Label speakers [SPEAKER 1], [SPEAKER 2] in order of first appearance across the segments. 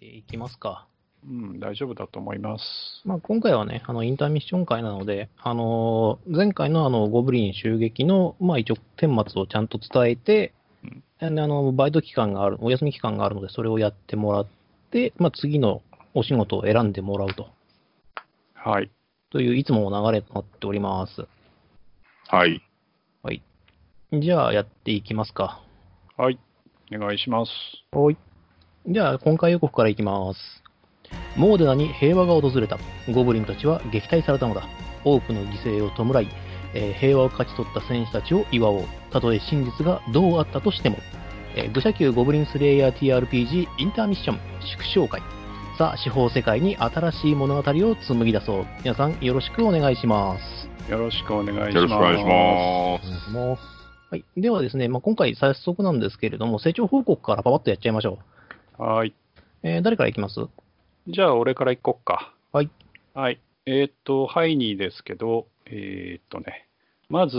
[SPEAKER 1] いきますか。
[SPEAKER 2] うん、大丈夫だと思います。
[SPEAKER 1] まあ、今回はね、あのインターミッション会なので、あのー前回のあのゴブリン襲撃の、まあ、一応、顛末をちゃんと伝えて、であのバイト期間がある、お休み期間があるので、それをやってもらって、まあ、次のお仕事を選んでもらうと
[SPEAKER 2] はい。
[SPEAKER 1] という、いつもの流れとなっております。
[SPEAKER 3] はい。
[SPEAKER 1] じゃあ、やっていきますか。
[SPEAKER 2] はい。お願いします。
[SPEAKER 1] はい。じゃあ、今回予告からいきます。モーデナに平和が訪れた。ゴブリンたちは撃退されたのだ。多くの犠牲を弔い、えー平和を勝ち取った戦士たちを祝おう。たとえ真実がどうあったとしても。えー、愚者級ゴブリンスレイヤー TRPG インターミッション縮小会。さあ、司法世界に新しい物語を紡ぎ出そう。皆さん、よろしくお願いします。
[SPEAKER 2] よろしくお願いします。
[SPEAKER 3] よろしくお願いします。
[SPEAKER 1] はい。ではですね、まあ、今回早速なんですけれども、成長報告からパパッとやっちゃいましょう。
[SPEAKER 2] はい。
[SPEAKER 1] えー誰からいきます
[SPEAKER 2] じゃあ、俺から行こっか。
[SPEAKER 1] はい。
[SPEAKER 2] はい。えーっと、ハイニーですけど、えーっとね、まず、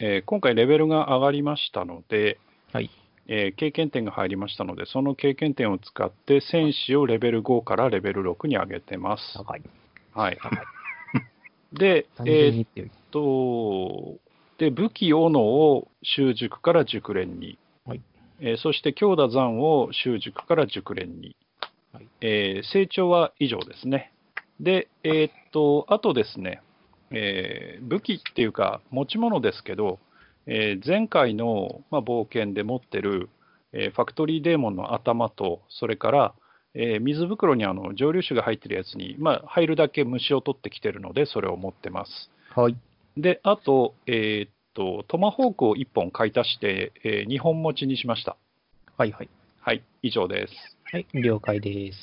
[SPEAKER 2] えー今回レベルが上がりましたので、
[SPEAKER 1] はい
[SPEAKER 2] えー経験点が入りましたので、その経験点を使って、戦士をレベル5からレベル6に上げてます。
[SPEAKER 1] 高い。
[SPEAKER 2] はい。 で、え
[SPEAKER 1] 単
[SPEAKER 2] ー
[SPEAKER 1] 純
[SPEAKER 2] っ
[SPEAKER 1] にっていう。
[SPEAKER 2] と、で、武器斧を習熟から熟練に、
[SPEAKER 1] はい
[SPEAKER 2] えーそして強打山を習熟から熟練に、
[SPEAKER 1] はい
[SPEAKER 2] えー成長は以上ですね。で、えーっと、あとですね、えー武器っていうか持ち物ですけど、えー前回の、まあ、冒険で持ってる、えーファクトリーデーモンの頭と、それから、えー水袋にあの蒸留酒が入ってるやつに、まあ、入るだけ虫を取ってきてるので、それを持ってます。
[SPEAKER 1] はい。
[SPEAKER 2] で、あと、えーっと、トマホークを1本買い足して、え2本持ちにしました。
[SPEAKER 1] はいはい。
[SPEAKER 2] はい、以上です。
[SPEAKER 1] はい、了解です。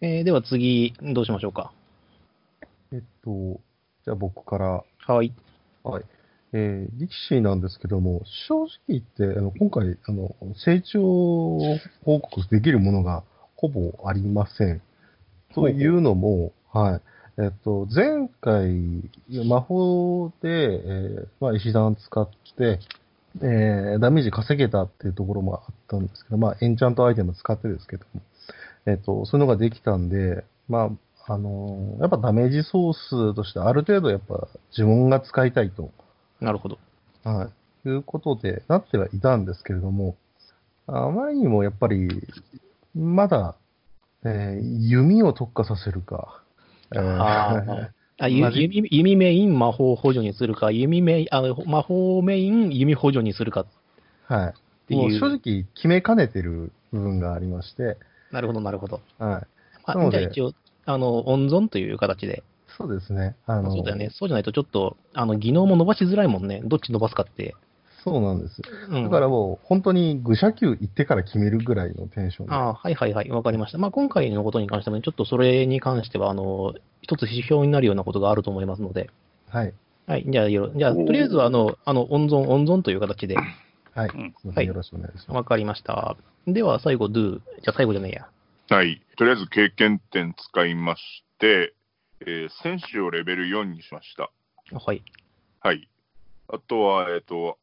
[SPEAKER 1] えーでは次、どうしましょうか。
[SPEAKER 4] えっと、じゃあ僕から、
[SPEAKER 1] はい。
[SPEAKER 4] えー、力士なんですけども、正直言って、あの今回あの、成長報告できるものがほぼありません。というのも、はい。えっと、前回、魔法で、えーまあ、石段使って、えーダメージ稼げたっていうところもあったんですけど、まあ、エンチャントアイテム使ってですけども、えっと、そういうのができたんで、まあ、あのーやっぱダメージソースとしてある程度やっぱ呪文が使いたいと。
[SPEAKER 1] なるほど。
[SPEAKER 4] はい。ということで、なってはいたんですけれども、あまりにもやっぱり、まだ、えー弓を特化させるか、えー
[SPEAKER 1] ああ、ゆ
[SPEAKER 4] マジ
[SPEAKER 1] 弓弓メイン魔法補助にするか、弓メイン、あ魔法メイン弓補助にするかっ
[SPEAKER 4] は
[SPEAKER 1] て
[SPEAKER 4] い。もう
[SPEAKER 1] いう。
[SPEAKER 4] 正直決めかねてる部分がありまして、
[SPEAKER 1] なるほど、なるほど。
[SPEAKER 4] はい。
[SPEAKER 1] ま
[SPEAKER 4] な
[SPEAKER 1] あ、
[SPEAKER 4] の
[SPEAKER 1] じゃ
[SPEAKER 4] で
[SPEAKER 1] あ一応、あの、温存という形で。
[SPEAKER 4] そうですね。あの、
[SPEAKER 1] そうだよね。そうじゃないとちょっと、あの、技能も伸ばしづらいもんね。どっち伸ばすかって。
[SPEAKER 4] そうなんです。
[SPEAKER 1] うん
[SPEAKER 4] だからもう本当に愚者級行ってから決めるぐらいのテンションで。
[SPEAKER 1] ああはいはいはい、わかりました。まあ、今回のことに関しても、ちょっとそれに関しては、あの、一つ指標になるようなことがあると思いますので、
[SPEAKER 4] はい。
[SPEAKER 1] はい、じゃあ、よろじゃあ
[SPEAKER 3] おー
[SPEAKER 1] とりあえずはあの、あの、温存、温存という形で、
[SPEAKER 4] はい。
[SPEAKER 2] うん
[SPEAKER 4] すいませ
[SPEAKER 1] はい
[SPEAKER 4] んよろしくお願いします。
[SPEAKER 1] わかりました。では、最後、do。じゃあ、最後じゃねえや。
[SPEAKER 3] はい。とりあえず経験点使いまして、えー選手をレベル4にしました。
[SPEAKER 1] はい。
[SPEAKER 3] はい。あとは、えっ、と、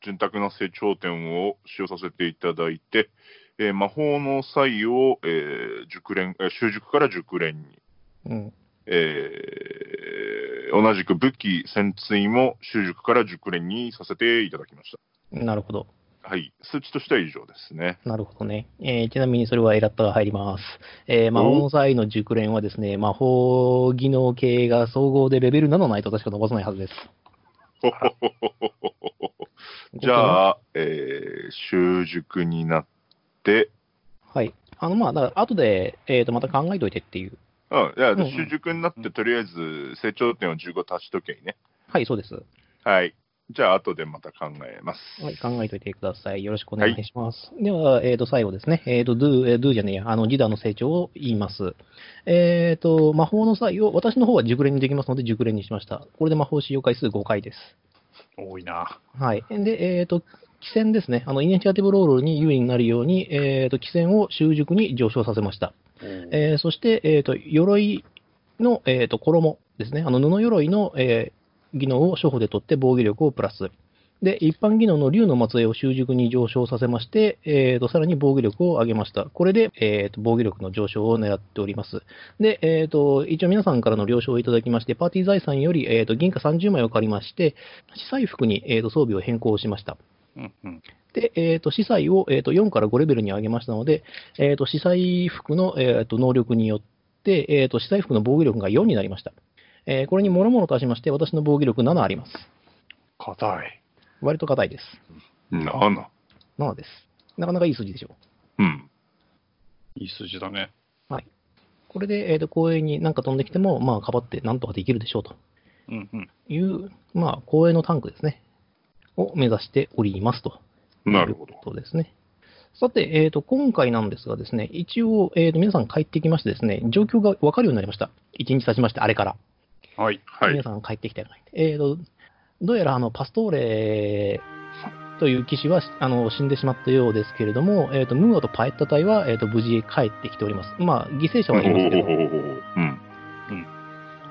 [SPEAKER 3] 潤沢な成長点を使用させていただいて、えー魔法の際を、えー熟練、えー習熟から熟練に、
[SPEAKER 1] うん。
[SPEAKER 3] えー同じく武器、潜水も習熟から熟練にさせていただきまし
[SPEAKER 1] なるほど。
[SPEAKER 3] た。はい。数値としては以上ですね。
[SPEAKER 1] なるほどね。えーちなみにそれはエラッタが入ります。えー魔法の際の熟練はですね、魔法技能系が総合でレベル7ないと確か伸ばさないはずです。
[SPEAKER 3] ほほほほほほほ じゃあ、えー、習熟になって、
[SPEAKER 1] はい。あの、まあ、だから、後で、えっ、と、また考えといてっていう。
[SPEAKER 3] うん、いや、
[SPEAKER 1] んうん
[SPEAKER 3] 習熟になって、とりあえず成長点を15足しとけばいいね。
[SPEAKER 1] はい、そうです。
[SPEAKER 3] はい。じゃあ、後でまた考えます。
[SPEAKER 1] はい、考えておいてください。よろしくお願いします。では、えっ、と、最後ですね。えっ、と、do、えー do じゃねえや、あの、ジダの成長を言います。えっ、と、魔法の際を、私の方は熟練にできますので、熟練にしました。これで魔法使用回数5回です。
[SPEAKER 2] 多いな。
[SPEAKER 1] はい。で、えっ、と、起戦ですね。あの、イニシアティブロールに優位になるように、えっ、と、起戦を習熟に上昇させました。えーそして、えっ、と、鎧の、えっ、と、衣ですね。あの、布鎧の、えー技能を初歩で取って防御力をプラス。で、一般技能の竜の末裔を習熟に上昇させまして、えーと、さらに防御力を上げました。これで、えーと、防御力の上昇を狙っております。で、えーと、一応皆さんからの了承をいただきまして、パーティー財産より、えーと、銀貨30枚を借りまして、司祭服に、えーと、装備を変更しました。
[SPEAKER 2] うんうん
[SPEAKER 1] で、えーと、司祭を、えーと、4から5レベルに上げましたので、えーと、司祭服の、えーと、能力によって、えーと、司祭服の防御力が4になりました。えーこれに諸々と足しまして、私の防御力7あります。
[SPEAKER 2] 硬い。
[SPEAKER 1] 割と硬いです。
[SPEAKER 3] 7。
[SPEAKER 1] 7です。なかなかいい数字でしょう。
[SPEAKER 3] うん。
[SPEAKER 2] いい数字だね。
[SPEAKER 1] これで、えーと、公園に何か飛んできても、まあ、かばってなんとかできるでしょうと
[SPEAKER 2] うんうん。
[SPEAKER 1] いう、まあ、公園のタンクですね。を目指しておりますと。
[SPEAKER 3] なるほど
[SPEAKER 1] という。ことですね。さて、えー、と今回なんですがですね、一応、えー、と皆さん帰ってきましてですね、状況が分かるようになりました。1日経ちまして、あれから。
[SPEAKER 2] はい。
[SPEAKER 3] はい
[SPEAKER 1] 皆。さん帰ってきたような。えー、とどうやらあのパストーレという騎士はあの死んでしまったようですけれども、えー、とムーアとパエッタ隊は、えー、と無事帰ってきております。まあ、犠牲者
[SPEAKER 3] おおおお
[SPEAKER 1] はいますけど、
[SPEAKER 3] うん。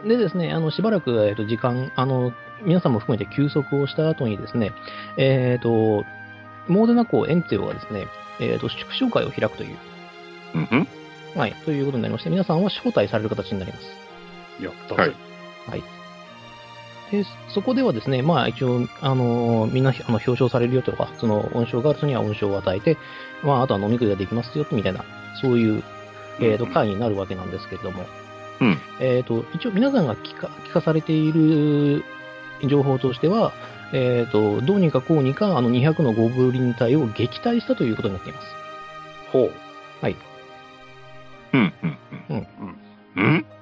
[SPEAKER 1] でですね、あのしばらく、えー、と時間あの、皆さんも含めて休息をした後にですね、えー、とモーデナ港エンツェオがですね、えー、と祝勝会を開くという、
[SPEAKER 3] うんうん。
[SPEAKER 1] はい、ということになりまして、皆さんは招待される形になります。
[SPEAKER 2] やった
[SPEAKER 3] はい
[SPEAKER 2] ぜ。
[SPEAKER 1] でそこではですね、まあ一応、あのーみんなあの表彰されるよとか、その恩賞がある人には恩賞を与えて、まああとは飲み食いができますよ、みたいな、そういう、えー、と
[SPEAKER 3] うん
[SPEAKER 1] 会になるわけなんですけれども、
[SPEAKER 3] うん
[SPEAKER 1] えー、と一応皆さんが聞か聞かされている情報としては、えー、とどうにかこうにかあの200のゴブリン隊を撃退したということになっています。
[SPEAKER 2] ほう。
[SPEAKER 3] うんうんうん。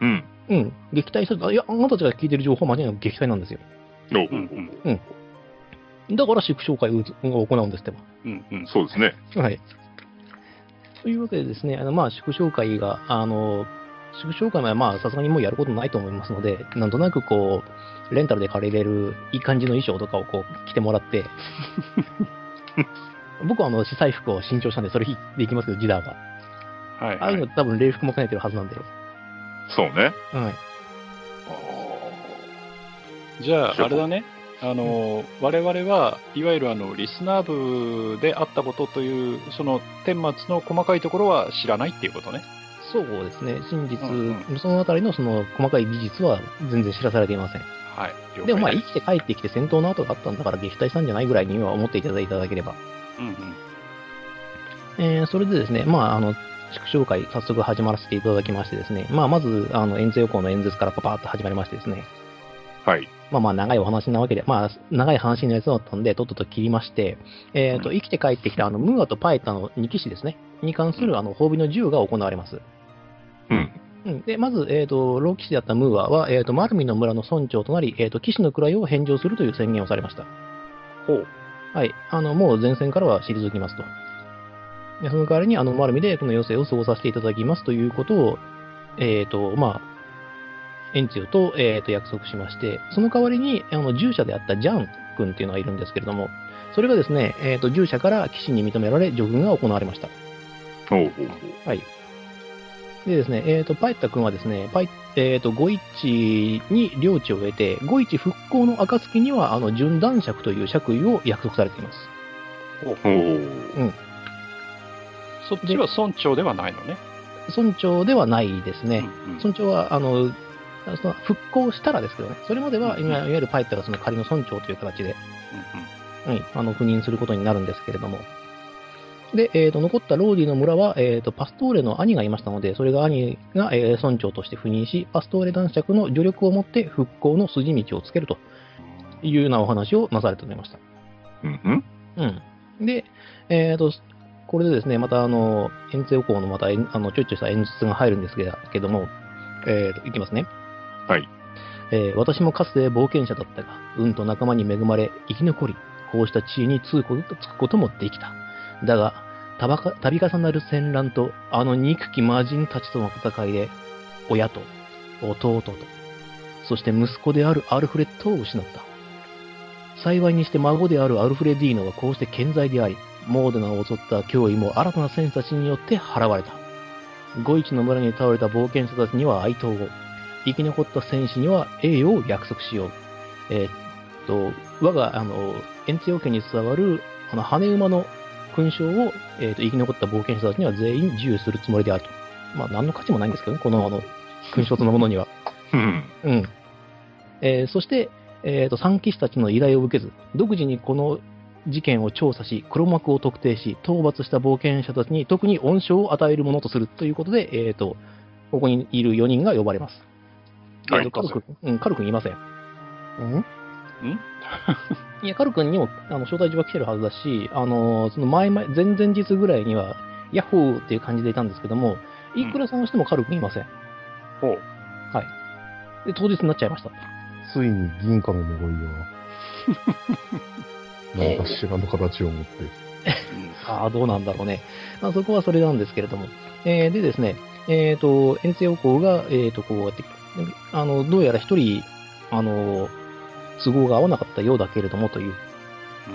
[SPEAKER 3] うん
[SPEAKER 1] うん、撃退したと、あいや、あなたたちが聞いてる情報は間違いなく撃退なんですよ。
[SPEAKER 3] うん。お
[SPEAKER 2] うんうん
[SPEAKER 1] だから祝勝会をを行うんですってば。
[SPEAKER 2] うんうん。
[SPEAKER 3] そうですね。
[SPEAKER 1] はい。というわけでですね、あのまあ、祝勝会が、あの、祝勝会はまあ、さすがにもうやることないと思いますので、なんとなくこう、レンタルで借りれるいい感じの衣装とかをこう、着てもらって、僕はあの、司祭服を新調したんで、それでいきますけど、ジダーは。
[SPEAKER 2] はい
[SPEAKER 1] ああ
[SPEAKER 2] はい
[SPEAKER 1] いうの多分礼服も兼ねてるはずなんで。
[SPEAKER 3] そうね。
[SPEAKER 1] はい。
[SPEAKER 2] じゃあ、あれだね、あの我々はいわゆるあのリスナー部であったことという、その顛末の細かいところは知らないっていうことね。
[SPEAKER 1] そうですね、真実、
[SPEAKER 2] うん
[SPEAKER 1] そのあたりのその細かい技術は全然知らされていません。
[SPEAKER 2] はい、了解
[SPEAKER 1] でもまあ生きて帰ってきて戦闘の跡があったんだから撃退したんじゃないぐらいには思っていただいただければ。
[SPEAKER 2] うん
[SPEAKER 1] えーそれでですね、まああの、祝勝会早速始まらせていただきましてですね、まあまず、あの、演説予行の演説からパパーッと始まりましてですね、
[SPEAKER 3] はい。
[SPEAKER 1] まあまあ長いお話なわけで、まあ長い話のやつだったんで、とっとと切りまして、えっ、と、
[SPEAKER 3] う
[SPEAKER 1] 生きて帰ってきたあの、ムーアとパエタの2騎士ですね、に関するあの、褒美の銃が行われます。
[SPEAKER 3] うん。
[SPEAKER 1] うん、でまず、えー、と老騎士であったムーアは、えー、とマルミの村の村長となり、えー、と騎士の位を返上するという宣言をされました、
[SPEAKER 2] ほう。
[SPEAKER 1] はい、あのもう前線からは退きますとでその代わりにあのマルミでこの余生を過ごさせていただきますということを、えーとまあ、エンツィオと,、えー、と約束しましてその代わりにあの従者であったジャン君っていうのがいるんですけれどもそれがですね、えー、と従者から騎士に認められ助軍が行われました
[SPEAKER 3] おうおう
[SPEAKER 1] はい。でですね、えっ、と、パエッタ君はですね、パイえっ、と、ゴイッチに領地を得て、ゴイッチ復興の暁には、あの、純男爵という爵位を約束されています。
[SPEAKER 3] おう。おう
[SPEAKER 2] そっちは村長ではないのね。
[SPEAKER 1] 村長ではないです
[SPEAKER 2] う
[SPEAKER 1] ね。
[SPEAKER 2] んうん
[SPEAKER 1] 村長は、あの、あその復興したらですけどね、それまでは、
[SPEAKER 2] うん
[SPEAKER 1] いわいわゆるパエッタがその仮の村長という形で、はい、あの赴任することになるんですけれども。で、えー、と残ったローディの村は、えーとパストーレの兄がいましたので、それが兄が、えー村長として赴任し、パストーレ男爵の助力を持って復興の筋道をつけるというようなお話をなされておりました。
[SPEAKER 3] うんうん。
[SPEAKER 1] うん、で、えー、とこれでですね、またあの遠征予行のまたえんあのちょいちょいした演出が入るんですけけども、えーといきますね。
[SPEAKER 3] はい。
[SPEAKER 1] えー私もかつて冒険者だったが、運と仲間に恵まれ、生き残り、こうした地位につくことつくこともできた。だが、たばか度重なる戦乱と、あの憎き魔人たちとの戦いで、親と、弟と、そして息子であるアルフレッドを失った。幸いにして孫であるアルフレディーノがこうして健在であり、モーデナを襲った脅威も新たな戦士たちによって払われた。ゴイチの村に倒れた冒険者たちには哀悼を、生き残った戦士には栄誉を約束しよう。えーっと、我が、あの、円強家に伝わるあの羽馬の勲章を、えーと生き残った冒険者たちには全員授与するつもりであると。まあ、何の価値もないんですけどね、このあの勲章そのものには。
[SPEAKER 3] うん。
[SPEAKER 1] うん。えーそして、えーと、三騎士たちの依頼を受けず、独自にこの事件を調査し、黒幕を特定し、討伐した冒険者たちに特に恩賞を与えるものとするということで、えーと、ここにいる4人が呼ばれます。
[SPEAKER 3] はい
[SPEAKER 1] えーとカル君、うん、カル君いません。
[SPEAKER 4] うん
[SPEAKER 1] いや、カル君にもあの招待状が来てるはずだし、あのーその前々、前々日ぐらいには、ヤッホーっていう感じでいたんですけども、いくら探してもカル君いません。
[SPEAKER 2] ほう。
[SPEAKER 1] で、当日になっちゃいました。
[SPEAKER 4] ついに銀貨の 呪いを。なんかしらの形を持って。
[SPEAKER 1] ああ、どうなんだろうね。まあ、そこはそれなんですけれども。えーでですね、えっ、と、遠征王侯が、えっ、と、こうやって、あの、どうやら一人、あの、都合が合わなかったようだけれどもという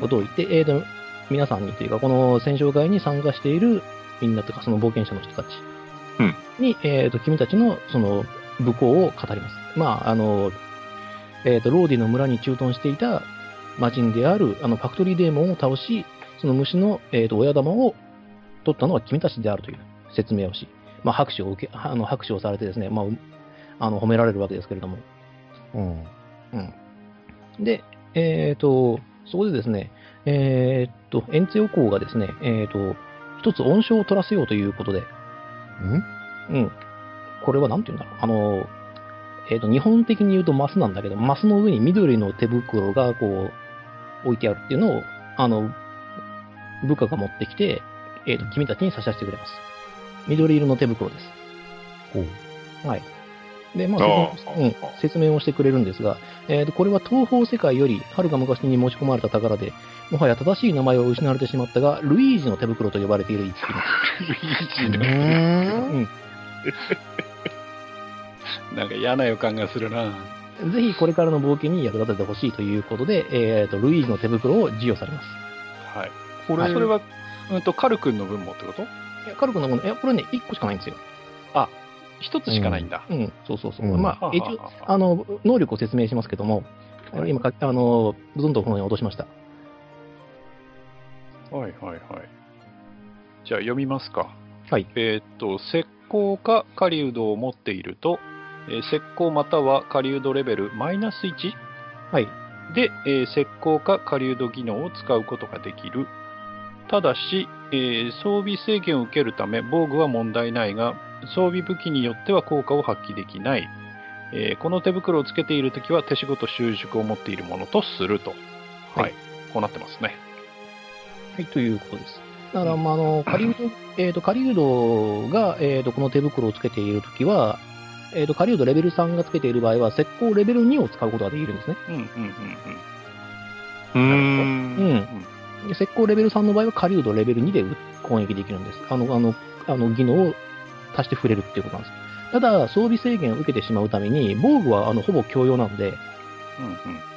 [SPEAKER 1] ことを言って、えっ、と、皆さんにというか、この戦勝会に参加しているみんなというか、その冒険者の人たち
[SPEAKER 3] うん
[SPEAKER 1] に、えっ、と、君たちの、その、武功を語ります。まあ、あの、えっ、と、ローディの村に駐屯していた魔人である、あの、ファクトリーデーモンを倒し、その虫の、えー、と親玉を取ったのは君たちであるという説明をし、まあ、拍手を受けあの拍手をされてですね、まあう、あの褒められるわけですけれども。
[SPEAKER 4] うん。
[SPEAKER 1] うん、で、えー、とそこでですね、えー、と遠征公がですね、えー、と一つ恩賞を取らせようということで、
[SPEAKER 4] ん
[SPEAKER 1] うん、これはなんて言うんだろう。あのえー、と日本的に言うとマスなんだけど、マスの上に緑の手袋がこう置いてあるっていうのをあの部下が持ってきて、えー、と君たちに差し出してくれます。緑色の手袋です。
[SPEAKER 4] こう。
[SPEAKER 1] はい。で、ま
[SPEAKER 3] あ
[SPEAKER 1] あ
[SPEAKER 3] あ
[SPEAKER 1] 説明,、うん、説明をしてくれるんですが、えーとこれは東方世界よりはるか昔に持ち込まれた宝で、もはや正しい名前を失われてしまったが、ルイージの手袋と呼ばれている一匹の
[SPEAKER 2] ルイージの
[SPEAKER 4] ん
[SPEAKER 2] なんか嫌な予感がするな。
[SPEAKER 1] ぜひこれからの冒険に役立ててほしいということで、えーとルイージの手袋を授与されます。
[SPEAKER 2] はい。
[SPEAKER 4] こ
[SPEAKER 2] それは、うんと、カル君の分もってこと
[SPEAKER 1] いや、カル君のもの、いや、これね、1個しかないんですよ。
[SPEAKER 2] あ、一つしかないんだ。
[SPEAKER 1] うん、そうそうそう。
[SPEAKER 4] うん
[SPEAKER 1] まあ、一応、あの、能力を説明しますけども、今か、あの、どんどんこのように落としました。
[SPEAKER 2] はいはいはい。じゃあ読みますか。
[SPEAKER 1] はい。
[SPEAKER 2] えーっと、石膏か狩人を持っていると、えー石膏または狩人レベルマイナス1
[SPEAKER 1] はい。
[SPEAKER 2] で、えー石膏か狩人技能を使うことができる。ただし、えー装備制限を受けるため防具は問題ないが、装備武器によっては効果を発揮できない。えーこの手袋をつけているときは手仕事習熟を持っているものとすると。はい。
[SPEAKER 1] はい
[SPEAKER 2] こうなってますね。
[SPEAKER 1] はい、ということです。だから、まあ、あの、カリウド、えっ、と、カリウドが、えっ、と、この手袋をつけているときは、えっ、と、カリウドレベル3がつけている場合は、石膏レベル2を使うことができるんですね。
[SPEAKER 2] うんうんうんうん。
[SPEAKER 3] うー。
[SPEAKER 1] うんん。石膏レベル3の場合は、狩人レベル2で攻撃できるんです。あの、あの、あの技能を足して触れるっていうことなんです。ただ、装備制限を受けてしまうために、防具は、あの、ほぼ共用なんで、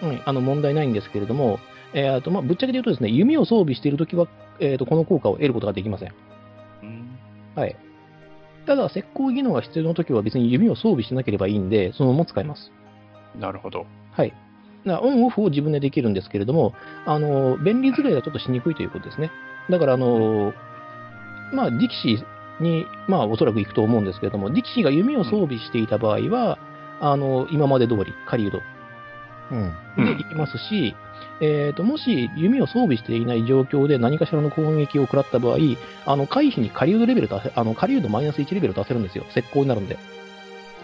[SPEAKER 2] うんうん。
[SPEAKER 1] うん、あの、問題ないんですけれども、えーと、まあ、ぶっちゃけで言うとですね、弓を装備しているときは、えーと、この効果を得ることができません。
[SPEAKER 2] うん
[SPEAKER 1] はい。ただ、石膏技能が必要なときは別に弓を装備しなければいいんで、そのまま使えます。
[SPEAKER 2] なるほど。
[SPEAKER 1] はい。なオンオフを自分でできるんですけれども、あの、便利使いがちょっとしにくいということですね。だから、あの、まあ、力士に、まあ、おそらく行くと思うんですけれども、力士が弓を装備していた場合は、あの、今まで通り、狩人
[SPEAKER 4] うん。
[SPEAKER 3] う
[SPEAKER 1] で
[SPEAKER 3] ん
[SPEAKER 1] 行きますし、えーと、もし弓を装備していない状況で何かしらの攻撃を食らった場合、あの、回避に狩人レベル出せ、あの、狩人マイナス1レベル出せるんですよ。石膏になるんで。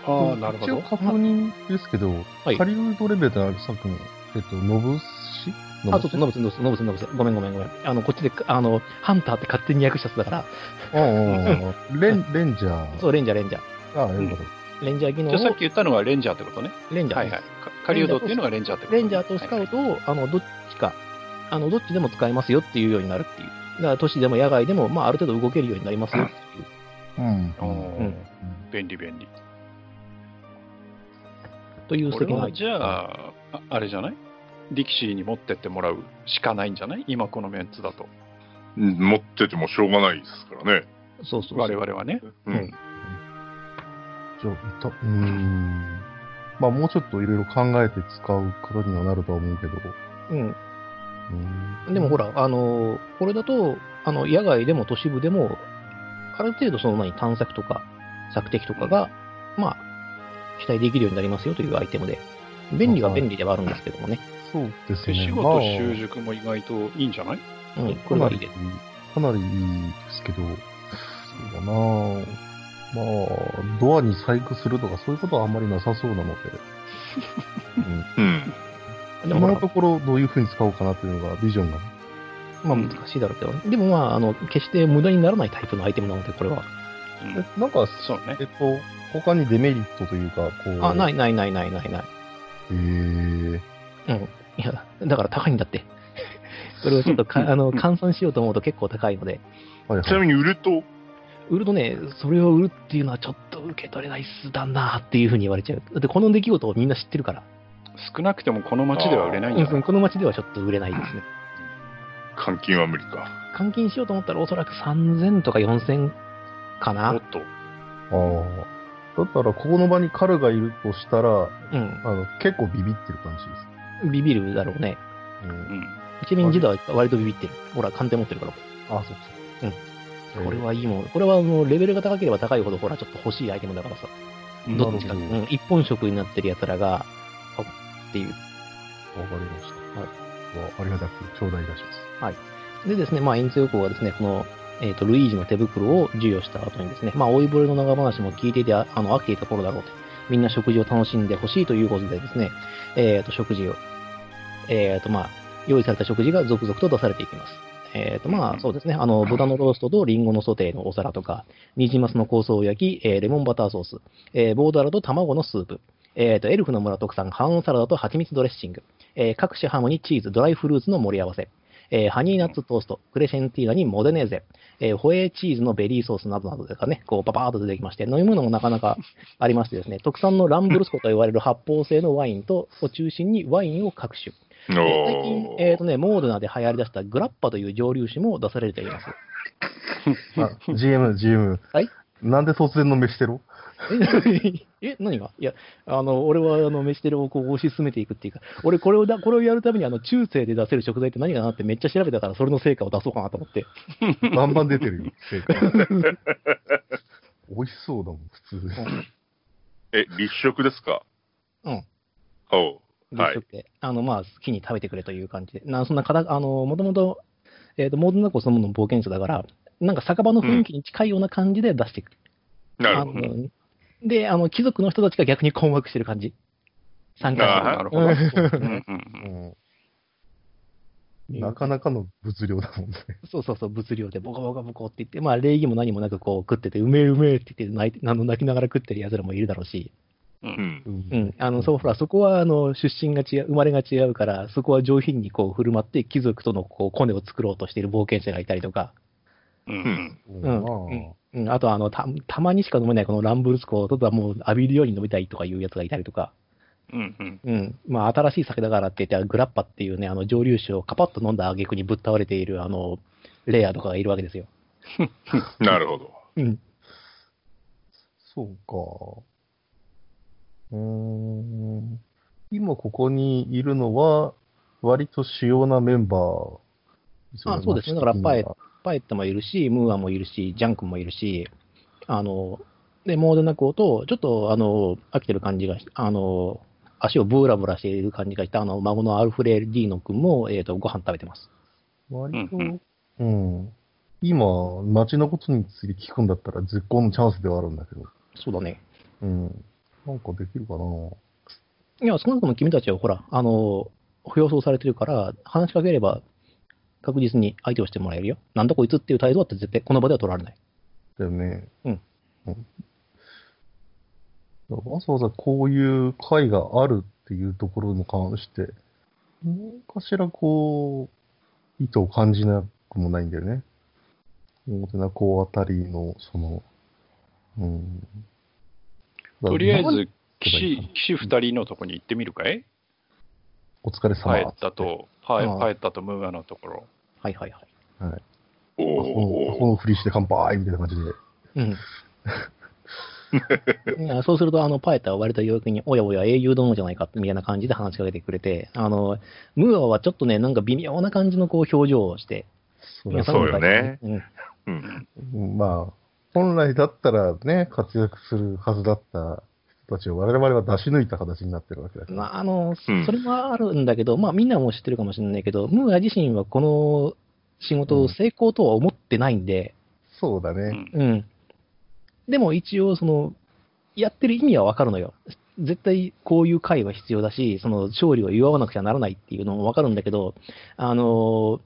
[SPEAKER 2] ああ、なるほ
[SPEAKER 4] 一応
[SPEAKER 2] ど。
[SPEAKER 4] 確認ですけど、
[SPEAKER 1] はい
[SPEAKER 4] カリウドレベルってあれさっきの、えっと、ノブシノ
[SPEAKER 1] あ、そうそう、ノブス、ノブス、ノブス、ノブス。ごめん、ごめん、ごめん。あの、こっちで、あの、ハンターって勝手に訳しちゃってたから、
[SPEAKER 4] うんうんうん。レン、レンジャー。
[SPEAKER 1] そう、レンジャー、レンジャ
[SPEAKER 4] ああ、よかった。
[SPEAKER 1] ー。レンジャー技能
[SPEAKER 2] じゃあさっ
[SPEAKER 1] を
[SPEAKER 2] き、言ったのがレンジャーってことね。
[SPEAKER 1] レンジャー。
[SPEAKER 2] はいはい。カリウドっていうのがレンジャーってことね
[SPEAKER 1] レンジャーとスカウトを、あの、どっちか、あの、どっちでも使えますよっていうようになるっていう。だから、都市でも野外でも、まあ、ある程度動けるようになりますよっていう。
[SPEAKER 4] うん。
[SPEAKER 2] はいはいおー
[SPEAKER 1] うん
[SPEAKER 2] 便利便利。
[SPEAKER 1] という
[SPEAKER 2] これ
[SPEAKER 1] 責
[SPEAKER 2] は
[SPEAKER 1] 任。
[SPEAKER 2] じゃあ、ああれじゃない力士に持ってってもらうしかないんじゃない今このメンツだと。
[SPEAKER 3] うん持っててもしょうがないですからね。
[SPEAKER 1] そうそうそう。
[SPEAKER 2] 我々はね。
[SPEAKER 3] う
[SPEAKER 1] うん
[SPEAKER 3] ん。
[SPEAKER 4] じゃあ、いた、うーん。まあ、もうちょっといろいろ考えて使うことにはなるとは思うけど。
[SPEAKER 1] うん。
[SPEAKER 4] うん
[SPEAKER 1] でもほら、あのーこれだと、あの、野外でも都市部でも、ある程度その何、探索とか、索敵とかが、まあ、期待できるようになりますよというアイテムで、便利は便利ではあるんですけどもね。
[SPEAKER 4] そうです
[SPEAKER 2] 手
[SPEAKER 4] ね。
[SPEAKER 2] 仕
[SPEAKER 4] まあ
[SPEAKER 2] 事、習熟も意外といいんじゃない
[SPEAKER 1] うん、これはいいです。
[SPEAKER 4] かなりいいですけど、そうだなぁまあ、ドアに細工するとかそういうことはあんまりなさそうなので、
[SPEAKER 3] うん。
[SPEAKER 1] でも
[SPEAKER 4] 今
[SPEAKER 1] ほら
[SPEAKER 4] のところどういうふうに使おうかなというのが、ビジョンが。
[SPEAKER 1] まあ難しいだろうけどね。でもまあ、あの、決して無駄にならないタイプのアイテムなので、これは。
[SPEAKER 2] うん
[SPEAKER 4] えなんか、
[SPEAKER 2] そうね
[SPEAKER 4] えっと、他にデメリットというか、こう。。
[SPEAKER 1] あ、ないいないないないないない。
[SPEAKER 4] えー、
[SPEAKER 1] うん。いや、だから高いんだって。 それをちょっとかあの換算しようと思うと結構高いので、
[SPEAKER 4] はい
[SPEAKER 3] ちな
[SPEAKER 4] はい。
[SPEAKER 3] みに売ると、
[SPEAKER 1] 売るとね、それを売るっていうのはちょっと受け取れないっすだなっていうふうに言われちゃう。だってこの出来事をみんな知ってるから、
[SPEAKER 2] 少なくてもこの街では売れないん
[SPEAKER 1] う
[SPEAKER 2] じ
[SPEAKER 1] ん
[SPEAKER 2] ゃない
[SPEAKER 1] この街ではちょっと売れないですね。
[SPEAKER 3] 換金は無理か。
[SPEAKER 1] 換金しようと思ったらおそらく3000とか4000か
[SPEAKER 2] お
[SPEAKER 1] な
[SPEAKER 2] っ。と。
[SPEAKER 4] ああ。だったら、ここの場に彼がいるとしたら、
[SPEAKER 1] うん。
[SPEAKER 4] あの、結構ビビってる感じで
[SPEAKER 1] ビビるだろうね。
[SPEAKER 4] す。うん
[SPEAKER 2] うん。
[SPEAKER 1] 一面自体は割とビビってる。ほら、鑑定持ってるから。
[SPEAKER 4] あ、そうそう。えー
[SPEAKER 1] これはいいもん。これはもうレベルが高ければ高いほど、ほら、ちょっと欲しいアイテムだからさ。
[SPEAKER 2] うん
[SPEAKER 1] どっちか。う
[SPEAKER 4] なるほ
[SPEAKER 1] ん、一本色になってるやつらが、あっていう。
[SPEAKER 4] わかりました。はい。ありがたく頂戴いたします。
[SPEAKER 1] でですね、まあ、エンツヨコはですね、この、えっ、と、ルイージの手袋を授与した後にですね、まあ、老いぼれの長話も聞いていて、ああの、飽きていた頃だろうと。みんな食事を楽しんでほしいということでですね、えっ、と、食事を、えっ、と、まあ、用意された食事が続々と出されていきます。えっ、と、まあ、そうですね、あの、豚のローストとリンゴのソテーのお皿とか、ニジマスの香草を焼き、えーレモンバターソース、えーボーダラと卵のスープ、えっ、と、エルフの村特産、ハーンサラダと蜂蜜ドレッシング、えー各種ハムにチーズ、ドライフルーツの盛り合わせ、えーハニーナッツトースト、クレシェンティーナにモデネーゼ、えーホエーチーズのベリーソースなどなどですかね、こう、パパーっと出てきまして、飲み物もなかなかありましてですね、特産のランブルスコと言われる発泡性のワインと、を中心にワインを各種。
[SPEAKER 3] お
[SPEAKER 1] えー最近、えっ、と
[SPEAKER 3] ー
[SPEAKER 1] ね、モードナで流行り出したグラッパという蒸留酒も出されています。
[SPEAKER 4] あ、GM、GM。
[SPEAKER 1] はい
[SPEAKER 4] なんで突然の飯テロ
[SPEAKER 1] ええ、 何がいや、あの、俺は、あの、飯テロをこう推し進めていくっていうか、俺、これをだ、これをやるために、あの、中世で出せる食材って何かなってめっちゃ調べたから、それの成果を出そうかなと思って。
[SPEAKER 4] バンバン出てる よ、成果。美味しそうだもん、普通。
[SPEAKER 3] え、立食ですか
[SPEAKER 1] うん。
[SPEAKER 3] おう
[SPEAKER 1] 立
[SPEAKER 3] はい
[SPEAKER 1] 食。で、あの、まあ、好きに食べてくれという感じで。な、そんな、かた、あの、もともと、えっ、と、モードナコそのもの冒険者だから、なんか酒場の雰囲気に近いような感じで出してくる。
[SPEAKER 3] なるほど
[SPEAKER 1] あ
[SPEAKER 3] ね。
[SPEAKER 1] ので、あの、貴族の人たちが逆に困惑してる感じ。参加
[SPEAKER 3] あ
[SPEAKER 1] 者
[SPEAKER 3] ー
[SPEAKER 2] なるほど。うんうん
[SPEAKER 4] うんなかなかの物量だもんね。
[SPEAKER 1] そうそうそう、物量でボコボコボコって言って、まあ礼儀も何もなくこう食ってて、うめえうめえって言って泣いて、あの泣きながら食ってる奴らもいるだろうし、
[SPEAKER 3] うん。
[SPEAKER 1] う
[SPEAKER 4] うん
[SPEAKER 1] ん、あの、そう、ほら、そこはあの出身が違う、生まれが違うから、そこは上品にこう振る舞って、貴族とのこうコネを作ろうとしている冒険者がいたりとか、
[SPEAKER 2] う
[SPEAKER 3] うんん。
[SPEAKER 4] そう
[SPEAKER 1] う
[SPEAKER 4] だ
[SPEAKER 1] ん
[SPEAKER 4] な
[SPEAKER 1] うん、あとあのた、たまにしか飲めないこのランブルスコを、ただもう浴びるように飲みたいとかいうやつがいたりとか、
[SPEAKER 2] うんうん
[SPEAKER 1] うん、まあ新しい酒だからって言って、グラッパっていうね、あの蒸留酒をカパッと飲んだ挙句にぶっ倒れている、あの、レイヤーとかがいるわけですよ。
[SPEAKER 3] なるほど。
[SPEAKER 1] うん。
[SPEAKER 4] そうか。うーん。今ここにいるのは、割と主要なメンバー。
[SPEAKER 1] あそうですねだからパエパエットもいるし、ムーアもいるし、ジャン君もいるし、あの、で、モーデナ校と、ちょっと、あの、飽きてる感じがし、あの、足をブーラブラしている感じがした、あの、孫のアルフレディーノ君も、えっ、と、ご飯食べてます。
[SPEAKER 4] 割と、
[SPEAKER 2] う
[SPEAKER 4] うんん、今、街のことについて聞くんだったら絶好のチャンスではあるんだけど。
[SPEAKER 1] そうだね。
[SPEAKER 4] うん。なんかできるかな。
[SPEAKER 1] いや、少なくとも君たちは、ほら、あの、表彰されてるから、話しかければ、確実に相手をしてもらえるよ。なんだこいつっていう態度だって絶対、この場では取られない。
[SPEAKER 4] だよね。
[SPEAKER 1] うん
[SPEAKER 4] うん。わざわざこういう会があるっていうところに関して、何かしらこう、意図を感じなくもないんだよね。おもてなこうあたりの、その、うん。
[SPEAKER 2] とりあえ
[SPEAKER 4] だから、
[SPEAKER 2] ず、岸、岸二人のとこに行ってみるかい
[SPEAKER 4] お疲れ様。
[SPEAKER 2] パエッタ。と、はい、
[SPEAKER 1] うん
[SPEAKER 2] パエッタとムーアのところ。
[SPEAKER 1] はいはいはい。
[SPEAKER 4] はい。
[SPEAKER 3] お
[SPEAKER 4] この、こ
[SPEAKER 3] お。
[SPEAKER 4] のふりして乾杯みたいな感じで。
[SPEAKER 1] うん。いやそうすると、あの、パエタは割と陽気に、おやおや、英雄殿じゃないかって、みたいな感じで話しかけてくれて、あの、ムーアはちょっとね、なんか微妙な感じのこう表情をして、
[SPEAKER 4] そ
[SPEAKER 3] り
[SPEAKER 4] り
[SPEAKER 3] ゃ
[SPEAKER 4] ゃ
[SPEAKER 3] そうよね
[SPEAKER 1] うん。
[SPEAKER 3] うん。
[SPEAKER 4] まあ、本来だったらね、活躍するはずだった人たちを我々は出し抜いた形になってるわけだから。
[SPEAKER 1] まあ、あの、
[SPEAKER 3] うん
[SPEAKER 1] それはあるんだけど、まあ、みんなも知ってるかもしれないけど、ムーア自身はこの仕事を成功とは思ってないんで、
[SPEAKER 4] そうだ
[SPEAKER 2] う
[SPEAKER 4] ね。
[SPEAKER 2] ん
[SPEAKER 1] うん。でも一応、その、やってる意味はわかるのよ。絶対こういう会は必要だし、その勝利を祝わなくちゃならないっていうのもわかるんだけど、あのー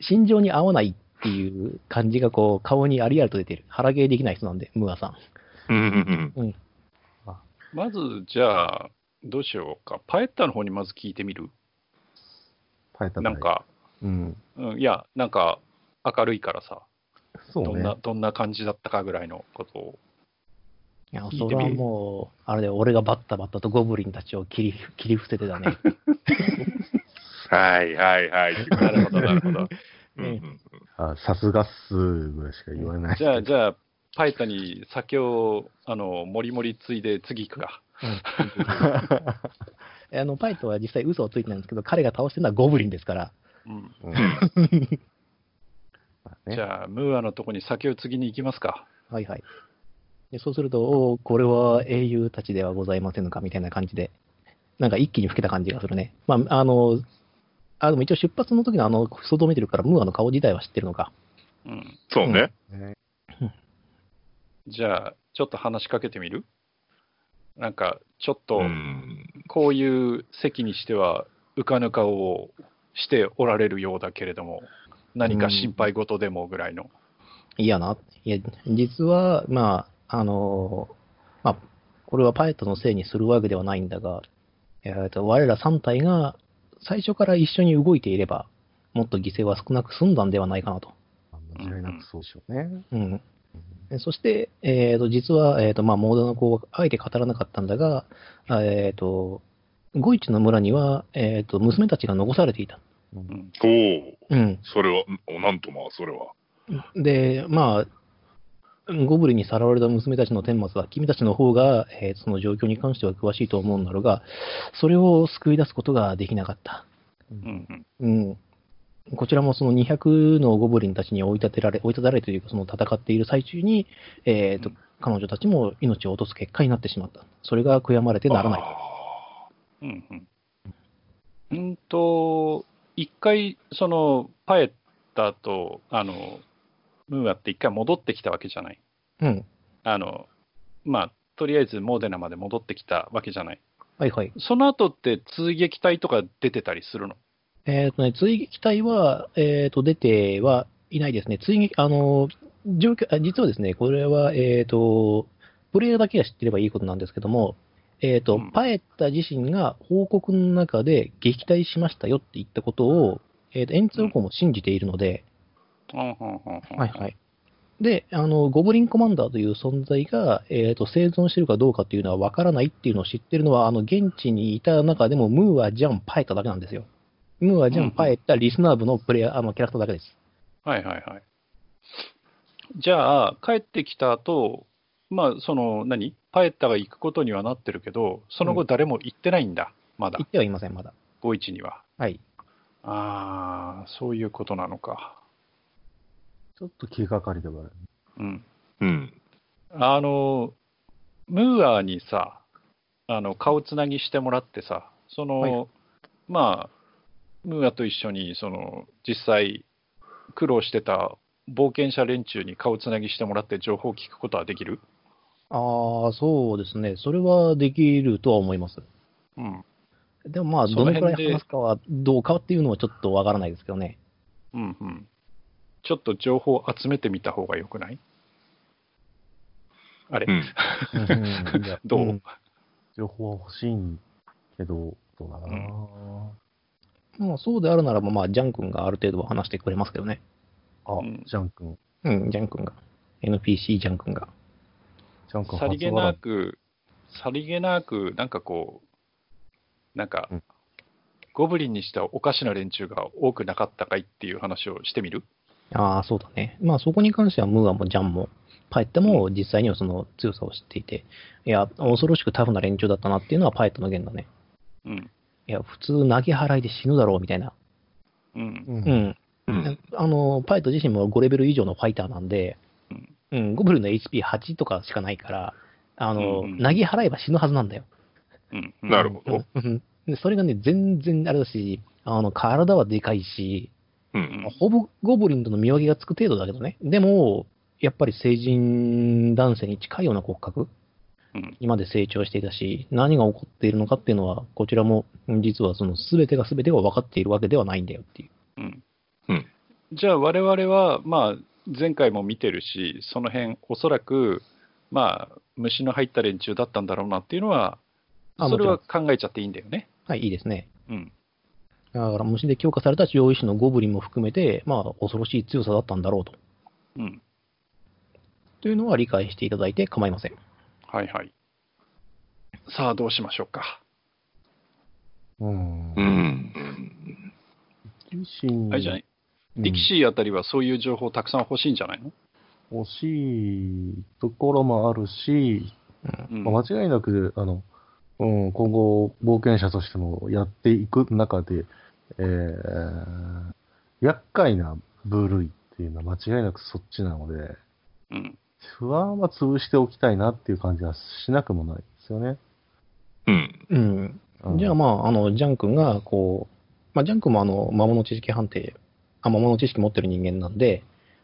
[SPEAKER 1] 心情に合わないっていう感じがこう、顔にありありと出てる。腹芸できない人なんで、ムーアさん。
[SPEAKER 3] うん
[SPEAKER 2] まず、じゃあ、どうしようか。パエッタの方にまず聞いてみる。
[SPEAKER 4] パイタパイ
[SPEAKER 2] なん。か、
[SPEAKER 4] うん。
[SPEAKER 2] うん、いや、なんか、明るいからさ、
[SPEAKER 4] そう
[SPEAKER 2] どん
[SPEAKER 4] ね。
[SPEAKER 2] な、どんな感じだったかぐらいのことを。
[SPEAKER 1] いや
[SPEAKER 2] 聞い、て
[SPEAKER 1] そ
[SPEAKER 2] みる
[SPEAKER 1] れはもう、あれで俺がバッタバッタとゴブリンたちを切り、切り伏せてだ ね。
[SPEAKER 3] はいはいはい。
[SPEAKER 2] なるほど、なるほど。
[SPEAKER 3] うんうん
[SPEAKER 4] あさすがっすぐらいしか言わない。
[SPEAKER 2] じゃあ、じゃあ、パエッタに酒を、あの、もりもりついで次行くか。
[SPEAKER 1] あの、パイトは実際嘘をついてないんですけど、彼が倒してるのはゴブリンですから。
[SPEAKER 2] うん。
[SPEAKER 4] うんまあね
[SPEAKER 2] じゃあ、ムーアのとこに酒を継ぎに行きますか。
[SPEAKER 1] はいはい。でそうすると、おーこれは英雄たちではございませんのかみたいな感じで、なんか一気に老けた感じがするね。まあ、あの、あ、でも一応出発の時のあの、想像見てるから、ムーアの顔自体は知ってるのか。
[SPEAKER 2] うん。
[SPEAKER 3] そうね。
[SPEAKER 4] ね
[SPEAKER 2] じゃあ、ちょっと話しかけてみるなんか、ちょっと
[SPEAKER 3] う、ん
[SPEAKER 2] こういう席にしては、うかぬ顔をしておられるようだけれども、何か心配事でもぐらいの。
[SPEAKER 1] いやな。いや、実は、まあ、あの、まあ、これはパイトのせいにするわけではないんだが、えーと我ら3体が最初から一緒に動いていれば、もっと犠牲は少なく済んだんではないかなと。
[SPEAKER 4] 間違いなくそうでしょうね。
[SPEAKER 1] うん、えそして、えー、と実は、えーとまあ、モードの子はあえて語らなかったんだが、あえー、とゴイチの村には、えー、と娘たちが残されていた。
[SPEAKER 2] うん。
[SPEAKER 3] おお、
[SPEAKER 1] うん、
[SPEAKER 3] それは、おなんとも、それは。
[SPEAKER 1] で、まあ、ゴブリンにさらわれた娘たちの顛末は、君たちの方が、えーその状況に関しては詳しいと思うんだろうが、それを救い出すことができなかった。
[SPEAKER 2] うんうん。
[SPEAKER 1] うん、こちらもその200のゴブリンたちに追い立てられ、追い立てられというか、その戦っている最中に、えーと
[SPEAKER 2] うん
[SPEAKER 1] 彼女たちも命を落とす結果になってしまった。それが悔やまれてならない。
[SPEAKER 3] あ
[SPEAKER 2] うんうん。うんと、一回、その、パエッタと、あの、ムーアって一回戻ってきたわけじゃない。
[SPEAKER 1] うん。
[SPEAKER 2] あの、まあ、とりあえずモーデナまで戻ってきたわけじゃない。
[SPEAKER 1] はいはい。
[SPEAKER 2] その後って追撃隊とか出てたりするの
[SPEAKER 1] えーとね、追撃隊は、えーと出てはいないですね。追撃、あの、状況、あ実はですね、これは、えーと、プレイヤーだけが知ってればいいことなんですけども、えーと、
[SPEAKER 2] うん
[SPEAKER 1] パエッタ自身が報告の中で撃退しましたよって言ったことを、えーと、エンツォーコも信じているので、
[SPEAKER 2] うんうんうんうん
[SPEAKER 1] はいはい。で、あの、ゴブリンコマンダーという存在が、えーと、生存してるかどうかっていうのは分からないっていうのを知ってるのは、あの、現地にいた中でも、ムーア、ジャン、パエタだけなんですよ。ムーア、ジャ
[SPEAKER 2] うんう
[SPEAKER 1] ン、
[SPEAKER 2] ん
[SPEAKER 1] パエタ、リスナー部のプレイヤー、あの、キャラクターだけです。
[SPEAKER 2] はいはいはい。じゃあ、帰ってきた後、まあ、その、何パエッタが行くことにはなってるけど、その後誰も行ってないんだ、まだ
[SPEAKER 1] 言っ、てはいません、まだ。
[SPEAKER 2] ゴイチには。
[SPEAKER 1] はい。
[SPEAKER 2] ああ、そういうことなのか。
[SPEAKER 4] ちょっと気がかりではある。
[SPEAKER 2] うん。
[SPEAKER 3] ーうん。
[SPEAKER 2] あの、ムーアにさ、あの、顔つなぎしてもらってさ、その、
[SPEAKER 1] はい
[SPEAKER 2] まあ、ムーアと一緒に、その、実際、苦労してた冒険者連中に顔つなぎしてもらって情報を聞くことはできる
[SPEAKER 1] ああ、そうですね。それはできるとは思います。
[SPEAKER 2] うん。
[SPEAKER 1] でもまあ、
[SPEAKER 2] そ
[SPEAKER 1] ど
[SPEAKER 2] の
[SPEAKER 1] の
[SPEAKER 2] 辺
[SPEAKER 1] く
[SPEAKER 2] で
[SPEAKER 1] らい話すかは、どうかっていうのはちょっとわからないですけどね。
[SPEAKER 2] うんうん。ちょっと情報を集めてみた方がよくないあれ、
[SPEAKER 3] うん。
[SPEAKER 4] うんいや
[SPEAKER 2] どう、
[SPEAKER 1] うん
[SPEAKER 4] 情報は欲しいけど、どうだな、
[SPEAKER 2] うん
[SPEAKER 1] まあ、そうであるならば、まあ、ジャン君がある程度は話してくれますけどね。
[SPEAKER 4] あ、
[SPEAKER 2] うん
[SPEAKER 4] ジャン君。
[SPEAKER 1] うん、ジャン君が。NPC ジャン君が。
[SPEAKER 4] ジャン君
[SPEAKER 2] さりげ
[SPEAKER 4] 初笑
[SPEAKER 2] なく、さりげなく、なんかこう、なんか、
[SPEAKER 4] うん
[SPEAKER 2] ゴブリンにしてはおかしな連中が多くなかったかいっていう話をしてみる
[SPEAKER 1] ああ、そうだね。まあそこに関してはムーアもジャンも、パエッタも実際にはその強さを知っていて、いや、恐ろしくタフな連中だったなっていうのはパエッタの弦だね。
[SPEAKER 2] うん。
[SPEAKER 1] いや、普通投げ払いで死ぬだろうみたいな。
[SPEAKER 2] うん。
[SPEAKER 4] うん
[SPEAKER 1] うん。
[SPEAKER 3] うん。
[SPEAKER 1] あの、パエッタ自身も5レベル以上のファイターなんで
[SPEAKER 2] うん、
[SPEAKER 1] うん、ゴブリンの HP8 とかしかないから、あの、
[SPEAKER 2] うんうん
[SPEAKER 1] 投げ払えば死ぬはずなんだよ。
[SPEAKER 2] うん。
[SPEAKER 3] なるほど。
[SPEAKER 1] うんでそれがね、全然あれだし、あの体はでかいし、
[SPEAKER 3] うん。
[SPEAKER 1] ほぼゴブリンとの見分けがつく程度だけどね、でも、やっぱり成人男性に近いような骨格、
[SPEAKER 2] うん
[SPEAKER 1] 今まで成長していたし、何が起こっているのかっていうのは、こちらもうん実はその全てが全てが分かっているわけではないんだよっていう。
[SPEAKER 2] うん
[SPEAKER 3] うん
[SPEAKER 2] じゃあ我々は、まあ、前回も見てるしその辺おそらく、まあ、虫の入った連中だったんだろうなっていうのは
[SPEAKER 1] あ
[SPEAKER 2] それ
[SPEAKER 1] も
[SPEAKER 2] は
[SPEAKER 1] ち
[SPEAKER 2] 考えちゃっていいんだよね。
[SPEAKER 1] はい、いいですね。
[SPEAKER 2] うん
[SPEAKER 1] だから虫で強化された中央医師のゴブリンも含めて、まあ、恐ろしい強さだったんだろうと。
[SPEAKER 2] うん、
[SPEAKER 1] というのは理解していただいて構いません。
[SPEAKER 2] はいはい。さあどうしましょうか。
[SPEAKER 4] うん。
[SPEAKER 3] うん。
[SPEAKER 4] 力士に
[SPEAKER 2] あれじゃない、
[SPEAKER 4] うん
[SPEAKER 2] ディキシーあたりはそういう情報たくさん欲しいんじゃないの、
[SPEAKER 4] 惜しいところもあるし、
[SPEAKER 2] うん
[SPEAKER 4] まあ間違いなく、あの、うん、今後、冒険者としてもやっていく中で、えー、厄介な部類っていうのは間違いなくそっちなので、
[SPEAKER 2] うん
[SPEAKER 4] 不安は潰しておきたいなっていう感じはしなくもないですよね。
[SPEAKER 3] うん。
[SPEAKER 1] うん。
[SPEAKER 4] うん
[SPEAKER 1] じゃあ、まあ、あの、ジャン君が、こう、まあ、ジャン君も、あの、魔物知識判定、あ、魔物知識持ってる人間なんで、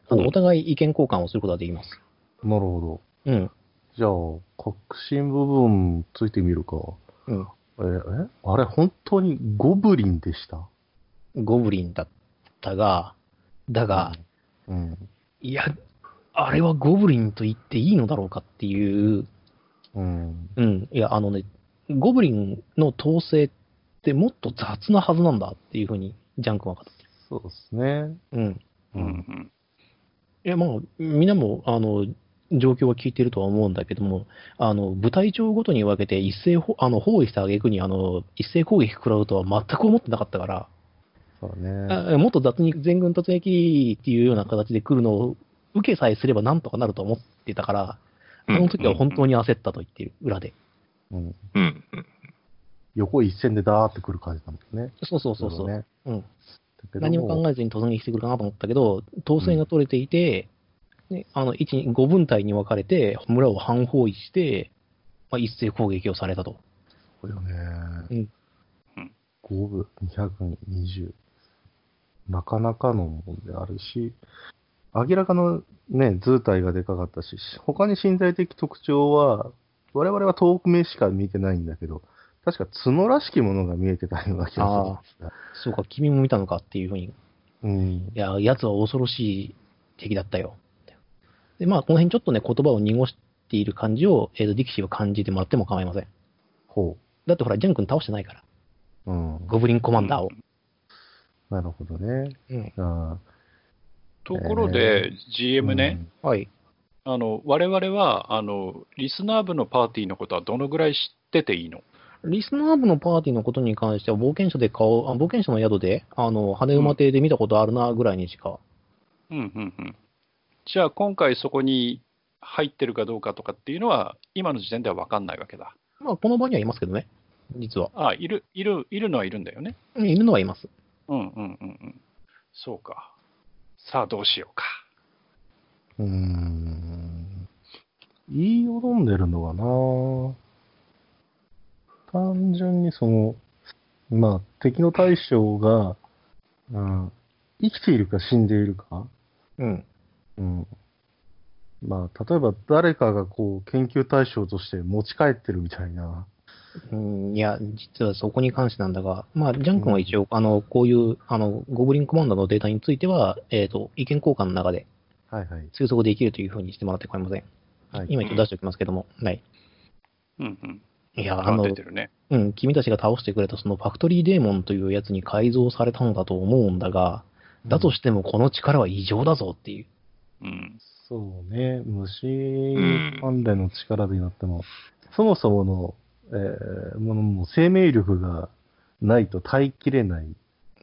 [SPEAKER 1] あ
[SPEAKER 3] う
[SPEAKER 1] の
[SPEAKER 3] ん
[SPEAKER 1] お互い意見交換をすることができます。
[SPEAKER 4] なるほ
[SPEAKER 1] うん。
[SPEAKER 4] ど。じゃあ、確信部分ついてみるか。
[SPEAKER 1] うん。
[SPEAKER 4] え、えあれ、本当にゴブリンでした
[SPEAKER 1] ゴブリンだったが、だが、、
[SPEAKER 4] うん。
[SPEAKER 1] いや、あれはゴブリンと言っていいのだろうかっていう、
[SPEAKER 4] うん。
[SPEAKER 1] うん。いや、あのね、ゴブリンの統制ってもっと雑なはずなんだっていうふうに、ジャン君は分かっ
[SPEAKER 4] そうですね。
[SPEAKER 1] た。うん。
[SPEAKER 2] うんうん
[SPEAKER 1] いや、まあ、みんなも、あの、状況は聞いてるとは思うんだけども、あの、部隊長ごとに分けて一斉ほ、あの、包囲した挙句に、あの、一斉攻撃食らうとは全く思ってなかったから、
[SPEAKER 4] そうね。
[SPEAKER 1] あもっと雑に全軍突撃っていうような形で来るのを受けさえすればなんとかなると思ってたから、あの時は本当に焦ったと言ってる、裏で。
[SPEAKER 4] うん、
[SPEAKER 3] うん。
[SPEAKER 4] 横一線でダーってくる感じなんですね。
[SPEAKER 1] そうそうそうそう。
[SPEAKER 4] ね。
[SPEAKER 1] うん。
[SPEAKER 4] だけど
[SPEAKER 1] 何も考えずに突撃してくるかなと思ったけど、統制が取れていて、ね、あの1 5分隊に分かれて、村を半包囲して、まあ、一斉攻撃をされたと。
[SPEAKER 4] これよね。
[SPEAKER 1] うん
[SPEAKER 2] うん。
[SPEAKER 4] 5部、220。なかなかのもんであるし、明らかのね、図体がでかかったし、他に身体的特徴は、我々は遠く目しか見てないんだけど、確か角らしきものが見えてたような気がするんですが
[SPEAKER 1] そうか、君も見たのかっていうふうに、い
[SPEAKER 4] うん。
[SPEAKER 1] や、奴は恐ろしい敵だったよ。で、まあ、この辺ちょっとね、言葉を濁している感じを、えーと、力士は感じてもらっても構いません。
[SPEAKER 4] ほ
[SPEAKER 1] だってほら、ジャン君倒してないから、
[SPEAKER 4] う。うん。
[SPEAKER 1] ゴブリンコマンダーを。
[SPEAKER 4] なるほどね。
[SPEAKER 1] うん。
[SPEAKER 4] あ
[SPEAKER 2] ところで GM ね、
[SPEAKER 1] はい。
[SPEAKER 2] あの我々はあのリスナー部のパーティーのことはどのぐらい知ってていいの
[SPEAKER 1] リスナー部のパーティーのことに関しては、冒険者で顔、あ冒険者の宿で、あの、羽馬亭で見たことあるな、ぐらいにしか。
[SPEAKER 2] うんうんうん、じゃあ今回そこに入ってるかどうかとかっていうのは今の時点では分かんないわけだ。
[SPEAKER 1] まあ、この場にはいますけどね、実は。
[SPEAKER 2] あいるいるいるのはいるんだよね。
[SPEAKER 1] うんいるのはいます。
[SPEAKER 2] うんうんうんうん。そうか。さあどうしようか。
[SPEAKER 4] うーん言いよどんでるのかな単純にその、まあ、敵の対象が、うん、生きているか死んでいるか、
[SPEAKER 1] うん。
[SPEAKER 4] うん、まあ、例えば誰かがこう、研究対象として持ち帰ってるみたいな、
[SPEAKER 1] うん、いや、実はそこに関してなんだが、まあ、ジャン君は一応、あの、こういう、あの、ゴブリンコマンダーのデータについては、えっ、と、意見交換の中で
[SPEAKER 4] はいはい、
[SPEAKER 1] 推測できるというふうにしてもらって構いません。
[SPEAKER 4] はい
[SPEAKER 1] 今一応出しておきますけども、はい。
[SPEAKER 2] うんうん。
[SPEAKER 1] いや、あ
[SPEAKER 2] あ
[SPEAKER 1] の
[SPEAKER 2] 出、てるね。
[SPEAKER 1] うん、君たちが倒してくれたそのファクトリーデーモンというやつに改造されたのだと思うんだが、だとしてもこの力は異常だぞっていう。
[SPEAKER 2] うん
[SPEAKER 4] そうね、虫関連の力でなっても、そもそもの、えーものも生命力がないと耐えきれない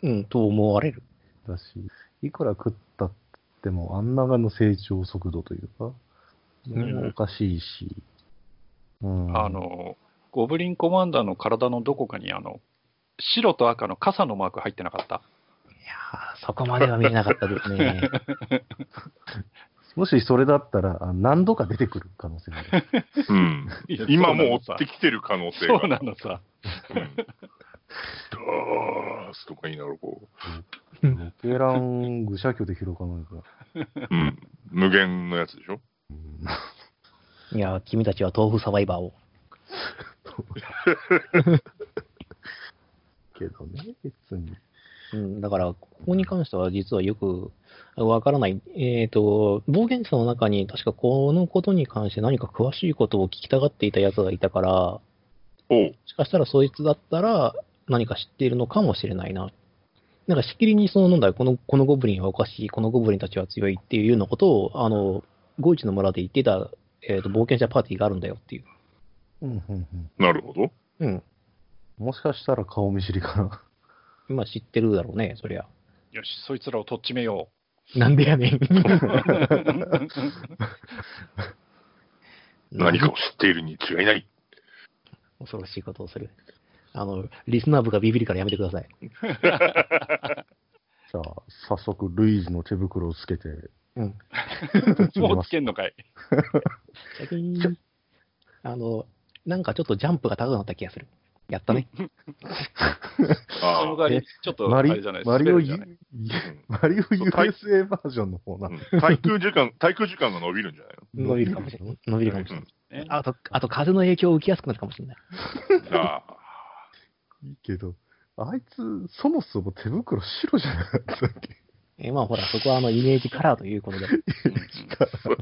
[SPEAKER 1] うん、と思われる。
[SPEAKER 4] だし、いくら食ったっても、あんながの成長速度というか、おかしいし。うん
[SPEAKER 2] あ、の、ゴブリンコマンダーの体のどこかに、あの、白と赤の傘のマーク入ってなかった。
[SPEAKER 1] ーそこまでは見えなかったです ね。
[SPEAKER 4] もしそれだったら、あ何度か出てくる可能性がある。
[SPEAKER 3] うん、今もう追ってきてる可能性が。
[SPEAKER 2] そうなのさ。
[SPEAKER 3] うんダースとか言いながらこ
[SPEAKER 1] うん
[SPEAKER 4] ケーラン愚者教で拾うかないか。
[SPEAKER 3] う、うん、無限のやつでしょ
[SPEAKER 4] うん
[SPEAKER 1] いやー、君たちは豆腐サバイバーを。
[SPEAKER 4] けどね、別に。
[SPEAKER 1] うん、だから、ここに関しては実はよくわからない。えっ、と、暴言者の中に確かこのことに関して何か詳しいことを聞きたがっていた奴がいたから、も
[SPEAKER 3] おう
[SPEAKER 1] しかしたらそいつだったら何か知っているのかもしれないな。なんかしきりにその、なんだ、この、このゴブリンはおかしい、このゴブリンたちは強いっていうようなことを、あの、ゴイチの村で言ってた、えっ、と、冒険者パーティーがあるんだよっていう。
[SPEAKER 4] うんうんうん
[SPEAKER 3] なるほど。
[SPEAKER 1] うん。
[SPEAKER 4] もしかしたら顔見知りかな。
[SPEAKER 1] まあ知ってるだろうね、そりゃ。
[SPEAKER 2] よし、そいつらをとっちめよ
[SPEAKER 1] なんでやねん。
[SPEAKER 3] 何かを知っているに違いない。
[SPEAKER 1] 恐ろしいことをする。あの、リスナー部がビビるからやめてください。
[SPEAKER 4] じゃあ、早速、ルイージの手袋をつけて、
[SPEAKER 1] うん。
[SPEAKER 2] う。もうつけんのかい。
[SPEAKER 1] 最近、あの、なんかちょっとジャンプが高くなった気がする。やったね。
[SPEAKER 2] その
[SPEAKER 3] ああ、
[SPEAKER 2] 代わり、ちょっと、あ
[SPEAKER 4] マリ
[SPEAKER 2] れじゃない
[SPEAKER 4] マリオ
[SPEAKER 2] 滑るじゃない
[SPEAKER 4] U- マリオ USA バージョンの方な
[SPEAKER 3] う。ん滞空時間、滞空時間が伸びるんじゃない
[SPEAKER 1] 伸びるかもしれない。伸びるかもしれない。
[SPEAKER 2] ね
[SPEAKER 1] あと、あと風の影響を受けやすくなるかもしれない。
[SPEAKER 3] のああ、
[SPEAKER 4] いいけど、あいつ、そもそも手袋白じゃなかったっけ
[SPEAKER 1] えまあほら、そこはあのイメージカラーということで。
[SPEAKER 3] それ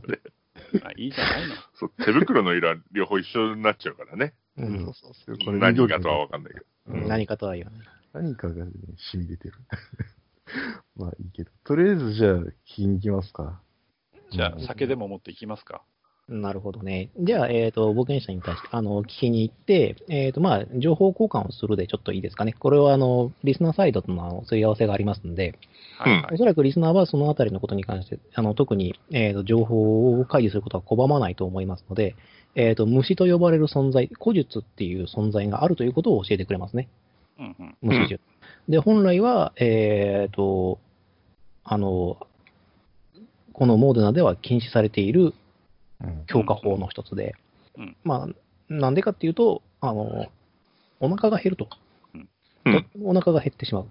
[SPEAKER 2] あいいじゃないの。
[SPEAKER 3] そう手袋の色は両方一緒になっちゃうからね。
[SPEAKER 1] う。
[SPEAKER 4] そうんそうそうこれ
[SPEAKER 3] 何かとは分かんないけど。うん
[SPEAKER 1] 何かとは言わない。
[SPEAKER 4] 何かが、ね、染み出てる。 まあいいけど、とりあえずじゃあ、気に行きますか。
[SPEAKER 2] じゃ
[SPEAKER 4] う
[SPEAKER 2] あ、
[SPEAKER 4] ん
[SPEAKER 2] 酒でも持っていきますか。
[SPEAKER 1] なるほどね。じゃあ、えっ、と、冒険者に対して、あの、聞きに行って、えっ、と、まあ、情報交換をするでちょっといいですかね。これは、あの、リスナーサイドとのあのすり合わせがありますんで、
[SPEAKER 2] はいは
[SPEAKER 1] お
[SPEAKER 2] い。
[SPEAKER 1] そらくリスナーはそのあたりのことに関して、あの、特に、えっ、と、情報を開示することは拒まないと思いますので、えっ、と、虫と呼ばれる存在、古術っていう存在があるということを教えてくれますね。
[SPEAKER 2] うんうん
[SPEAKER 1] 無視中。で、本来は、えっ、と、あの、このモーデナでは禁止されている
[SPEAKER 4] うん
[SPEAKER 1] 強化法の一つで、
[SPEAKER 2] うん
[SPEAKER 1] まあ、なんでかっていうと、あの、お腹が減ると。
[SPEAKER 3] うん
[SPEAKER 1] お腹が減ってしまう。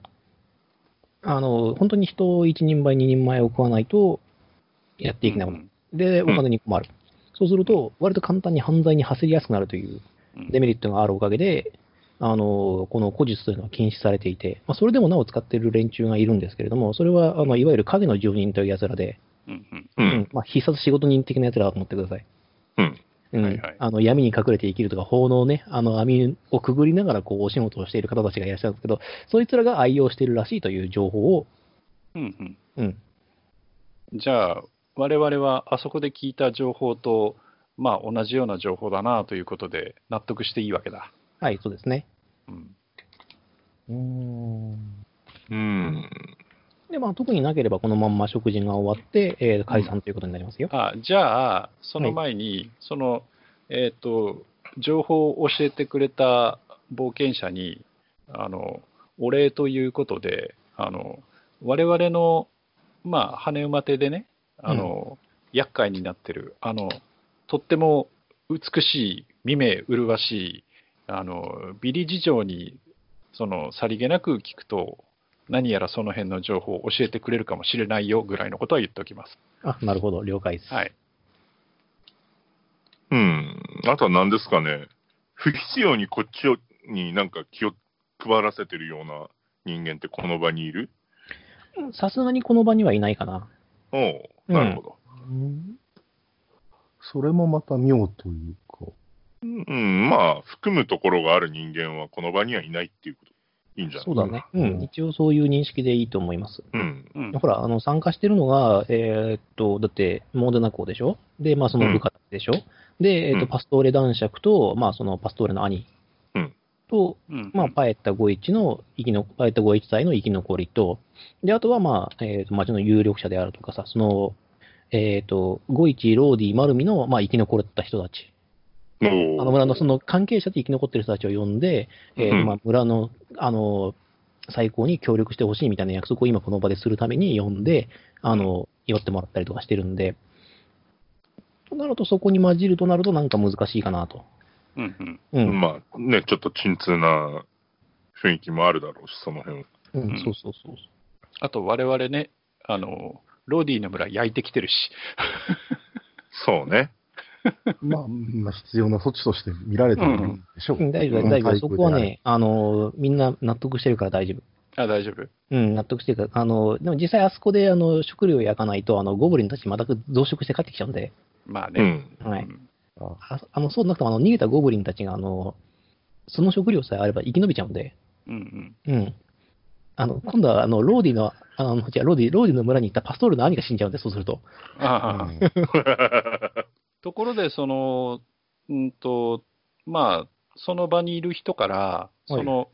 [SPEAKER 1] あの、本当に人を一人前、二人前を食わないと、やっていけなくなる。で、お金に困る。そうすると、割と簡単に犯罪に走りやすくなるという
[SPEAKER 2] うん
[SPEAKER 1] デメリットがあるおかげで、あの、この古術というのは禁止されていて、まあ、それでもなお使っている連中がいるんですけれども、それは、あの、いわゆる影の住人という奴らで、
[SPEAKER 2] うんうん
[SPEAKER 3] う
[SPEAKER 1] うん
[SPEAKER 3] ん。
[SPEAKER 1] まあ、必殺仕事人的なやつらだと思ってください。
[SPEAKER 3] うん。
[SPEAKER 1] うん
[SPEAKER 2] はいはい
[SPEAKER 1] あの闇に隠れて生きるとか、奉納ね、あの網をくぐりながらこうお仕事をしている方たちがいらっしゃるんですけど、そいつらが愛用しているらしいという情報を、
[SPEAKER 2] うんうん
[SPEAKER 1] うん、
[SPEAKER 2] じゃあ、我々はあそこで聞いた情報と、まあ、同じような情報だなということで、納得していいわけだ。
[SPEAKER 1] はい、そうですね。
[SPEAKER 2] うん
[SPEAKER 4] うん。
[SPEAKER 3] うん。
[SPEAKER 1] で、まあ、特になければこのまんま食事が終わって、えー解散ということになりますよ。
[SPEAKER 2] あじゃあ、その前に、その、えっ、と、情報を教えてくれた冒険者に、あの、お礼ということで、あの、我々の、まあ、羽馬手でね、あの、厄介になってる、あの、とっても美しい、未明麗しい、あの、ビリ事情に、その、さりげなく聞くと、何やらその辺の情報を教えてくれるかもしれないよぐらいのことは言っておきます。
[SPEAKER 1] あ、なるほど、了解です。
[SPEAKER 2] はい。
[SPEAKER 3] うん。あとは何ですかね。不必要にこっちをになんか気を配らせてるような人間ってこの場にいる
[SPEAKER 1] さすがにこの場にはいないかな。
[SPEAKER 3] おうなるほど。
[SPEAKER 4] それもまた妙というか。
[SPEAKER 3] うん、まあ、含むところがある人間はこの場にはいないっていうこと。いいんじゃない
[SPEAKER 1] そうだね。
[SPEAKER 4] う
[SPEAKER 1] うんん、一応そういう認識でいいと思います。
[SPEAKER 3] うん。
[SPEAKER 2] うん
[SPEAKER 1] ほら、あの参加してるのが、えーっと、だって、モーデナ校でしょで、まあ、その部下でしょ、で、えーっと、
[SPEAKER 3] うん
[SPEAKER 1] パストーレ男爵と、まあ、そのパストーレの兄
[SPEAKER 3] うん
[SPEAKER 1] と、
[SPEAKER 2] うん
[SPEAKER 1] まあ、パエッタゴイチの生きの、パエッタゴイチ隊の生き残りと、で、あとは、まあ、えーっと、町の有力者であるとかさ、その、えっ、と、五一ローディ、マルミの、まあ、生き残った人たち。
[SPEAKER 3] おー
[SPEAKER 1] あの村のその関係者で生き残ってる人たちを呼んで、えー
[SPEAKER 3] うん
[SPEAKER 1] まあ、村の、あの、最高に協力してほしいみたいな約束を今この場でするために呼んで、あの、祝ってもらったりとかしてるんで、となるとそこに混じるとなるとなんか難しいかなと。
[SPEAKER 2] うんうん
[SPEAKER 1] うん。
[SPEAKER 3] まあね、ちょっと鎮痛な雰囲気もあるだろうし、その辺は。
[SPEAKER 1] うん
[SPEAKER 2] うん
[SPEAKER 1] そうそうそう。
[SPEAKER 2] あと、我々ね、あの、ロディの村焼いてきてるし、
[SPEAKER 3] そうね。
[SPEAKER 4] まあ、まあ必要な措置として見られたんでしょう。
[SPEAKER 1] うん大丈夫、大丈夫。そこはね、あの、みんな納得してるから大丈夫。
[SPEAKER 2] あ、大丈夫。
[SPEAKER 1] うん、納得してるから、あの、でも実際あそこで、あの、食料焼かないと、あの、ゴブリンたちまた増殖して帰ってきちゃうんで、
[SPEAKER 2] まあ
[SPEAKER 3] う
[SPEAKER 2] ね。
[SPEAKER 3] ん。
[SPEAKER 1] はい。
[SPEAKER 2] うん
[SPEAKER 4] あ
[SPEAKER 1] ああの、そうなくても、あの、逃げたゴブリンたちが、あの、その食料さえあれば生き延びちゃうんで、
[SPEAKER 2] うんうん
[SPEAKER 1] うん。あの、今度は、あの、ローディの、あの、違う、ローディ、ローディの村に行ったパストールの兄が死んじゃうんで、そうすると。
[SPEAKER 2] ああ
[SPEAKER 4] うん
[SPEAKER 2] ところで、その、うんと、まあ、その場にいる人から、その、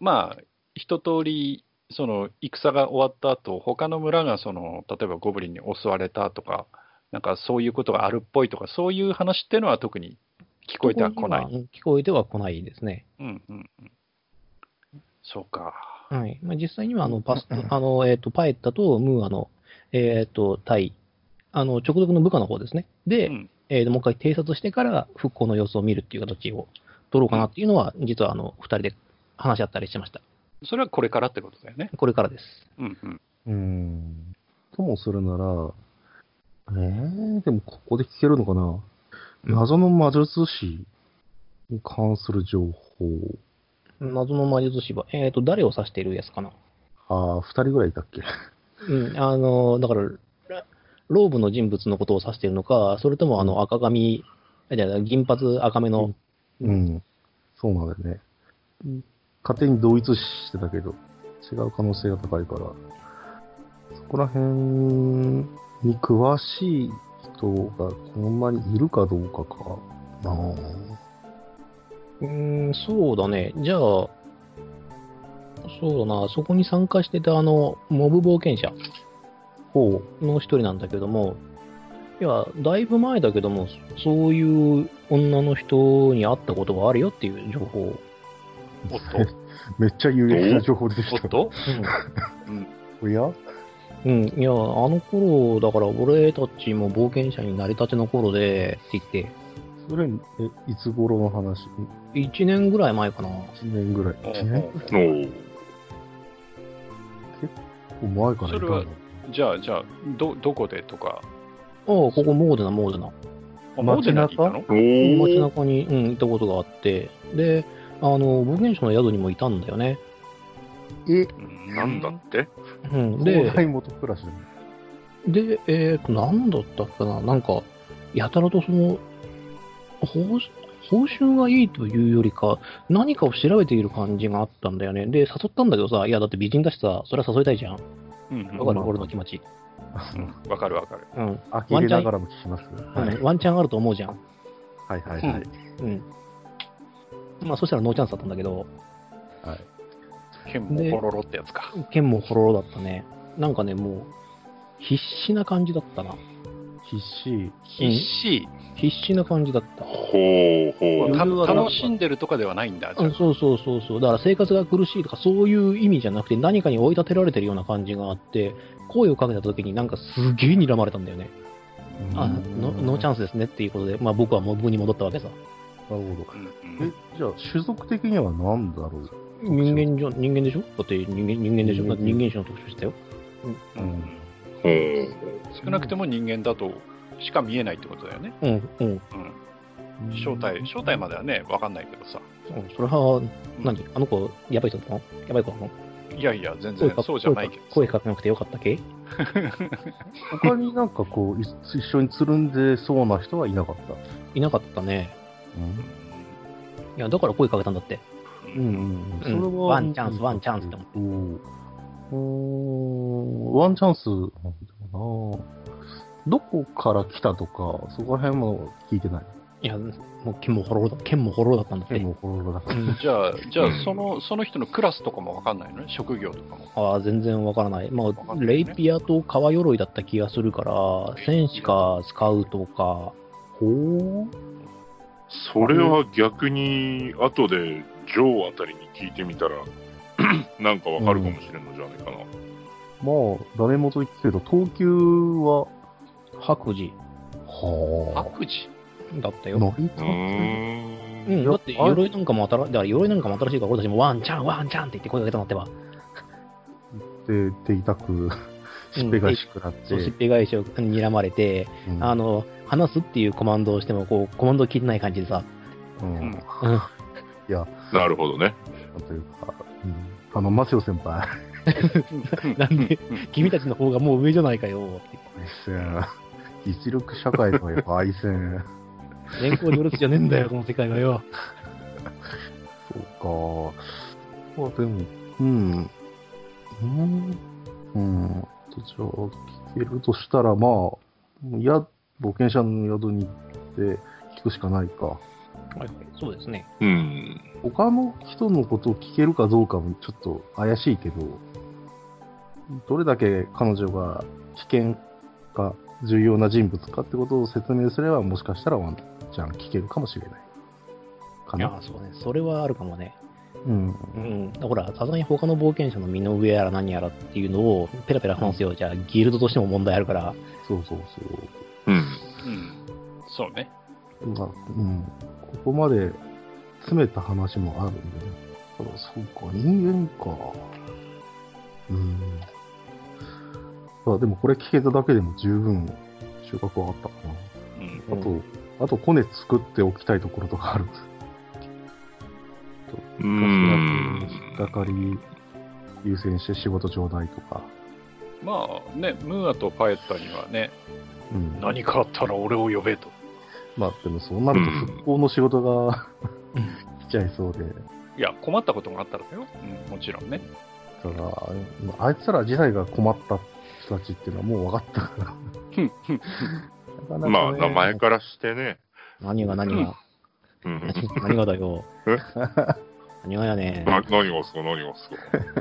[SPEAKER 2] まあ、一通り、その、戦が終わった後、他の村が、その、例えばゴブリンに襲われたとか、なんかそういうことがあるっぽいとか、そういう話っていうのは特に聞こえてはこない。
[SPEAKER 1] ここにはうん聞こえては来ないですね。
[SPEAKER 2] うんうんうん。そうか。
[SPEAKER 1] はい。まあ、実際には、あの、パス、あの、えっ、と、パエッタとムーアの、えっ、と、対、あの、直属の部下の方ですね。で、
[SPEAKER 2] うん
[SPEAKER 1] えーともう一回偵察してから復興の様子を見るっていう形を取ろうかなっていうのは、実は、あの、二人で話し合ったりしてました。
[SPEAKER 2] それはこれからってことだよね。
[SPEAKER 1] これからです。
[SPEAKER 2] うんうん。
[SPEAKER 4] うん。ともするなら、えー、でもここで聞けるのかな謎の魔術師に関する情
[SPEAKER 1] 謎の魔術師は、えっ、と、誰を指しているやつかな。
[SPEAKER 4] 報。ああ、二人ぐらいいたっけ
[SPEAKER 1] うん、あの、だから、ラローブの人物のことを指しているのか、それともあの赤髪、あじゃあ銀髪赤めの、
[SPEAKER 4] うん。そうなんだよね。勝手に同一視してたけど、違う可能性が高いから、そこら辺に詳しい人がこのまにいるかどうかかな
[SPEAKER 1] うん、そうだね。じゃあ、そうだな、そこに参加してたあの、モブ冒険者
[SPEAKER 4] ほ
[SPEAKER 1] の一人なんだけども、いや、だいぶ前だけども、そういう女の人に会ったことがあるよっていう情報を。
[SPEAKER 2] おっ と、
[SPEAKER 4] う。めっちゃ有益な情報出てき
[SPEAKER 2] お
[SPEAKER 4] た
[SPEAKER 2] っ。と、
[SPEAKER 4] おや
[SPEAKER 1] うん、いや、あの頃、だから俺たちも冒険者になりたての頃で、って言って、
[SPEAKER 4] それ、え、いつ頃の話
[SPEAKER 1] 1年ぐらい前かな。
[SPEAKER 4] ?1 年ぐらい。
[SPEAKER 2] お
[SPEAKER 4] 1年
[SPEAKER 3] おー
[SPEAKER 4] 前からいたんだ
[SPEAKER 2] そじゃあ、じゃあ、ど、どこでとか、
[SPEAKER 1] ああ、ここモーデナ、モーデナ。
[SPEAKER 2] あ
[SPEAKER 4] 街中
[SPEAKER 2] モーデナに行った
[SPEAKER 1] 街中
[SPEAKER 2] の
[SPEAKER 3] おー
[SPEAKER 1] に、うん、行ったことがあって、で、あの、冒険者の宿にもいたんだよね。
[SPEAKER 4] え、
[SPEAKER 2] うん
[SPEAKER 3] なんだって
[SPEAKER 1] うん、
[SPEAKER 4] で、
[SPEAKER 1] で
[SPEAKER 4] 広、大元暮らしだね
[SPEAKER 1] で、えっ、と、なんだったかな、なんか、やたらとその、報報酬がいいというよりか、何かを調べている感じがあったんだよね。で、誘ったんだけどさ、いや、だって美人だしさ、それは誘いたいじゃん。わ
[SPEAKER 2] うんう
[SPEAKER 1] か
[SPEAKER 2] ん
[SPEAKER 1] る、俺の気持ち。
[SPEAKER 2] うんわかるわかる。
[SPEAKER 1] うん、
[SPEAKER 4] 呆れながらも聞きます。
[SPEAKER 1] う
[SPEAKER 4] はい
[SPEAKER 1] ん。ワンチャンあると思うじゃん。
[SPEAKER 4] はいはいはい。
[SPEAKER 1] うん。まあ、そしたらノーチャンスだったんだけど、
[SPEAKER 4] はい
[SPEAKER 2] 剣もほろろってやつか。
[SPEAKER 1] 剣もほろろだったね。なんかね、もう、必死な感じだったな。
[SPEAKER 4] 必死。
[SPEAKER 1] うん
[SPEAKER 2] 必死。
[SPEAKER 1] 必死な感じだった。
[SPEAKER 3] ほうほう。
[SPEAKER 2] た
[SPEAKER 1] 余裕はなかった
[SPEAKER 2] 楽しんでるとかではないんだ。じゃ
[SPEAKER 1] う
[SPEAKER 2] あ
[SPEAKER 1] ん、そうそうそうそう。だから生活が苦しいとかそういう意味じゃなくて何かに追い立てられてるような感じがあって、声をかけた時になんかすげえ睨まれたんだよね。あ、のノーチャ
[SPEAKER 4] ン
[SPEAKER 1] ンスですねっていうことで、まあ僕はモブに戻ったわけさ。
[SPEAKER 4] ス。なるほど。
[SPEAKER 2] うんう
[SPEAKER 4] え
[SPEAKER 2] ん、
[SPEAKER 4] じゃあ、種族的には何だろう
[SPEAKER 1] 人間じゃ、人間でしょだって人間、人間でしょだって人間種の特徴したよ。
[SPEAKER 4] うん
[SPEAKER 3] ほう。
[SPEAKER 2] 少なくても人間だとしか見えないってことだよね。
[SPEAKER 1] うん、うん。
[SPEAKER 2] うん正体、正体まではね、わかんないけどさ。
[SPEAKER 1] うんそれは
[SPEAKER 2] うん
[SPEAKER 1] 何、あの子、やばい人なのやばい子なの
[SPEAKER 2] いやいや、全
[SPEAKER 1] 声
[SPEAKER 2] 然
[SPEAKER 1] か
[SPEAKER 2] そうじゃないけど
[SPEAKER 1] 声かけなくてよかったっけ
[SPEAKER 4] 他になんかこう、い一緒につるんでそうな人はいなかった。
[SPEAKER 1] いなかったね。
[SPEAKER 4] うん
[SPEAKER 1] いや、だから声かけたんだって。
[SPEAKER 2] うん
[SPEAKER 4] うんうんうん。それ
[SPEAKER 1] うん
[SPEAKER 4] は。
[SPEAKER 1] ワンチャンスワンチャンスって思
[SPEAKER 4] おーうーん、ワンチャンスなんだよなどこから来たとか、そこら辺も聞いてない。
[SPEAKER 1] いや、もう剣もほろろだ、剣もほろろだったんだって。
[SPEAKER 4] でも、ほろろだから。
[SPEAKER 2] じゃあ、じゃ
[SPEAKER 3] うん
[SPEAKER 2] あその、その人のクラスとかも分かんないのね、職業とかも。
[SPEAKER 1] ああ、全然わからない。ま
[SPEAKER 2] かん
[SPEAKER 1] あ、
[SPEAKER 2] ないね
[SPEAKER 1] レイピアと革鎧だった気がするから、戦士かスカウトか、ほう
[SPEAKER 3] それは逆に、後で、ジョーあたりに聞いてみた ら、なんかわかるかもしれんのじゃないかな。
[SPEAKER 4] まあ、ダメ元言ってると、等級は、
[SPEAKER 1] 白磁
[SPEAKER 4] は
[SPEAKER 2] 悪事
[SPEAKER 1] だった
[SPEAKER 4] あ、
[SPEAKER 1] よ。
[SPEAKER 4] 成り立
[SPEAKER 3] う
[SPEAKER 4] つ。
[SPEAKER 1] う
[SPEAKER 3] ーん。
[SPEAKER 1] ん、だって
[SPEAKER 4] いやあれ
[SPEAKER 1] 鎧なんかも新だから鎧なんかも新しいから、俺たちもワンチャン、ワンチャンって言って声かけたなってば、
[SPEAKER 4] で、で痛く、しっぺ返し食らって、
[SPEAKER 1] そうしっぺ返しを睨まれて、
[SPEAKER 4] うん
[SPEAKER 1] あ、の、話すっていうコマンドをしても、こう、コマンドを聞いてない感じでさ、
[SPEAKER 4] うん
[SPEAKER 2] うん
[SPEAKER 1] うん
[SPEAKER 3] なるほどね。
[SPEAKER 4] なんというか、うん、頼んますよ、先輩。
[SPEAKER 1] なんで、君たちの方がもう上じゃないかよって。
[SPEAKER 4] 敗戦。実力社会の敗戦。
[SPEAKER 1] 年功序列じゃねえんだ よ、この世界はよ。
[SPEAKER 4] そうか。まあでも、うん。うん。うん。とじゃあ、聞けるとしたら、まあ、もうや、冒険者の宿に行って聞くしかないか。
[SPEAKER 1] そうですね。
[SPEAKER 3] うん。
[SPEAKER 4] 他の人のことを聞けるかどうかもちょっと怪しいけど、どれだけ彼女が危険か重要な人物かってことを説明すれば、もしかしたらワンちゃん聞けるかもしれない。か
[SPEAKER 1] あ
[SPEAKER 4] な。
[SPEAKER 1] あ、そうね。それはあるかもね。
[SPEAKER 4] うん。
[SPEAKER 1] うん。ほら、さすがに他の冒険者の身の上やら何やらっていうのを、ペラペラ話すよ。じゃあ、ギルドとしても問題あるから。
[SPEAKER 4] そうそうそう。
[SPEAKER 3] うん。
[SPEAKER 2] うん、そうね。
[SPEAKER 4] まあ、うん、ここまで詰めた話もあるんで、ね、ただそうか、人間か。うん。まあでもこれ聞けただけでも十分収穫はあったか
[SPEAKER 2] うん、
[SPEAKER 4] な。あと、あとコネ作っておきたいところとかある。
[SPEAKER 3] うーん
[SPEAKER 4] 引っ。かかり優先して仕事ちょうだいとか。
[SPEAKER 2] まあね、ムーアとパエッタにはね、
[SPEAKER 4] うん。
[SPEAKER 2] 何かあったら俺を呼べと。
[SPEAKER 4] まあでもそうなると復興の仕事が来ちゃいそうで。
[SPEAKER 2] いや、困ったことがあったらだよ、うん、もちろんね。
[SPEAKER 4] だから、あいつら自体が困った人たちっていうのはもう分かったから。なかなかね
[SPEAKER 3] まあ、名前からしてね。
[SPEAKER 1] 何が何が、
[SPEAKER 3] うん。
[SPEAKER 1] 何がだよ
[SPEAKER 3] え。
[SPEAKER 1] 何がやね
[SPEAKER 3] な何がですか、何がで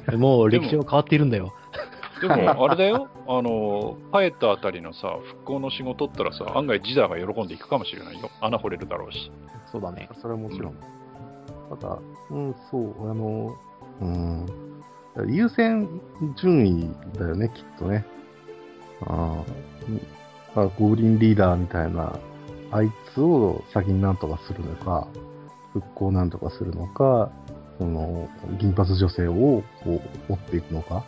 [SPEAKER 3] すか。
[SPEAKER 1] もう歴史は変わっているんだよ。
[SPEAKER 2] でも、あれだよ、 あの、パエッタあたりのさ、復興の仕事ったらさ、案外ジダーが喜んでいくかもしれないよ。穴掘れるだろうし。
[SPEAKER 1] そうだね。
[SPEAKER 4] それはもちろん。ただ、うん、そう、あの、うん。優先順位だよね、きっとね。ああ、うんあゴブリンリーダーみたいな、あいつを先になんとかするのか、復興なんとかするのか、その、銀髪女性をこう追っていくのか、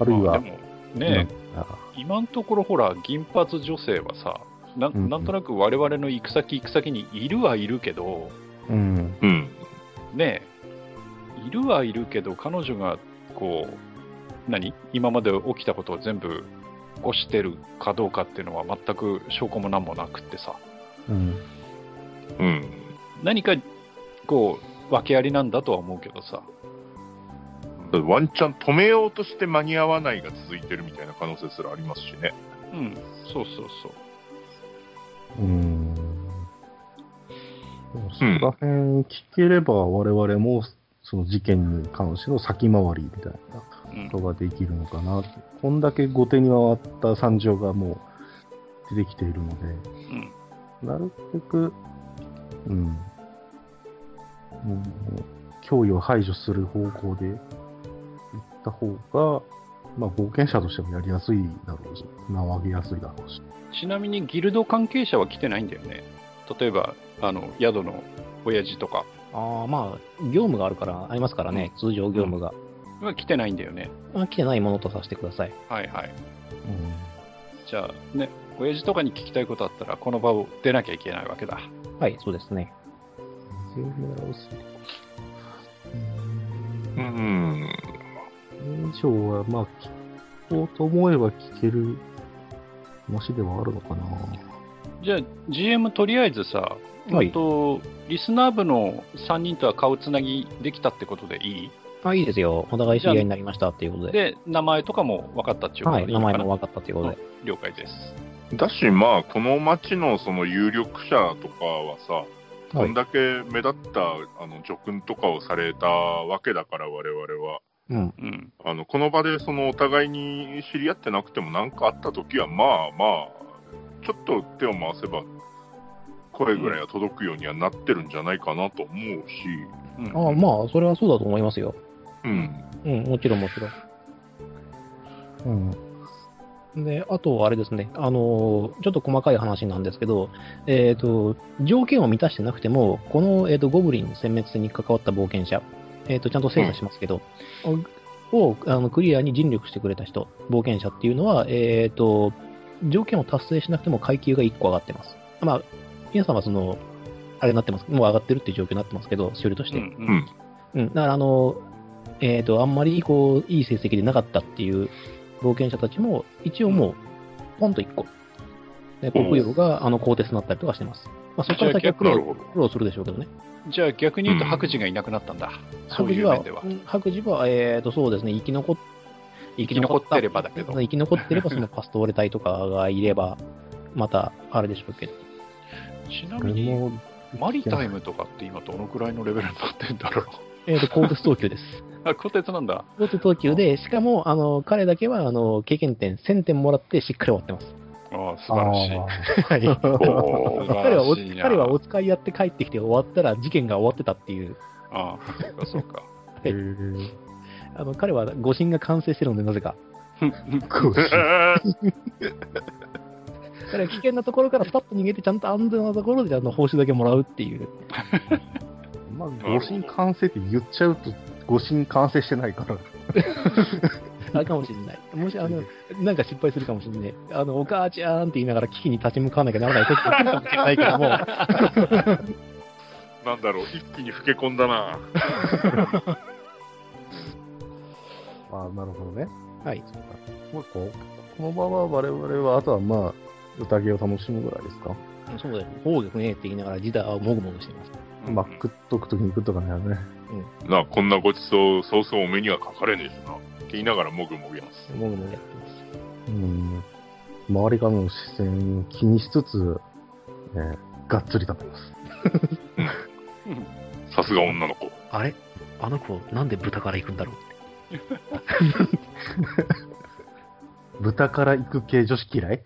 [SPEAKER 4] あるい
[SPEAKER 2] ま
[SPEAKER 4] は
[SPEAKER 2] あ、でも、ね、
[SPEAKER 4] なんか
[SPEAKER 2] 今のところほら、銀髪女性はさ、な
[SPEAKER 4] うんうん
[SPEAKER 2] んなんとなく我々の行く先行く先にいるはいるけど、
[SPEAKER 4] うん、
[SPEAKER 3] うん。
[SPEAKER 2] ねえ、いるはいるけど、彼女が、こう、何今まで起きたことを全部起こしてるかどうかっていうのは全く証拠も何もなくってさ、
[SPEAKER 4] うん、
[SPEAKER 3] うん。
[SPEAKER 2] 何か、こう、訳ありなんだとは思うけどさ、
[SPEAKER 3] ワンチャン止めようとして間に合わないが続いてるみたいな可能性すらありますしね。
[SPEAKER 2] うん、そうそうそう。
[SPEAKER 4] うん。でもそこら辺聞ければ我々もその事件に関しての先回りみたいな
[SPEAKER 2] うん
[SPEAKER 4] ことができるのかなって。こんだけ後手に回った惨状がもう出てきているので、
[SPEAKER 2] うん
[SPEAKER 4] なるべく、うん、もう脅威を排除する方向で行った方が、まあ冒険者としてもやりやすいだろうし、縄上げやすいだろうし。
[SPEAKER 2] ちなみにギルド関係者は来てないんだよね。例えば、あの、宿の親父とか
[SPEAKER 1] ああ、まあ、業務があるから、ありますからね。通常業務が。
[SPEAKER 2] は来てないんだよね。
[SPEAKER 1] あ来てないものとさせてください。
[SPEAKER 2] はいはい。
[SPEAKER 4] うん
[SPEAKER 2] じゃあね、親父とかに聞きたいことあったら、この場を出なきゃいけないわけだ。
[SPEAKER 1] はい、そうですね。
[SPEAKER 4] ゼロス
[SPEAKER 3] う
[SPEAKER 4] うん
[SPEAKER 3] ん。
[SPEAKER 4] 以上は、まあ、聞こうと思えば聞ける話ではあるのかな。
[SPEAKER 2] じゃあ、GM とりあえずさ、
[SPEAKER 1] はい
[SPEAKER 2] うんとリスナー部の3人とは顔つなぎできたってことでいい
[SPEAKER 1] あ、いいですよ。お互い知り合いになりましたっていうことで。
[SPEAKER 2] で、名前とかも分かったっていうこと
[SPEAKER 1] は
[SPEAKER 2] で
[SPEAKER 1] い、
[SPEAKER 2] い
[SPEAKER 1] 名
[SPEAKER 2] いのかな
[SPEAKER 1] 前も分かったということで。
[SPEAKER 2] 了解です。
[SPEAKER 3] だし、まあ、この町のその有力者とかはさ、こんだけ目立ったあの叙勲とかをされたわけだから、我々は。
[SPEAKER 4] うん。
[SPEAKER 2] うん、
[SPEAKER 3] あのこの場でそのお互いに知り合ってなくても何かあった時は、まあまあ、ちょっと手を回せば、声ぐらいは届くようにはなってるんじゃないかなと思うし、
[SPEAKER 2] うん
[SPEAKER 1] ああまあ、それはそうだと思いますよ。
[SPEAKER 3] うん、
[SPEAKER 1] うん、もちろんもちろん。
[SPEAKER 4] うん。
[SPEAKER 1] で、あと、あれですね、あのーちょっと細かい話なんですけど、えっ、と、条件を満たしてなくても、この、えー、とゴブリン殲滅戦に関わった冒険者、えっ、と、ちゃんと精査しますけど、をあのクリアに尽力してくれた人、冒険者っていうのは、えっ、と、条件を達成しなくても階級が1個上がってます。まあ、皆さんはその、あれになってます、もう上がってるっていう状況になってますけど、しおりとし
[SPEAKER 2] う
[SPEAKER 1] て。
[SPEAKER 2] んう
[SPEAKER 3] うんん、
[SPEAKER 1] うん、だからあの、えっ、と、あんまりこう、いい成績でなかったっていう冒険者たちも、一応もう、ポンと1個。で、
[SPEAKER 3] うん
[SPEAKER 1] 国領が、あの、鋼鉄になったりとかしてます。まあ、そこから先は苦
[SPEAKER 3] なる
[SPEAKER 1] 労
[SPEAKER 3] ほど。
[SPEAKER 1] 苦労するでしょうけどね。
[SPEAKER 2] じゃあ逆に言うと白磁がいなくなったんだ、そ
[SPEAKER 1] 白
[SPEAKER 2] うい
[SPEAKER 1] 磁
[SPEAKER 2] う
[SPEAKER 1] は
[SPEAKER 2] 面では、、
[SPEAKER 1] うん白磁は、えっ、と、そうですね、生き残っ、生
[SPEAKER 2] 生き残ってればだけど
[SPEAKER 1] 生き残ってれば、そのパストーレ隊とかがいれば、また、あれでしょうけど。
[SPEAKER 2] ちな
[SPEAKER 4] こ
[SPEAKER 2] み
[SPEAKER 4] れ
[SPEAKER 2] に
[SPEAKER 4] も、
[SPEAKER 2] マリタイムとかって今どのくらいのレベルになってんだ ろう
[SPEAKER 1] えっ、と、鋼鉄等級です。
[SPEAKER 2] あ小鉄なんだ
[SPEAKER 1] 鋼鉄等級で、しかも、あの、彼だけは、あの、経験点1000点もらって、しっかり終わってます。
[SPEAKER 2] ああ素晴らしい
[SPEAKER 1] はい。
[SPEAKER 2] おー素 晴
[SPEAKER 1] 彼はお
[SPEAKER 2] らしいな
[SPEAKER 1] 彼はお使いやって帰ってきて終わったら事件が終わってたっていう、
[SPEAKER 2] ああそうかそうか
[SPEAKER 4] へー
[SPEAKER 1] あの彼は誤信が完成してるので、なぜか。彼は危険なところからスパッと逃げて、ちゃんと安全なところであの報酬だけもらうっていう。
[SPEAKER 4] まあ、誤信完成って言っちゃうと、誤信完成してないから。
[SPEAKER 1] あれかもしれない。もし、あの、なんか失敗するかもしれない。あの、お母ちゃんって言いながら危機に立ち向かわなきゃならない時が来るかもしれないけども、
[SPEAKER 3] なんだろう、一気に老け込んだな。
[SPEAKER 4] ああ、なるほどね。
[SPEAKER 1] はい。
[SPEAKER 4] そうかまあ、こう、この場は我々は、あとはまあ、宴を楽しむぐらいですか。
[SPEAKER 1] そうだよ。宝玉ねえって言いながら自打をもぐもぐしてます。
[SPEAKER 4] まあ、食っとくときに食っとかないよね。
[SPEAKER 3] なあこんなごちそう、そうそうお目にはかかれねえしな。って言いながらもぐもぐやんす。
[SPEAKER 1] もぐもぐやってます。
[SPEAKER 4] うん。周りからの視線を気にしつつ、えーがっつり食べます。
[SPEAKER 3] さすが女の子。
[SPEAKER 1] あれあの子、なんで豚から行くんだろう
[SPEAKER 4] 豚から行く系女子嫌い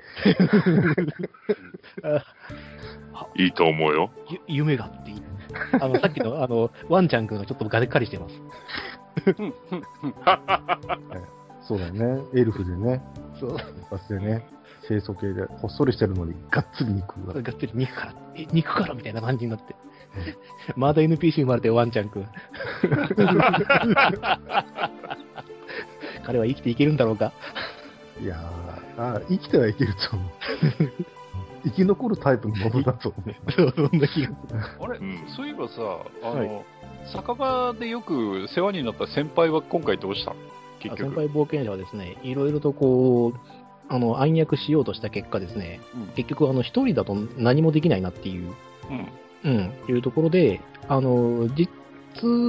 [SPEAKER 3] いいと思うよ。
[SPEAKER 1] ゆ夢が っていう。あの、さっきの、あの、ワンちゃんくんがちょっとがっかりしてます。
[SPEAKER 2] うんうんうん
[SPEAKER 4] そうだよね。エルフでね、
[SPEAKER 1] そう。
[SPEAKER 4] バスでね、清楚系で、ほっそりしてるのに、がっつり肉が
[SPEAKER 1] が。っつり肉から、え、肉からみたいな感じになって。まだ NPC 生まれてよワンちゃんくん。彼は生きていけるんだろうか。
[SPEAKER 4] いやーあー生きてはいけると思う。 生き残るタイプのものだと思う。
[SPEAKER 1] そう、そんな気が。
[SPEAKER 2] あれ、
[SPEAKER 3] うん
[SPEAKER 2] そういえばさあの、
[SPEAKER 4] はい
[SPEAKER 2] 酒場でよく世話になった先輩は今回どうしたの 結
[SPEAKER 1] あ先
[SPEAKER 2] 局
[SPEAKER 1] 輩冒険者はですね、いろいろとこう、あの、暗躍しようとした結果ですね、
[SPEAKER 2] うん
[SPEAKER 1] 結局、あの、一人だと何もできないなっていう
[SPEAKER 2] うん
[SPEAKER 1] うん、いうところで、あの、実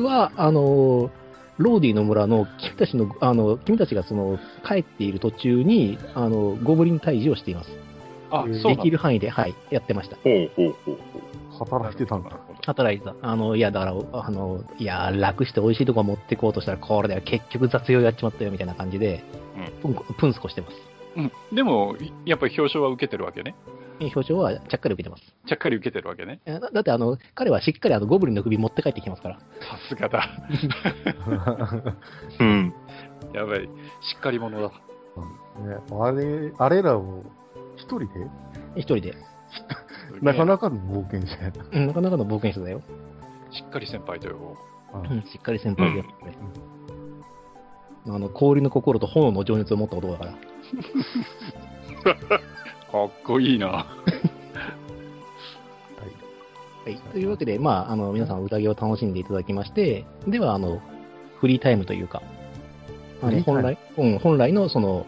[SPEAKER 1] は、あの、ローディの村の君たちの、あの、君たちがその、帰っている途中に、あの、ゴブリン退治をしています。
[SPEAKER 2] あ
[SPEAKER 4] うん
[SPEAKER 2] そう
[SPEAKER 1] で
[SPEAKER 2] な
[SPEAKER 1] き
[SPEAKER 2] んだ
[SPEAKER 1] る範囲で、はい、やってました。
[SPEAKER 3] ほうほうほうほう。
[SPEAKER 4] 働いてたんだ。
[SPEAKER 1] 働いてた。あの、いや、だから、あの、いや、楽して美味しいとこ持ってこうとしたら、これでは結局雑用やっちまったよ、みたいな感じで、プンプンスコしてます。
[SPEAKER 2] うん、でもいやっぱり表彰は受けてるわけね
[SPEAKER 1] え表彰はちゃっかり受けてます。
[SPEAKER 2] ちゃっかり受けてるわけね
[SPEAKER 1] えだだって、あの、彼はしっかりあの、ゴブリンの首持って帰ってきてますから。
[SPEAKER 2] さすがだ
[SPEAKER 3] うん。
[SPEAKER 2] やばいしっかり者だ
[SPEAKER 4] ね、あれ、あれらを一人で
[SPEAKER 1] 一人で。
[SPEAKER 4] なかなかの冒険者やな。
[SPEAKER 1] うんなかなかの冒険者だよ。
[SPEAKER 2] しっかり先輩とよ
[SPEAKER 1] うんしっかり先輩でやってね、あの氷の心と炎の情熱を持った男だから、
[SPEAKER 2] かっこいいな
[SPEAKER 1] はい、というわけで、まあ、あの皆さん宴を楽しんでいただきましてではあのフリータイムというかあ
[SPEAKER 4] フ
[SPEAKER 1] の
[SPEAKER 4] リータイ
[SPEAKER 1] 本来、う
[SPEAKER 4] ム
[SPEAKER 1] ん、本来のその、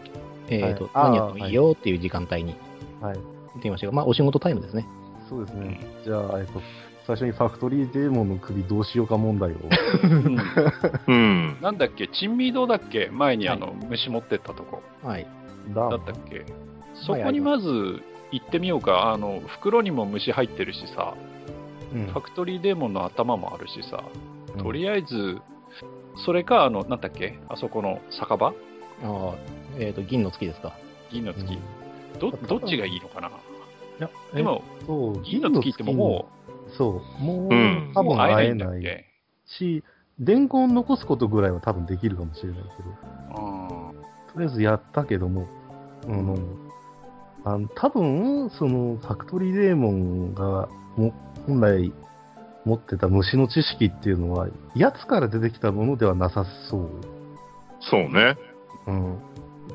[SPEAKER 1] えーと
[SPEAKER 4] はいあー
[SPEAKER 1] 何やってもいいよっていう時間帯に
[SPEAKER 4] はい。
[SPEAKER 1] 行ってみましょう、まあ、お仕事タイムですね
[SPEAKER 4] そうですね。じゃあ、えっと、最初にファクトリーデーモンの首どうしようか 問題を。
[SPEAKER 2] うん
[SPEAKER 3] うん。
[SPEAKER 2] なんだっけ珍味堂だっけ前にあの、虫持ってったとこ
[SPEAKER 1] はい
[SPEAKER 4] だ
[SPEAKER 2] だったっけそこにまず行ってみようか。あの、袋にも虫入ってるしさ、
[SPEAKER 1] うん
[SPEAKER 2] ファクトリーデーモンの頭もあるしさ、
[SPEAKER 4] うん
[SPEAKER 2] とりあえず、それか、あの、なんだっけ、あそこの酒場
[SPEAKER 1] ああ、えっ、と、銀の月ですか。
[SPEAKER 2] 銀の
[SPEAKER 4] うん
[SPEAKER 2] 月、どどっちがいいのかな、
[SPEAKER 1] いや、
[SPEAKER 2] でも、
[SPEAKER 4] そう、
[SPEAKER 2] 銀の月ってもうも
[SPEAKER 4] そう、もう、
[SPEAKER 3] うん
[SPEAKER 4] 多
[SPEAKER 2] もう
[SPEAKER 4] 分
[SPEAKER 2] 会
[SPEAKER 4] 会
[SPEAKER 2] え
[SPEAKER 4] え
[SPEAKER 2] ないんだ
[SPEAKER 4] な
[SPEAKER 2] っ
[SPEAKER 4] い
[SPEAKER 2] け、
[SPEAKER 4] し、伝言を残すことぐらいは多分できるかもしれないけど、
[SPEAKER 2] うん
[SPEAKER 4] とりあえずやったけども、うんあの多分そのファクトリーデーモンがも本来持ってた虫の知識っていうのは、やつから出てきたものではなさそう。
[SPEAKER 3] そうね。
[SPEAKER 4] うん、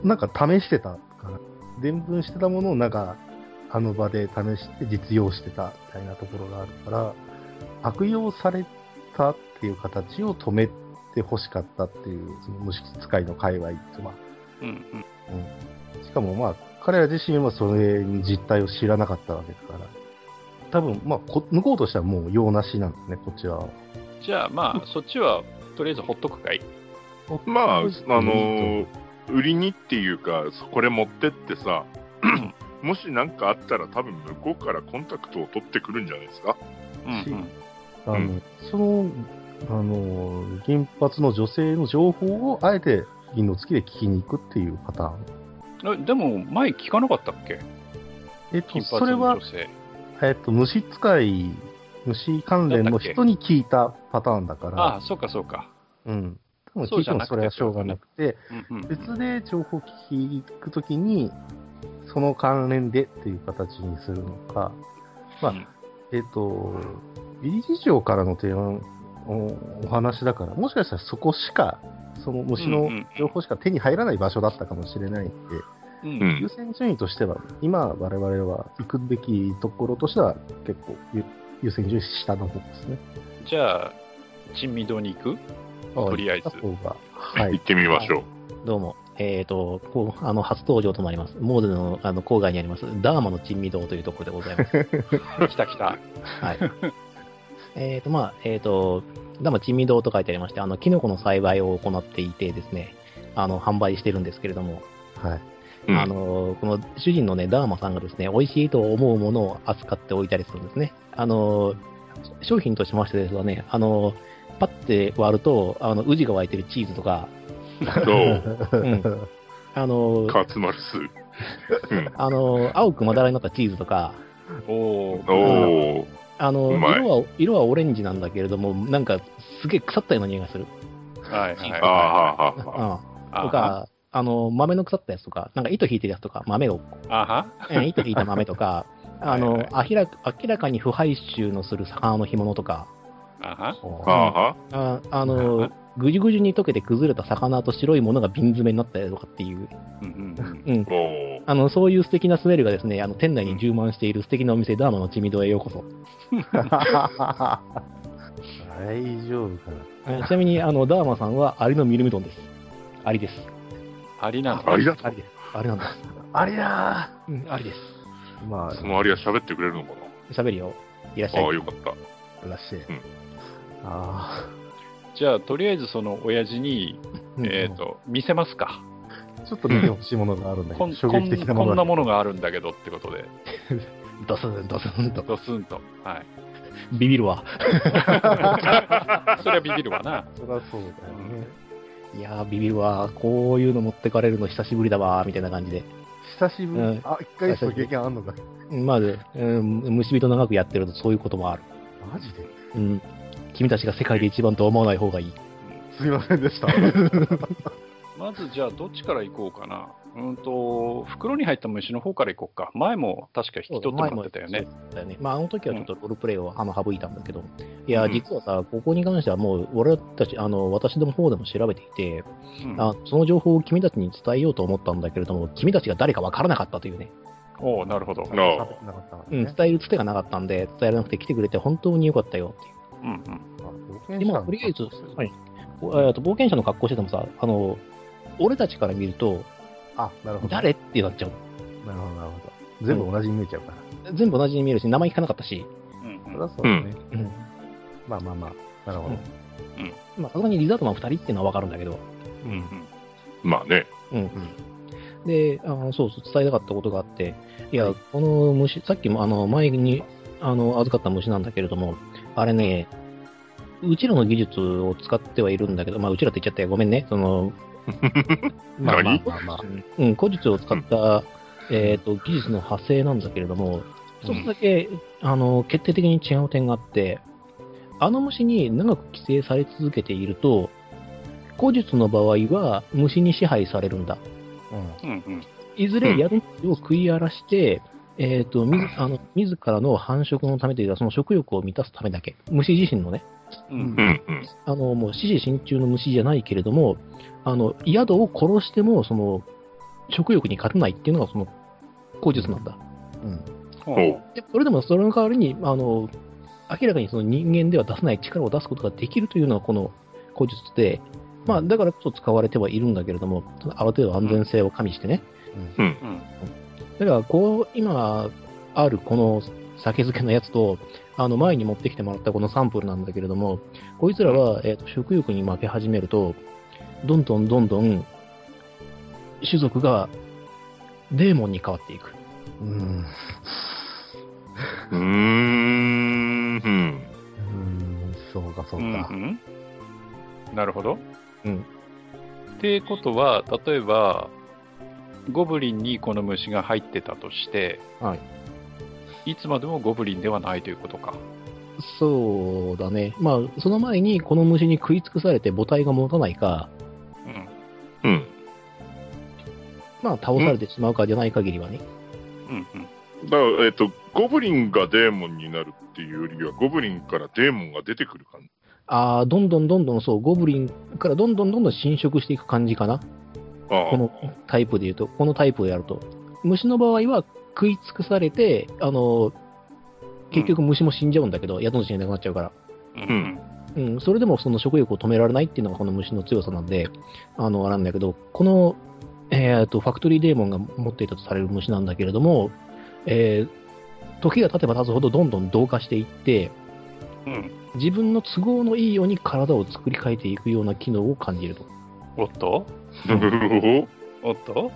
[SPEAKER 4] なんか試してたから、伝聞してたものをなんか、あの場で試して実用してたみたいなところがあるから、悪用されたっていう形を止めて欲しかったっていう、その無識使いの界隈とか、
[SPEAKER 2] うんうん
[SPEAKER 4] しかもまあ、彼ら自身はそれに実態を知らなかったわけだから、多分まあこ、向こうとしてはもう用なしなんですね、こっちは。
[SPEAKER 2] じゃあ、まあ、そっちはとりあえずほっとくかい。
[SPEAKER 3] まあ、あの
[SPEAKER 4] うん
[SPEAKER 3] ー売りにっていうか、これ持ってってさ、 もし何かあったら、多分向こうからコンタクトを取ってくるんじゃないですか。
[SPEAKER 2] うんうん
[SPEAKER 4] あの、
[SPEAKER 3] うん
[SPEAKER 4] その、あの、銀髪の女性の情報をあえて銀の月で聞きに行くっていうパターン。
[SPEAKER 2] えでも、前聞かなかったっけ
[SPEAKER 4] えっと、
[SPEAKER 2] 金
[SPEAKER 4] そ
[SPEAKER 2] 髪
[SPEAKER 4] れ
[SPEAKER 2] の
[SPEAKER 4] は
[SPEAKER 2] 女、性。
[SPEAKER 4] えっと、虫使い、虫関連の人に聞いたパターンだから、
[SPEAKER 2] ああ、そうかそうか。
[SPEAKER 4] うん。多分
[SPEAKER 2] そ
[SPEAKER 4] 聞
[SPEAKER 2] う
[SPEAKER 4] い
[SPEAKER 2] じ
[SPEAKER 4] て
[SPEAKER 2] ゃ
[SPEAKER 4] も
[SPEAKER 2] なくて
[SPEAKER 4] それはしょうがなくて、
[SPEAKER 2] うんうんうん
[SPEAKER 4] 別で情報を聞きに行くときに、その関連でっていう形にするのか、まあ
[SPEAKER 2] うん
[SPEAKER 4] えっと、理事長からの提案おお話だから、もしかしたらそこしか、その虫
[SPEAKER 2] うんう
[SPEAKER 4] の
[SPEAKER 2] んうん
[SPEAKER 4] 情報しか手に入らない場所だったかもしれないんで、
[SPEAKER 2] うん
[SPEAKER 3] うん
[SPEAKER 4] 優先順位としては、今我々は行くべきところとしては、結構ゆ優先順位下の方ですね。
[SPEAKER 2] じゃあ、珍味堂に行くとりあえず
[SPEAKER 4] 行っ た方が、は
[SPEAKER 3] 行
[SPEAKER 4] い
[SPEAKER 3] っ。てみましょう。
[SPEAKER 1] どうも。えっ、と、こう、あの、初登場となります。モーデのあの郊外にあります、ダーマの珍味堂というところでございます。
[SPEAKER 2] 来た来 た。
[SPEAKER 1] はい。 えっと、まあ、えっ、と、ダーマ珍味堂と書いてありまして、あの、キノコの栽培を行っていてですね、あの、販売してるんですけれども、
[SPEAKER 4] はい。
[SPEAKER 3] うん
[SPEAKER 1] あのこの主人のね、ダーマさんがですね、美味しいと思うものを扱っておいたりするんですね。あの商品としましてですね、あのパッて割ると、あの、宇治が湧いてるチーズとか、
[SPEAKER 3] ど
[SPEAKER 1] んあの
[SPEAKER 3] う、カツマルス。うん
[SPEAKER 1] あの青くまだらになったチーズとか、
[SPEAKER 2] おー
[SPEAKER 3] おー
[SPEAKER 1] あの
[SPEAKER 3] うまい
[SPEAKER 1] 色は、色はオレンジなんだけれども、なんかすげえ腐ったような匂いがする。
[SPEAKER 2] はいはいはい。
[SPEAKER 3] あーはーはー
[SPEAKER 1] うん。
[SPEAKER 3] は
[SPEAKER 2] あ
[SPEAKER 1] とか、あの、豆の腐ったやつとか、なんか糸引いてるやつとか、豆を
[SPEAKER 2] あは
[SPEAKER 1] うん糸引いた豆とか、あの、
[SPEAKER 2] はい
[SPEAKER 1] 明らか明らかに腐敗臭のする魚の干物とか、
[SPEAKER 2] あは
[SPEAKER 3] ーは
[SPEAKER 1] ああ
[SPEAKER 2] は
[SPEAKER 1] の
[SPEAKER 2] い、
[SPEAKER 1] ぐじゅぐじゅに溶けて崩れた魚と白いものが瓶詰めになったりとかっていう、
[SPEAKER 2] うんうんうん
[SPEAKER 1] うん
[SPEAKER 3] ー。はー。おー
[SPEAKER 1] あの、そういう素敵なスメルがですね、あの、店内に充満している素敵なお店、ダーマのちみどへようこそ。
[SPEAKER 4] 大丈夫かな。
[SPEAKER 1] えちなみに、あの、ダーマさんはアリのミルミ丼です。アリです。
[SPEAKER 2] ありなの
[SPEAKER 3] アリだと
[SPEAKER 1] アリです。アリなんだ。
[SPEAKER 4] ありゃ
[SPEAKER 1] うん、アリです。
[SPEAKER 4] ーまあ、
[SPEAKER 3] その割は喋ってくれるのか
[SPEAKER 1] 喋るよ。いらっし
[SPEAKER 3] な
[SPEAKER 1] ゃ
[SPEAKER 3] ああー、
[SPEAKER 1] い。
[SPEAKER 3] よかった。
[SPEAKER 4] らしい。
[SPEAKER 3] ん
[SPEAKER 4] あ
[SPEAKER 2] じゃあ、とりあえずその親父に、
[SPEAKER 1] うん
[SPEAKER 2] えっ、と、見せますか。
[SPEAKER 4] あ、ちょっと見てほしいものがあるんだけ
[SPEAKER 2] こ
[SPEAKER 4] ど、
[SPEAKER 2] ん
[SPEAKER 4] 衝
[SPEAKER 2] こ
[SPEAKER 4] 撃
[SPEAKER 2] ん
[SPEAKER 4] 的
[SPEAKER 2] こ
[SPEAKER 4] なもの
[SPEAKER 2] んな
[SPEAKER 4] が。
[SPEAKER 2] ものがあるんだけどってことで、
[SPEAKER 1] ドスン、ドスンと。
[SPEAKER 2] ドスンと。はい。
[SPEAKER 1] ビビるわ。
[SPEAKER 2] それはビビるわ な。
[SPEAKER 4] そりゃそうだよね。
[SPEAKER 1] いやー、ビビるわ。こういうの持ってかれるの久しぶりだわ、みたいな感じで。
[SPEAKER 4] 久しぶり、
[SPEAKER 1] うん
[SPEAKER 4] あ、一回しか経験あんのか。
[SPEAKER 1] まあ、うん、虫人長くやってるとそういうこともある。
[SPEAKER 4] マジで
[SPEAKER 1] うん。君たちが世界で一番とは思わない方がいい。
[SPEAKER 4] すいませんでした。
[SPEAKER 2] まずじゃあ、どっちから行こうかな。うんと、袋に入った虫の方から行こうか。前も確か引き取ってもらってたよ
[SPEAKER 1] そ
[SPEAKER 2] ね。
[SPEAKER 1] うだよね。まあ、あの時はちょっとロールプレイをあの省いたんだけど、いや、
[SPEAKER 2] うん
[SPEAKER 1] 実はさ、ここに関してはもう、俺たち、あの、私の方でも調べていて、
[SPEAKER 2] うん
[SPEAKER 1] あその情報を君たちに伝えようと思ったんだけれども、君たちが誰かわからなかったというね、
[SPEAKER 2] おおなる ほど。
[SPEAKER 3] なあ
[SPEAKER 4] 喋ってなかったから
[SPEAKER 1] うん、
[SPEAKER 4] ね
[SPEAKER 1] 伝。えるつてがなかったんで、伝えられなくて来てくれて本当によかったよっていう。
[SPEAKER 2] うんうん。
[SPEAKER 4] あ冒険
[SPEAKER 1] で
[SPEAKER 4] 者
[SPEAKER 1] も、とりあえず、はい、おえーと冒険者の格好しててもさ、あの、俺たちから見ると、
[SPEAKER 4] あ、なるほど。
[SPEAKER 1] 誰ってなっちゃう。
[SPEAKER 4] なるほど、なるほど。全部同じに見えちゃうから。
[SPEAKER 1] 全部同じに見えるし、名前聞かなかったし、
[SPEAKER 2] うん
[SPEAKER 4] そ
[SPEAKER 2] うん
[SPEAKER 4] りゃそうだね。
[SPEAKER 1] うん
[SPEAKER 4] うんまあまあまあ、なるほど。
[SPEAKER 1] まあ、さすがにリザートマン2人っていうのはわかるんだけど、
[SPEAKER 2] うんうん
[SPEAKER 3] まあね。
[SPEAKER 1] うん。で、あのそうそう、伝えたかったことがあって、いや、
[SPEAKER 4] はい
[SPEAKER 1] この虫、さっきもあの前にあの預かった虫なんだけれども、あれね、うちらの技術を使ってはいるんだけど、まあ、うちらって言っちゃって、ごめんね、そ の、まあまあ
[SPEAKER 3] 何
[SPEAKER 1] まあまあ、うん、古術を使った、えっと技術の派生なんだけれども、一つだけ、あの決定的に違う点があって、あの虫に長く寄生され続けていると、古術の場合は虫に支配されるんだ。
[SPEAKER 2] うんうん
[SPEAKER 1] いずれ宿主を食い荒らして、えー、とみあの自らの繁殖のためというか、その食欲を満たすためだけ、虫自身のね、
[SPEAKER 2] うん
[SPEAKER 3] うんうん
[SPEAKER 1] あのもう死死心中の虫じゃないけれども、あの宿を殺してもその食欲に勝てないっていうのがその口述なんだ。
[SPEAKER 4] うん。
[SPEAKER 2] ほ
[SPEAKER 1] でそれでもそれの代わりに、あの明らかにその人間では出せない力を出すことができるというのがこの口述で、まあ、だからこそ使われてはいるんだけれども、ただある程度安全性を加味してね、
[SPEAKER 2] ううん
[SPEAKER 1] だからこう今あるこの酒漬けのやつとあの前に持ってきてもらったこのサンプルなんだけれどもこいつらは、えーと食欲に負け始めるとどんどんどんどん種族がデーモンに変わっていく
[SPEAKER 4] うん。
[SPEAKER 3] うーんうん
[SPEAKER 4] うん、そうか、そう
[SPEAKER 2] うん
[SPEAKER 4] か。
[SPEAKER 2] うんなるほど。
[SPEAKER 1] うん
[SPEAKER 2] ってことは、例えば、ゴブリンにこの虫が入ってたとして、
[SPEAKER 1] はい
[SPEAKER 2] つまでもゴブリンではないということか。
[SPEAKER 1] そうだねまあその前にこの虫に食い尽くされて母体が持たないか
[SPEAKER 2] うん
[SPEAKER 3] うん
[SPEAKER 1] まあ倒されてしまうかじゃない限りはね
[SPEAKER 2] うんうん
[SPEAKER 3] だから、えっと、ゴブリンがデーモンになるっていうよりは、ゴブリンからデーモンが出てくる感じ。
[SPEAKER 1] ああどんどんどんどんそうゴブリンからどんどんどんどん侵食していく感じかな
[SPEAKER 3] あ
[SPEAKER 1] このタイプで言うと、このタイプをやると。虫の場合は食い尽くされて、あの、結局虫も死んじゃうんだけど、宿主がいなくなっちゃうから。
[SPEAKER 2] うん
[SPEAKER 1] うん、それでもその食欲を止められないっていうのがこの虫の強さなんで、あの、あれなんだけど、この、えっ、と、ファクトリーデーモンが持っていたとされる虫なんだけれども、えー時が経てば経つほどどんどん同化していって、
[SPEAKER 2] うん
[SPEAKER 1] 自分の都合のいいように体を作り変えていくような機能を感じると。
[SPEAKER 2] おっと
[SPEAKER 3] あ。お
[SPEAKER 2] おっと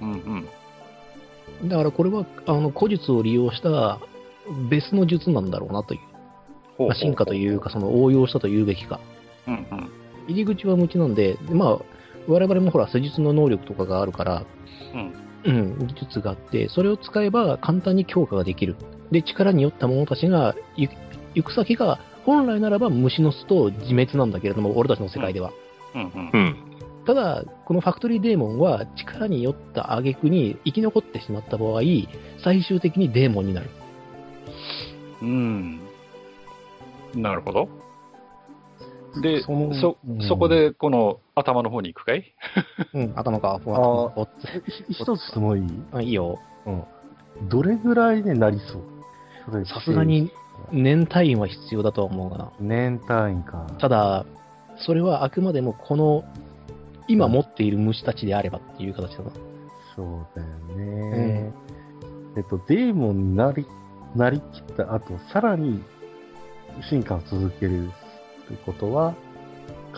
[SPEAKER 2] うんうん
[SPEAKER 1] だからこれは、あの、古術を利用した別の術なんだろうなという。
[SPEAKER 2] ほうほうほ
[SPEAKER 1] ま
[SPEAKER 2] う
[SPEAKER 1] あ、進化というか、その応用したと言うべきか。
[SPEAKER 2] うんうん
[SPEAKER 1] 入り口は無知なんで、でまあ、我々もほら、施術の能力とかがあるから、
[SPEAKER 2] うん
[SPEAKER 1] うん、技術があって、それを使えば簡単に強化ができる。で、力に酔った者たちが、行行く先が、本来ならば虫の巣と自滅なんだけれども、俺たちの世界では。
[SPEAKER 2] うんうん
[SPEAKER 3] うん。
[SPEAKER 1] ただ、このファクトリーデーモンは、力に酔った挙句に生き残ってしまった場合、最終的にデーモンになる。
[SPEAKER 2] うんなるほど。で、
[SPEAKER 4] その
[SPEAKER 2] そ
[SPEAKER 4] うん
[SPEAKER 2] そこで、この頭の方に行くかい
[SPEAKER 1] うん、頭か、ふわ
[SPEAKER 4] あー
[SPEAKER 1] ふわふわ
[SPEAKER 4] ひ一つ質問いい
[SPEAKER 1] あいいよ。
[SPEAKER 4] どれぐらいでなりそう例えば
[SPEAKER 1] さすがに年単位は必要だとは思うかな。
[SPEAKER 4] 年単位か。
[SPEAKER 1] ただ、それはあくまでもこの、今持っている虫たちであればっていう形だな。
[SPEAKER 4] そうだよね。えっと、デーモンになり、なりきった後、さらに進化を続けるってことは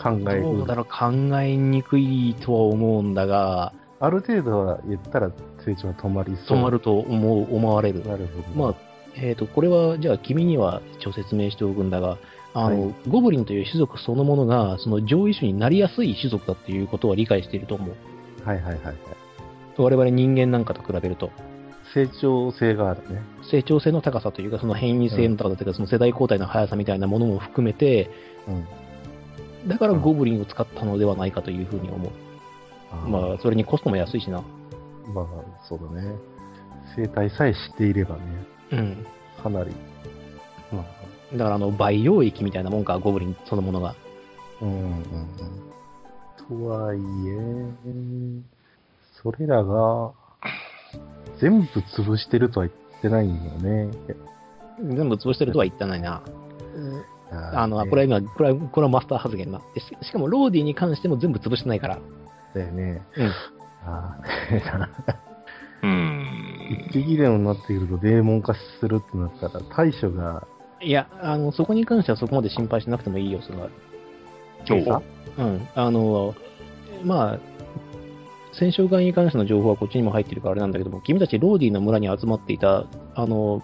[SPEAKER 4] 考えう
[SPEAKER 1] どうだろ
[SPEAKER 4] る。
[SPEAKER 1] う、考えにくいとは思うんだが、
[SPEAKER 4] ある程度は言ったら成長は止まりそう。
[SPEAKER 1] 止まると思う、思われる。
[SPEAKER 4] なるほど。
[SPEAKER 1] まあ、えっ、と、これは、じゃあ君には一応説明しておくんだが、あの、
[SPEAKER 4] はい
[SPEAKER 1] ゴブリンという種族そのものが、その上位種になりやすい種族だっていうことは理解していると思う。
[SPEAKER 4] はいはいはいはい。
[SPEAKER 1] 我々人間なんかと比べると。
[SPEAKER 4] 成長性があるね。
[SPEAKER 1] 成長性の高さというか、その変異性の高さというか、その世代交代の速さみたいなものも含めて、
[SPEAKER 4] うん。
[SPEAKER 1] だからゴブリンを使ったのではないかというふうに思
[SPEAKER 4] あ
[SPEAKER 1] う。
[SPEAKER 4] ー
[SPEAKER 1] まあ、それにコストも安いしな。
[SPEAKER 4] まあ、そうだね。生態さえ知っていればね、
[SPEAKER 1] うん。
[SPEAKER 4] かなり。まあ、
[SPEAKER 1] だから、あの、培養液みたいなもんか、ゴブリンそのものが。
[SPEAKER 4] うんうんうん。とはいえ、それらが、全部潰してるとは言ってないんだよね。
[SPEAKER 1] 全部潰してるとは言ってないな。あ
[SPEAKER 4] あ
[SPEAKER 1] の、あこれは今、これは、これはマスター発言な。でししかも、ローディに関しても全部潰してないから。
[SPEAKER 4] だよね。
[SPEAKER 1] うん
[SPEAKER 4] あー
[SPEAKER 3] うん。
[SPEAKER 4] 一匹でもなってくるとデーモン化するってなったら、対処が、
[SPEAKER 1] いや、あの、そこに関してはそこまで心配しなくてもいいよ、それは。
[SPEAKER 3] お
[SPEAKER 1] う
[SPEAKER 3] う
[SPEAKER 1] ん。あの、まあ、戦勝岩に関しての情報はこっちにも入ってるからあれなんだけども、君たちローディの村に集まっていた、あの、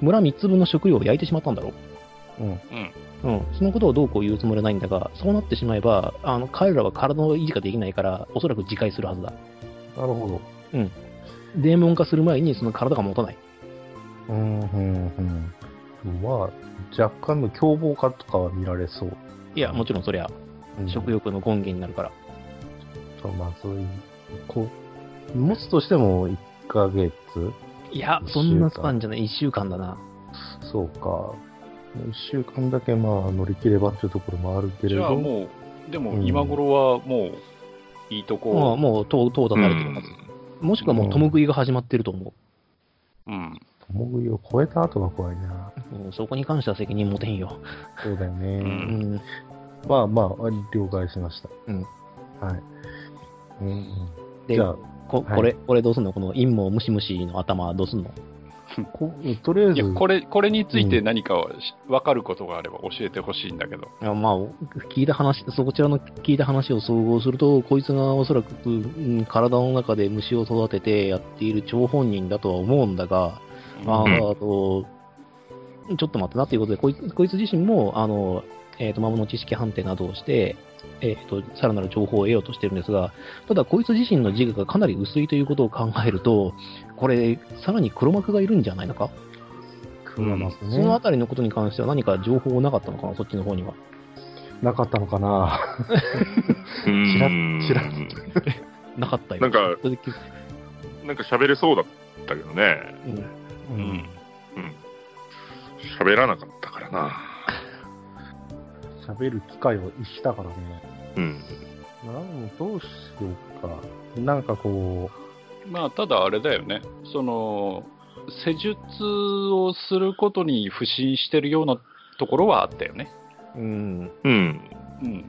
[SPEAKER 1] 村3つ分の食料を焼いてしまったんだろう。うん。うん。そのことをどうこう言うつもりはないんだが、そうなってしまえば、あの、彼らは体の維持ができないから、おそらく自戒するはずだ。
[SPEAKER 4] なるほど。
[SPEAKER 1] デーモン化する前にその体が持たない。
[SPEAKER 4] うん、うん、うん。まあ、若干の凶暴化とかは見られそう。
[SPEAKER 1] いや、もちろんそりゃ、
[SPEAKER 4] うん
[SPEAKER 1] 食欲の根源になるから。
[SPEAKER 4] ちょっとまずい。こう、持つとしても1ヶ月
[SPEAKER 1] いや
[SPEAKER 4] 一、週間
[SPEAKER 1] そんなスパンじゃない、1週間だな。
[SPEAKER 4] そうか。1週間だけまあ乗り切ればっていうところもあるけれ
[SPEAKER 2] じゃあ
[SPEAKER 4] ど、
[SPEAKER 2] もう、でも今頃はもういいと
[SPEAKER 1] まあ、
[SPEAKER 2] こ、
[SPEAKER 1] もう、とう、とうだ
[SPEAKER 3] う
[SPEAKER 1] されてるはず。
[SPEAKER 3] ん
[SPEAKER 1] もしくはもう、共食いが始まってると思
[SPEAKER 2] うん、
[SPEAKER 4] 共食いを超えた後が怖いな。
[SPEAKER 1] う。うん、そこに関しては責任持てんよ。
[SPEAKER 4] そうだよ ね。
[SPEAKER 1] うんん。
[SPEAKER 4] まあまあ、了解しました。
[SPEAKER 1] うん
[SPEAKER 4] はい。うん、
[SPEAKER 1] で
[SPEAKER 4] じゃあ、
[SPEAKER 1] こ
[SPEAKER 4] はい
[SPEAKER 1] これ、これどうすんのこの陰謀ムシムシの頭どうすんの
[SPEAKER 4] ことりあえ
[SPEAKER 2] いや
[SPEAKER 4] ず、
[SPEAKER 2] これこれについて何かはし分かることがあれば教えてほしいんだけど、
[SPEAKER 1] いやまあ、聞いた話、そこちらの聞いた話を総合すると、こいつがおそらく、うん、体の中で虫を育ててやっている張本人だとは思うんだが、まあ、あ
[SPEAKER 3] うん
[SPEAKER 1] と、ちょっと待ってなということで、こいこいつ自身も、あの、えっ、と、魔物知識判定などをして、えっ、と、さらなる情報を得ようとしてるんですが、ただ、こいつ自身の自我がかなり薄いということを考えると、これ、さらに黒幕がいるんじゃないのか、
[SPEAKER 4] 食わます
[SPEAKER 1] その
[SPEAKER 4] ね
[SPEAKER 1] あ。たりのことに関しては何か情報なかったのかな、そっちの方には。
[SPEAKER 4] なかったのかな。
[SPEAKER 3] うん
[SPEAKER 4] ちらっ
[SPEAKER 1] なかったよ。
[SPEAKER 3] なんか
[SPEAKER 1] それで気づ
[SPEAKER 3] なんか喋れそうだったけどね。
[SPEAKER 1] うん
[SPEAKER 2] う。
[SPEAKER 4] う
[SPEAKER 2] ん
[SPEAKER 3] うん喋らなかったからな。
[SPEAKER 4] 喋る機会を逸したからね。
[SPEAKER 3] うん。
[SPEAKER 4] なんどうしようか。なんかこ
[SPEAKER 2] まあ、ただあれだよね、その施術をすることに不信してるようなところはあったよね。
[SPEAKER 1] うん。
[SPEAKER 3] うん。
[SPEAKER 2] うん、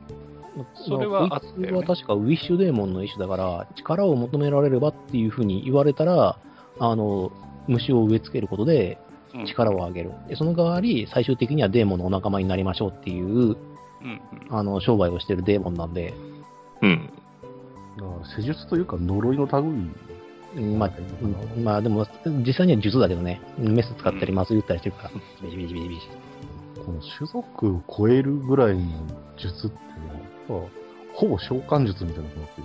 [SPEAKER 2] それはあったよね
[SPEAKER 1] こいつは確かウィッシュデーモンの一種だから、力を求められればっていうふうに言われたら、あの、虫を植え付けることで
[SPEAKER 2] うん
[SPEAKER 1] 力を上げる。でその代わり、最終的にはデーモンのお仲間になりましょうっていう、
[SPEAKER 2] うん
[SPEAKER 1] あの、商売をしてるデーモンなんで、
[SPEAKER 3] うん。
[SPEAKER 4] う、まあ施術というか呪いの類。
[SPEAKER 1] うんまあ、うんまあでも、実際には術だけどね、メス使ったり麻酔打ったりしてるから、ビシビシビシビシ。
[SPEAKER 4] この種族を超えるぐらいの術っていうのは、ほぼ召喚術みたいなことになっ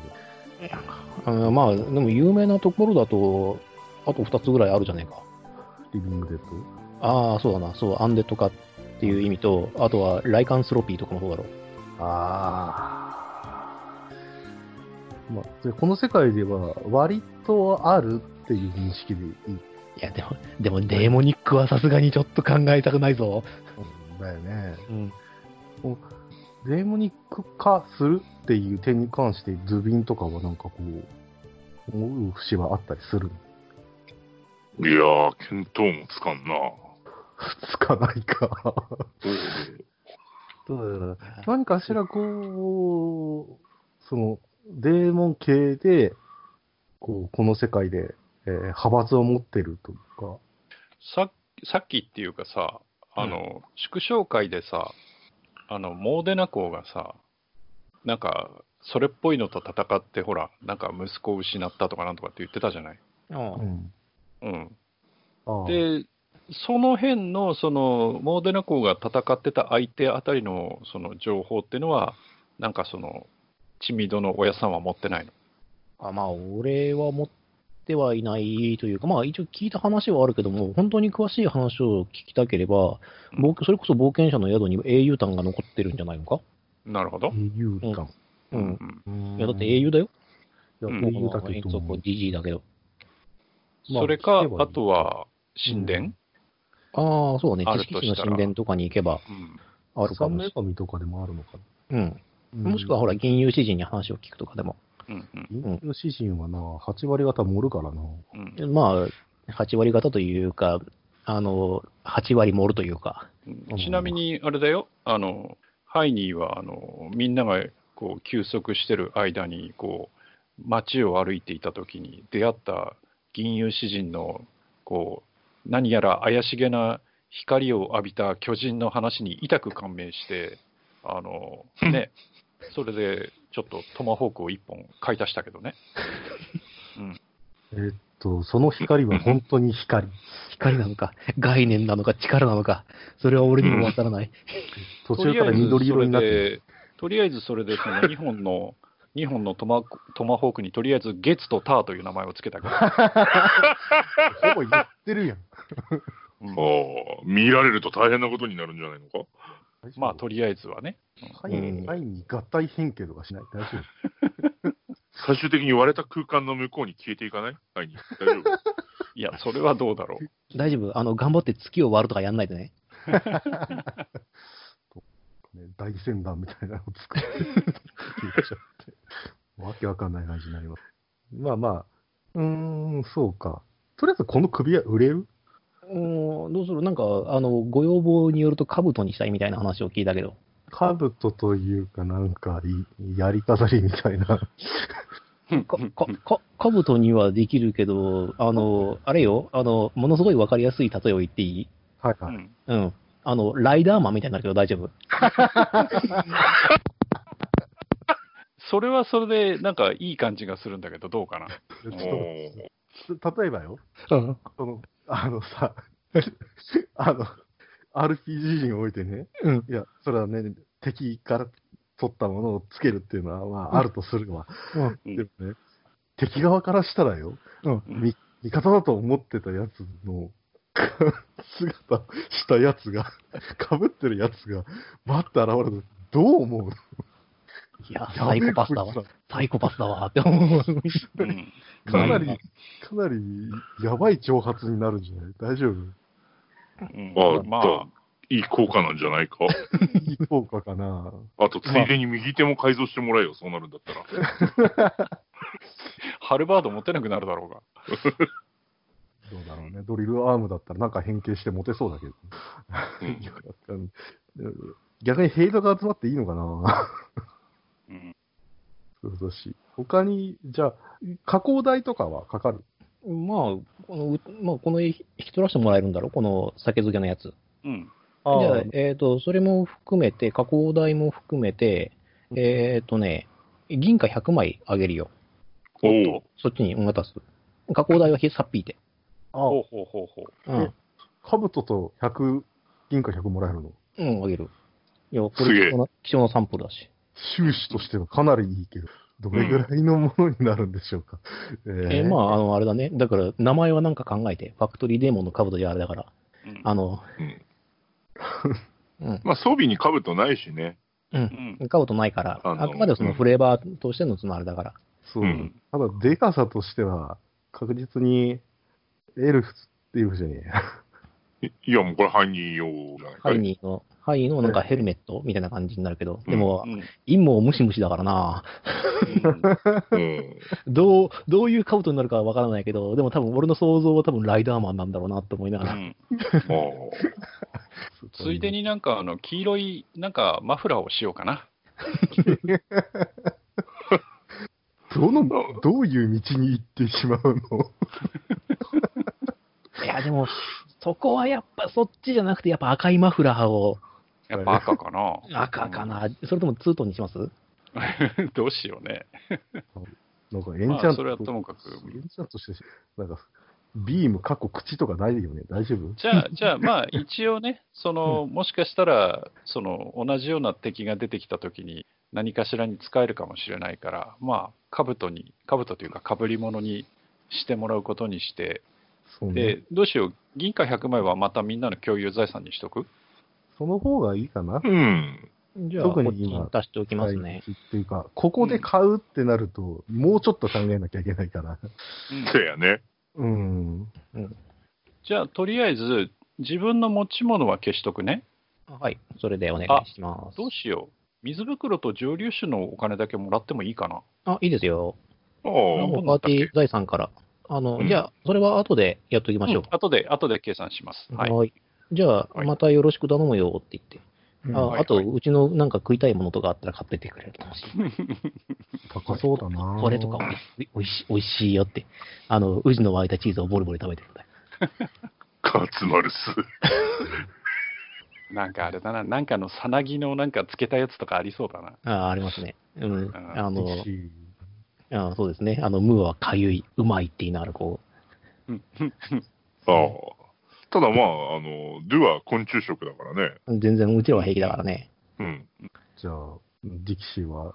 [SPEAKER 4] てる。
[SPEAKER 1] うんまあ、でも有名なところだと、あと2つぐらいあるじゃねえか。
[SPEAKER 4] リビングデッド。
[SPEAKER 1] ああ、そうだな、そう、アンデッド化っていう意味と、あとは、ライカンスロピーとかもそうだろう。
[SPEAKER 4] ああ。まあ、でこの世界では割とあるっていう認識でいいん
[SPEAKER 1] いや、でも、でも、デーモニックはさすがにちょっと考えたくないぞ。
[SPEAKER 4] だよね。
[SPEAKER 1] うん。
[SPEAKER 4] デーモニック化するっていう点に関して、ズビンとかはなんかこう、思う節はあったりするの
[SPEAKER 3] いやー、見当もつかんな。
[SPEAKER 4] つかないか。何かしらこう、その、デーモン系で、こう、この世界で、えー派閥を持ってるとか、
[SPEAKER 2] ささっきっていうかさ、あの、祝勝会でさ、あの、モーデナ公がさ、なんか、それっぽいのと戦って、ほら、なんか息子を失ったとかなんとかって言ってたじゃない。
[SPEAKER 4] うん。
[SPEAKER 2] うん。
[SPEAKER 4] ああ
[SPEAKER 2] で、その辺の、その、モーデナ公が戦ってた相手あたりの、その情報っていうのは、なんかその、チミドの親さんは持ってないの。
[SPEAKER 1] あまあ、俺は持ってはいないというか、まあ、一応聞いた話はあるけども、本当に詳しい話を聞きたければ、冒険それこそ冒険者の宿に英雄譚が残ってるんじゃないのか
[SPEAKER 2] なるほど。
[SPEAKER 4] 英雄感。
[SPEAKER 1] う。
[SPEAKER 2] うんん
[SPEAKER 1] いや、だって英雄だよ。
[SPEAKER 4] いや
[SPEAKER 2] うん
[SPEAKER 4] 英雄だけ
[SPEAKER 1] 遠
[SPEAKER 4] ど、
[SPEAKER 1] 足 GG だけど。
[SPEAKER 4] まあ
[SPEAKER 2] それか、
[SPEAKER 4] 聞けばいい
[SPEAKER 2] あとは、神殿、
[SPEAKER 1] ああ、そうだね。
[SPEAKER 2] あ
[SPEAKER 1] 知
[SPEAKER 2] るとし
[SPEAKER 1] 識
[SPEAKER 2] たら
[SPEAKER 1] 士の神殿とかに行けば
[SPEAKER 2] うん
[SPEAKER 1] あるか
[SPEAKER 4] 三
[SPEAKER 1] も
[SPEAKER 4] 女
[SPEAKER 1] し
[SPEAKER 4] 神とかでもあるのか
[SPEAKER 1] れない。うん。
[SPEAKER 4] な。
[SPEAKER 1] もしくは、ほら、銀融詩人に話を聞くとかでも。
[SPEAKER 2] うんうん
[SPEAKER 4] 人気の指針はな、8割方盛るからな。
[SPEAKER 2] うん
[SPEAKER 1] まあ、8割方というか、あの、8割盛るというか、
[SPEAKER 4] うん
[SPEAKER 2] ちなみに、あれだよ、あの、ハイニーは、あの、みんなが、こう、休息してる間に、こう、街を歩いていた時に出会った銀融詩人の、こう、何やら怪しげな 光を浴びた巨人の話に痛く感銘して、あの、ね、それで、ちょっとトマホークを1本買い足したけどね。うん、
[SPEAKER 4] えっと、その光は本当に光。
[SPEAKER 1] 光なのか、概念なのか、力なのか、それは俺にもわからない。
[SPEAKER 4] 途中から緑色になってる。
[SPEAKER 2] とりあえずそれで、とり あえずそれでその2本の、2本のトマトマホークにとりあえずゲツとターという名前をつけたけど、
[SPEAKER 4] ほぼ言ってるやん。
[SPEAKER 3] ああ、見られると大変なことになるんじゃないのか
[SPEAKER 2] まあとりあえずはね。
[SPEAKER 4] 愛に愛に合体変形とかしない。大丈夫。
[SPEAKER 3] 最終的に割れた空間の向こうに消えていかない愛に。大丈夫。
[SPEAKER 2] いや、それはどうだろう。
[SPEAKER 1] 大丈夫あの、頑張って月を割るとかやんないでね。
[SPEAKER 4] ね、大戦団みたいなのを作って、消えちゃって。わけわかんない感じになります。まあまあ、うーん、そうか。とりあえずこの首は売れる
[SPEAKER 1] うーん、どうするなんか、あの、ご要望によると兜にしたいみたいな話を聞いたけど。
[SPEAKER 4] 兜というかなんかい、やり飾りみたいな。
[SPEAKER 1] か、か、か、兜にはできるけど、あの、あれよ、あの、ものすごいわかりやすい例えを言っていい
[SPEAKER 4] はいは
[SPEAKER 2] う
[SPEAKER 4] い。
[SPEAKER 2] ん、
[SPEAKER 1] うん。あの、ライダーマンみたいになるけど大丈夫。
[SPEAKER 2] それはそれで、なんかいい感じがするんだけど、どうかな。
[SPEAKER 4] ちょ
[SPEAKER 3] もう
[SPEAKER 4] っと例えばよ、
[SPEAKER 1] うん。
[SPEAKER 4] その、あのさ、 あの、RPG においてね、
[SPEAKER 1] うん
[SPEAKER 4] いや、それはね、敵から取ったものをつけるっていうのは、まあ、あるとするわ。
[SPEAKER 2] うん
[SPEAKER 4] でもね、敵側からしたらよ、
[SPEAKER 1] うん
[SPEAKER 4] み味方だと思ってたやつの 姿したやつが、 かぶってるやつが、バッて現れたらどう思うの
[SPEAKER 1] いや、サイコパスだわ。
[SPEAKER 4] やべえこ
[SPEAKER 1] サイコパスだわって思う。
[SPEAKER 2] うん
[SPEAKER 4] いつらかなり、
[SPEAKER 2] う
[SPEAKER 4] かなりやばい挑発になるんじゃない大丈夫
[SPEAKER 2] うん
[SPEAKER 3] あ
[SPEAKER 2] ま
[SPEAKER 3] だ
[SPEAKER 2] あ、
[SPEAKER 3] いい効果なんじゃないか。
[SPEAKER 4] いい効果かな
[SPEAKER 3] あと、ついでに右手も改造してもらえよ、そうなるんだったら。
[SPEAKER 2] ハルバード持てなくなるだろうが。
[SPEAKER 4] どうだろうね。ドリルアームだったらなんか変形してモテそうだけど。
[SPEAKER 3] うん
[SPEAKER 4] よくわかんない逆にヘイトが集まっていいのかな
[SPEAKER 2] うん
[SPEAKER 4] そうだし。他に、じゃあ、加工代とかはかかる
[SPEAKER 1] まあ、この、うまあ、この、引き取らせてもらえるんだろこの酒漬けのやつ。
[SPEAKER 2] うん、
[SPEAKER 1] じゃあ、えっ、と、それも含めて、加工代も含めて、えっ、とね、銀貨100枚あげるよ。
[SPEAKER 3] おお。
[SPEAKER 1] そっちに渡す。加工代はひさっぴいて。
[SPEAKER 4] あ
[SPEAKER 2] ほうほうほうほう。
[SPEAKER 1] うん。
[SPEAKER 4] カブトと100、銀貨100もらえるの。
[SPEAKER 1] うん、あげる。いや、こ
[SPEAKER 3] すげ
[SPEAKER 1] れ貴
[SPEAKER 3] え
[SPEAKER 1] 重な、貴重なサンプルだし。
[SPEAKER 4] 収支としてはかなりいいけど、どれぐらいのものになるんでしょうか。
[SPEAKER 1] えーまあ、あの、あれだね。だから、名前はなんか考えて。ファクトリーデーモンの兜じゃあれだから。
[SPEAKER 2] うん
[SPEAKER 1] あの、
[SPEAKER 3] うん
[SPEAKER 1] うん。
[SPEAKER 3] まあ、装備に兜ないしね。
[SPEAKER 1] うん。兜ないから、
[SPEAKER 3] あの
[SPEAKER 1] あくまでそのフレーバーとしてのそのあれだから。
[SPEAKER 4] そう、
[SPEAKER 3] うん
[SPEAKER 4] ただ、でかさとしては、確実に、エルフっていうじゃねえや。
[SPEAKER 3] いいや、もうこれ犯人用じゃないか
[SPEAKER 1] ハ
[SPEAKER 3] い。
[SPEAKER 1] イニーの、ハイニーのなんかヘルメットみたいな感じになるけど、
[SPEAKER 3] うん
[SPEAKER 1] でも
[SPEAKER 2] う、ん
[SPEAKER 1] 陰謀ムシムシだからな。
[SPEAKER 2] うん
[SPEAKER 3] うん
[SPEAKER 1] どう、どういう兜になるかはわからないけど、でも多分俺の想像は多分ライダーマンなんだろうなと思いなが
[SPEAKER 2] う
[SPEAKER 1] ら。
[SPEAKER 2] ん
[SPEAKER 3] ああ
[SPEAKER 2] ついでになんかあの黄色いなんかマフラーをしようかな。
[SPEAKER 4] どの、どういう道に行ってしまうの
[SPEAKER 1] いや、でも、そこはやっぱそっちじゃなくて、やっぱ赤いマフラーを、
[SPEAKER 2] やっぱ赤か な。
[SPEAKER 1] 赤かな。それともツートンにします
[SPEAKER 2] うん。どうしようね。
[SPEAKER 4] なんかエンチ
[SPEAKER 2] ま
[SPEAKER 4] ャ
[SPEAKER 2] あ
[SPEAKER 4] ント、
[SPEAKER 2] それはともかく。
[SPEAKER 4] エンチャントして、なんか、ビーム、過去口とかないよね。大丈夫
[SPEAKER 2] じゃ あ、じゃあまあ一応ね、そのもしかしたらその同じような敵が出てきたときに何かしらに使えるかもしれないから、まあ兜に、兜というか被り物にしてもらうことにして、
[SPEAKER 4] そうね。
[SPEAKER 2] で、どうしよう、銀貨100枚はまたみんなの共有財産にしとく
[SPEAKER 4] その方がいいかな。
[SPEAKER 3] うん。
[SPEAKER 1] じゃあ、こ
[SPEAKER 4] 特
[SPEAKER 1] っち
[SPEAKER 4] に今
[SPEAKER 1] に出しておきますね。
[SPEAKER 4] はいっていうか、ここで買うってなると、もうちょっと考えなきゃいけないから。
[SPEAKER 3] せやね。
[SPEAKER 4] うん。
[SPEAKER 2] じゃあ、とりあえず、自分の持ち物は消しとくね。
[SPEAKER 1] はい。それでお願いします。
[SPEAKER 2] どうしよう。水袋と蒸留酒のお金だけもらってもいいかな。
[SPEAKER 1] あ、いいですよ。
[SPEAKER 3] ああ。
[SPEAKER 1] パ
[SPEAKER 2] ん
[SPEAKER 1] ーティー財産から。あの、
[SPEAKER 3] うん
[SPEAKER 1] じゃあ、それは後でやっておきましょう。
[SPEAKER 2] 後で、後で計算します。はい。
[SPEAKER 1] はい。じゃあ、
[SPEAKER 3] はい
[SPEAKER 1] またよろしく頼むよって言って。あ,、
[SPEAKER 3] はい
[SPEAKER 1] あと、うちのなんか食いたいものとかあったら買ってってくれると思うし
[SPEAKER 4] 高そうだな
[SPEAKER 1] これとかおいおいしおいしいよって。あの、宇治の湧いたチーズをボリボリ食べてください。
[SPEAKER 3] カツマルス。
[SPEAKER 2] なんかあれだな、なんかのさなぎのなんかつけたやつとかありそうだな。
[SPEAKER 1] あーありますね。うん。
[SPEAKER 2] あー
[SPEAKER 1] あの、
[SPEAKER 4] し
[SPEAKER 1] あーそうですね。あの、ムーはかゆい、うまいって言いながら、こ
[SPEAKER 2] うん
[SPEAKER 3] ああ。ただまあ、あの、ドゥは昆虫食だからね。
[SPEAKER 1] う、全然うちらは平気だからね。
[SPEAKER 3] うん。
[SPEAKER 4] じゃあ、ディキシーは、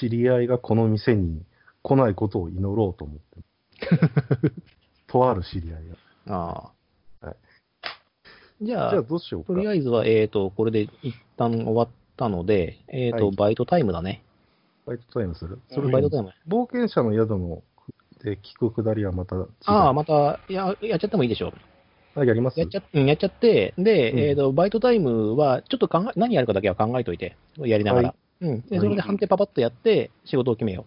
[SPEAKER 4] 知り合いがこの店に来ないことを祈ろうと思って。 とある知り合い
[SPEAKER 1] ああ。
[SPEAKER 4] はい
[SPEAKER 1] じ
[SPEAKER 4] が。
[SPEAKER 1] ゃ
[SPEAKER 4] じゃ
[SPEAKER 1] あ、
[SPEAKER 4] あどうしようか。
[SPEAKER 1] とりあえずは、えっ、と、これで一旦終わったので、えっ、と、
[SPEAKER 4] はい
[SPEAKER 1] バイトタイムだね。
[SPEAKER 4] バイトタイムするそ
[SPEAKER 1] そ
[SPEAKER 4] れ
[SPEAKER 1] れ
[SPEAKER 4] に
[SPEAKER 1] バイトタイム。
[SPEAKER 4] 冒険者の宿ので聞くくだりはまた違う。
[SPEAKER 1] ああ、また、いや、やっちゃってもいいでしょう。
[SPEAKER 4] あやります
[SPEAKER 1] やっちゃうんやっちゃって、で、
[SPEAKER 4] うん
[SPEAKER 1] えーと、バイトタイムは、ちょっと考え、何やるかだけは考えといて、やりながら。
[SPEAKER 4] は
[SPEAKER 1] うん。で、
[SPEAKER 4] はい
[SPEAKER 1] それで判定パパッとやって、仕事を決めよ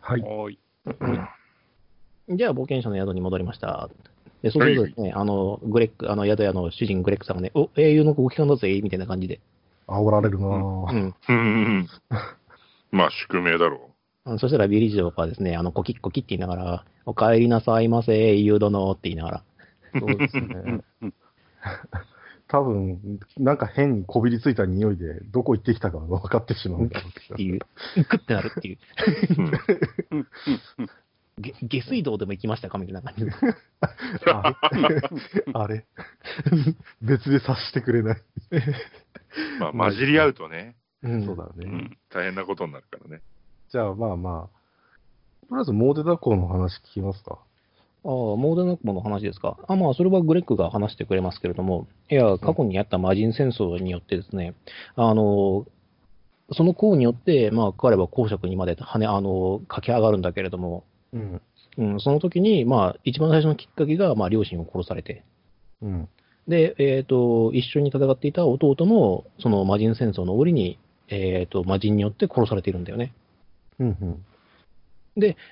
[SPEAKER 4] はい。
[SPEAKER 2] おーい。
[SPEAKER 1] う。じゃあ、冒険者の宿に戻りました。で、そうするとですね、あの、グレック、あの、宿屋の主人グレックさんがね、お、英雄のご機関だぜ、みたいな感じで。
[SPEAKER 4] 煽られるな
[SPEAKER 1] う
[SPEAKER 4] ぁ。
[SPEAKER 1] ん。
[SPEAKER 3] うん。まあ、宿命だろ
[SPEAKER 1] あのそしたら、ビリージョーがですね、あの、コキッコキって言いながら、お帰りなさいませ、英雄殿って言いながら。
[SPEAKER 4] そうです
[SPEAKER 2] う
[SPEAKER 4] ね
[SPEAKER 2] ん。うん
[SPEAKER 4] 多分、なんか変にこびりついた匂いで、どこ行ってきたかが分かってしまうんだろう
[SPEAKER 1] って
[SPEAKER 4] けど
[SPEAKER 1] いう、グッてなるっていう、
[SPEAKER 3] う。うん
[SPEAKER 1] げ下水道でも行きましたかみたいな感じで。
[SPEAKER 4] あれあれ 別で察してくれない。
[SPEAKER 3] まあ、混じり合うとね、
[SPEAKER 1] うん
[SPEAKER 4] そうだ
[SPEAKER 3] う
[SPEAKER 4] ね。
[SPEAKER 3] ん、大変なことになるからね。
[SPEAKER 4] じゃあまあまあ、とりあえずモーデダ校の話聞きますか。
[SPEAKER 1] ああ、モーデナックモの話ですか。あまあ、それはグレッグが話してくれますけれども、いや、過去にあった魔人戦争によってですね、あの、その功によって、まあ、彼は公爵にまで跳ね、あの、駆け上がるんだけれども、
[SPEAKER 4] うん。
[SPEAKER 1] うん、その時に、まあ、一番最初のきっかけが、まあ、両親を殺されて、
[SPEAKER 4] うん。
[SPEAKER 1] で、えっ、と、一緒に戦っていた弟も、その魔人戦争の折に、えっ、と、魔人によって殺されているんだよね。
[SPEAKER 4] うん。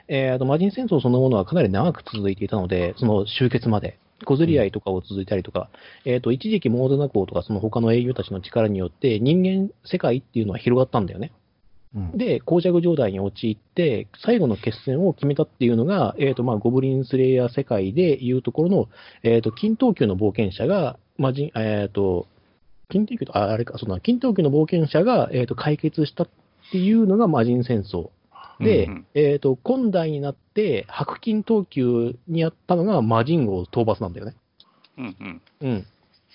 [SPEAKER 1] えー、と魔人戦争そのものはかなり長く続いていたので、その終結まで、小競り合いとかを続いたりとか、えー、と一時期モーデナ公とかその他の英雄たちの力によって、人間世界っていうのは広がったんだよね。
[SPEAKER 4] うん。
[SPEAKER 1] で、膠着状態に陥って、最後の決戦を決めたっていうのが、えー、とまあゴブリンスレイヤー世界でいうところの、えー、と金東級の冒険者が、魔人えー、と金東級とああれか、その金東級の冒険者が、えー、と解決したっていうのが魔人戦争。で、
[SPEAKER 2] うん
[SPEAKER 1] えっ、と、今代になって、白金等級にやったのが魔人王討伐なんだよね。
[SPEAKER 2] うんうん
[SPEAKER 1] うん。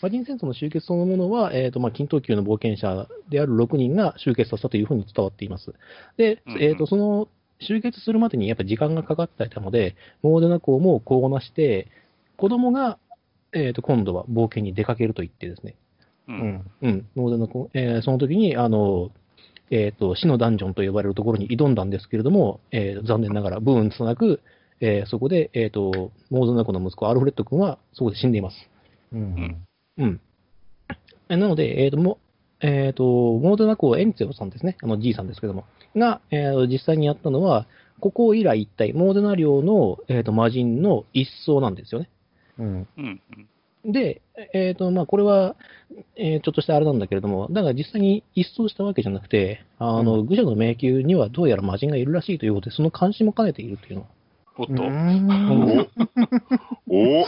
[SPEAKER 1] 魔人戦争の終結そのものは、えっ、と、まあ、金等級の冒険者である6人が集結させたというふうに伝わっています。で
[SPEAKER 2] うんう、ん
[SPEAKER 1] えっ、と、その、集結するまでにやっぱ時間がかかっていたので、モーデナ公もこうこなして、子供が、えっ、と、今度は冒険に出かけると言ってですね、
[SPEAKER 2] う
[SPEAKER 4] うんん。
[SPEAKER 1] うん、ノーデンのこ、えーその時に、あの、えっ、と、死のダンジョンと呼ばれるところに挑んだんですけれども、えー残念ながら、ブーンつなく、えーそこで、えっ、と、モーデンナコの息子、アルフレッド君は、そこで死んでいます。
[SPEAKER 4] うん。
[SPEAKER 1] うん。えなので、えっ、と、もう、えっ、と、モーデンナコエンツェオさんですね、あの、じいさんですけども、が、えー実際にやったのは、ここ以来一体、モーデナ領の、えっ、と、魔人の一層なんですよね。
[SPEAKER 4] うん。
[SPEAKER 2] うん
[SPEAKER 1] で、えっ、と、まあ、これは、えーちょっとしたあれなんだけれども、だから実際に一掃したわけじゃなくて、あの、愚者の迷宮にはどうやら魔人がいるらしいということで、その監視も兼ねているというの
[SPEAKER 2] おっ
[SPEAKER 4] う
[SPEAKER 2] と、
[SPEAKER 4] ん
[SPEAKER 3] おお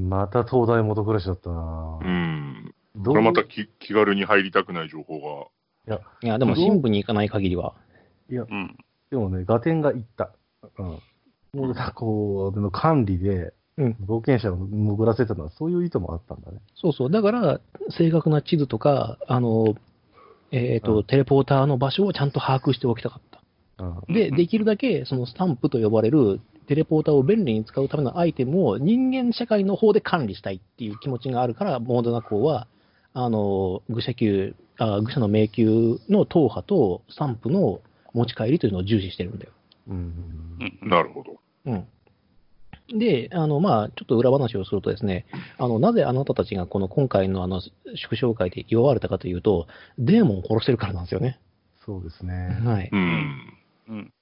[SPEAKER 4] また東大元暮らしだったな
[SPEAKER 3] う。ん。こ
[SPEAKER 4] どう
[SPEAKER 3] れまたき気軽に入りたくない情報
[SPEAKER 1] いや、でも、
[SPEAKER 4] すごい
[SPEAKER 1] 神父に行かない限りは。
[SPEAKER 2] うん、
[SPEAKER 4] でもね、合点がいった。うん。モルタ校の管理で、
[SPEAKER 1] うん
[SPEAKER 4] 冒険者を潜らせたのは、そういう意図もあったんだね。
[SPEAKER 1] そうそう。だから、正確な地図とか、あの、えっ、と、
[SPEAKER 4] うん
[SPEAKER 1] テレポーターの場所をちゃんと把握しておきたかった。
[SPEAKER 4] うん。
[SPEAKER 1] で、
[SPEAKER 2] うん
[SPEAKER 1] できるだけ、そのスタンプと呼ばれる、テレポーターを便利に使うためのアイテムを人間社会の方で管理したいっていう気持ちがあるから、モードナ校は、あの、愚者級、あ愚者の迷宮の党派とスタンプの持ち帰りというのを重視してるんだよ。
[SPEAKER 4] うん
[SPEAKER 2] う。んうん、
[SPEAKER 3] なるほど。
[SPEAKER 1] うん。で、あの、まあ、ちょっと裏話をするとですね、あの、なぜあなたたちがこの今回のあの、祝勝会で祝われたかというと、デーモンを殺してるからなんですよね。
[SPEAKER 4] そうですね。
[SPEAKER 1] はい。
[SPEAKER 3] うん。
[SPEAKER 2] うん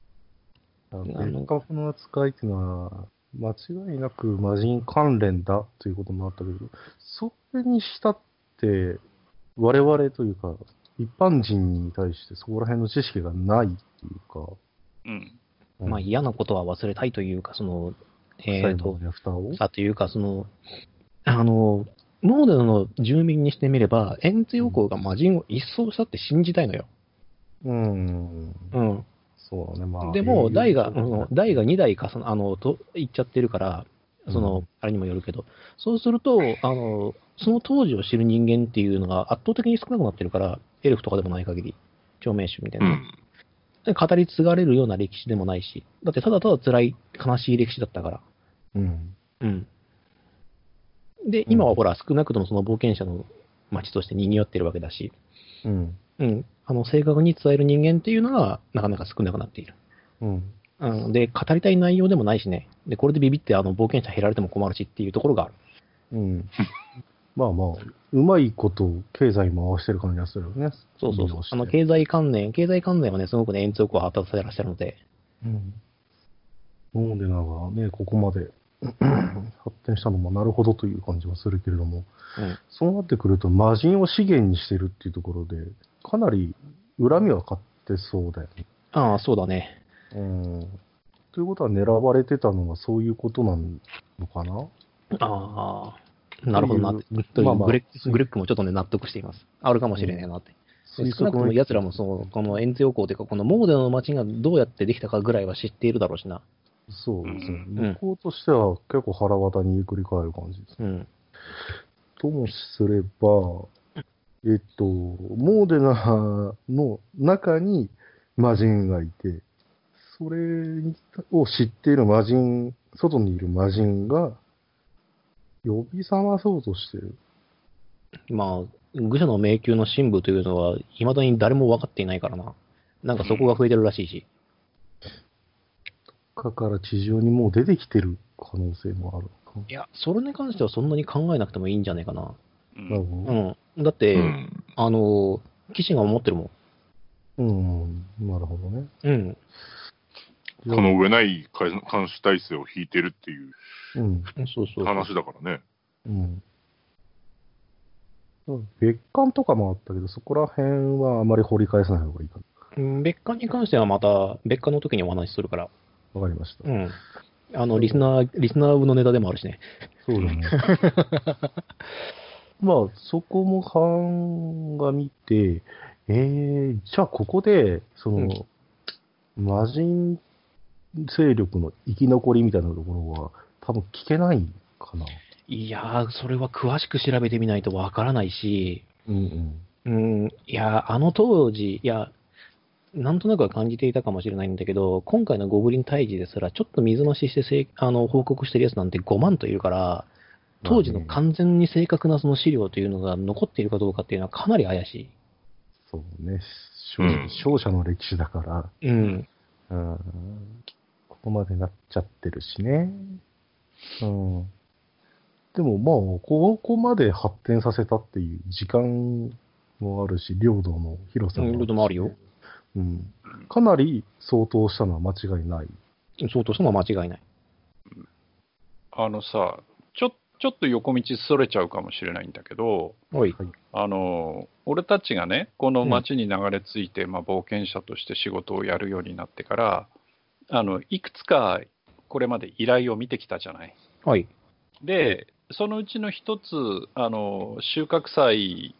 [SPEAKER 4] あの、
[SPEAKER 1] あの
[SPEAKER 4] 電化の扱いっていうのは、間違いなく魔人関連だということもあったけど、それにしたって、我々というか、一般人に対してそこら辺の知識がないっていうか、
[SPEAKER 2] うん
[SPEAKER 1] まあ、嫌なことは忘れたいというか、その、
[SPEAKER 4] え
[SPEAKER 1] えっ、と、
[SPEAKER 4] 蓋を。
[SPEAKER 1] さというか、その、あの、モーデルの住民にしてみれば、エンツヨ公が魔人を一掃したって信じたいのよ。
[SPEAKER 4] うん。
[SPEAKER 1] うん。
[SPEAKER 4] そうだね、まあ。
[SPEAKER 1] でも、台が、あ
[SPEAKER 4] 余裕
[SPEAKER 1] の台が2台重な、あの、と、いっちゃってるから、その、
[SPEAKER 4] う
[SPEAKER 1] あれにもよるけど、そうすると、あの、その当時を知る人間っていうのが圧倒的に少なくなってるから、エルフとかでもない限り、長命種みたいうな。
[SPEAKER 3] ん。
[SPEAKER 1] 語り継がれるような歴史でもないし、だってただただ辛い、悲しい歴史だったから。
[SPEAKER 4] うん。
[SPEAKER 1] うん。で、今
[SPEAKER 4] う
[SPEAKER 1] は
[SPEAKER 4] ん
[SPEAKER 1] ほら、少なくともその冒険者の街として賑わってるわけだし、
[SPEAKER 4] うん。
[SPEAKER 1] うん。あの、正確に伝える人間っていうのが、なかなか少なくなっている。
[SPEAKER 4] うん。
[SPEAKER 1] うん。で、語りたい内容でもないしね。で、これでビビって、あの、冒険者減られても困るしっていうところがある。
[SPEAKER 4] うん。まあまあ、うまいこと経済も合わせてる感じがするよね。
[SPEAKER 1] そうそうそう。あの、
[SPEAKER 4] 利
[SPEAKER 1] 経
[SPEAKER 4] 用して
[SPEAKER 1] 済関連、経済関連はね、すごくね、遠足を果たせてらっしゃるので、
[SPEAKER 4] うん。なんでなんかね、ここまで 発展したのもなるほどという感じはするけれども、
[SPEAKER 1] うん
[SPEAKER 4] そうなってくると魔人を資源にしてるっていうところで、かなり恨みは買ってそうだよね。
[SPEAKER 1] ああ、そうだね。
[SPEAKER 4] うん。ということは狙われてたのはそういうことなのかな
[SPEAKER 1] ああ、なるほどなって。
[SPEAKER 4] と
[SPEAKER 1] と
[SPEAKER 4] い
[SPEAKER 1] いうう
[SPEAKER 4] まあまあ
[SPEAKER 1] グレッグレックもちょっとね、納得しています。あるかもしれないなって。で少なくとも奴らもその、このエンツヨ港というか、このモーデの街がどうやってできたかぐらいは知っているだろうしな。
[SPEAKER 4] そうですね。
[SPEAKER 1] うん
[SPEAKER 4] 向こうとしては結構腹渡に繰り返る感じですね。
[SPEAKER 1] うん。
[SPEAKER 4] ともすれば、えっと、モーデナーの中に魔人がいて、それを知っている魔人、外にいる魔人が、呼び覚まそうとしてる。
[SPEAKER 1] まあ、愚者の迷宮の深部というのは、未だに誰も分かっていないからな。なんかそこが増えてるらしいし。
[SPEAKER 4] かから地上にもう出てきてる可能性もあるのか
[SPEAKER 1] いや、それに関してはそんなに考えなくてもいいんじゃないかな。
[SPEAKER 2] う
[SPEAKER 4] な。なる
[SPEAKER 2] ん
[SPEAKER 4] ほど。
[SPEAKER 1] うん。だって、
[SPEAKER 3] うん
[SPEAKER 1] あの、騎士が思ってるもん。
[SPEAKER 4] うん、なるほどね。
[SPEAKER 1] うん。
[SPEAKER 4] じゃあ
[SPEAKER 3] この上ない監監視体制を引いてるっていう
[SPEAKER 4] うん、
[SPEAKER 1] そうそう。
[SPEAKER 3] 話だからね。
[SPEAKER 4] うん。別館とかもあったけど、そこら辺はあまり掘り返さない方がいいか
[SPEAKER 1] うん別館に関してはまた、別館の時にお話しするから。
[SPEAKER 4] な。わかりました。
[SPEAKER 1] うん。あの、リスナー、リスナーのネタでもあるしね。
[SPEAKER 4] そうだね。まあ、そこも鑑みて、えー、じゃあここで、その、魔人勢力の生き残りみたいなところは、多分聞けないかな。
[SPEAKER 1] いやー、それは詳しく調べてみないとわからないし、
[SPEAKER 4] うんうん。
[SPEAKER 1] うん、いやー、あの当時、いや、なんとなくは感じていたかもしれないんだけど、今回のゴブリン退治ですら、ちょっと水増ししてせいあの報告してるやつなんて5万といるから、当時の
[SPEAKER 4] まあね
[SPEAKER 1] 完全に正確なその資料というのが残っているかどうかっていうのはかなり怪し
[SPEAKER 4] そうね。勝
[SPEAKER 3] うん
[SPEAKER 4] 勝者の歴史だから。
[SPEAKER 1] い。うん。
[SPEAKER 4] うんここまでなっちゃってるしね。うん。でもまあ、ここまで発展させたっていう時間もあるし、領土の広さ
[SPEAKER 1] うん、いろいろもあるよ。
[SPEAKER 4] うん。かなり相当したのは間違いない。
[SPEAKER 1] そうとしても間違いない。
[SPEAKER 2] あのさ、ちょちょっと横道それちゃうかもしれないんだけど、
[SPEAKER 1] おい。
[SPEAKER 2] あの俺たちがね、この町に流れ着いて、まあ、冒険者として仕事をやるようになってからあの、いくつかこれまで依頼を見てきたじゃない。
[SPEAKER 1] はい。
[SPEAKER 2] で、そのうちの一つ、あの収穫祭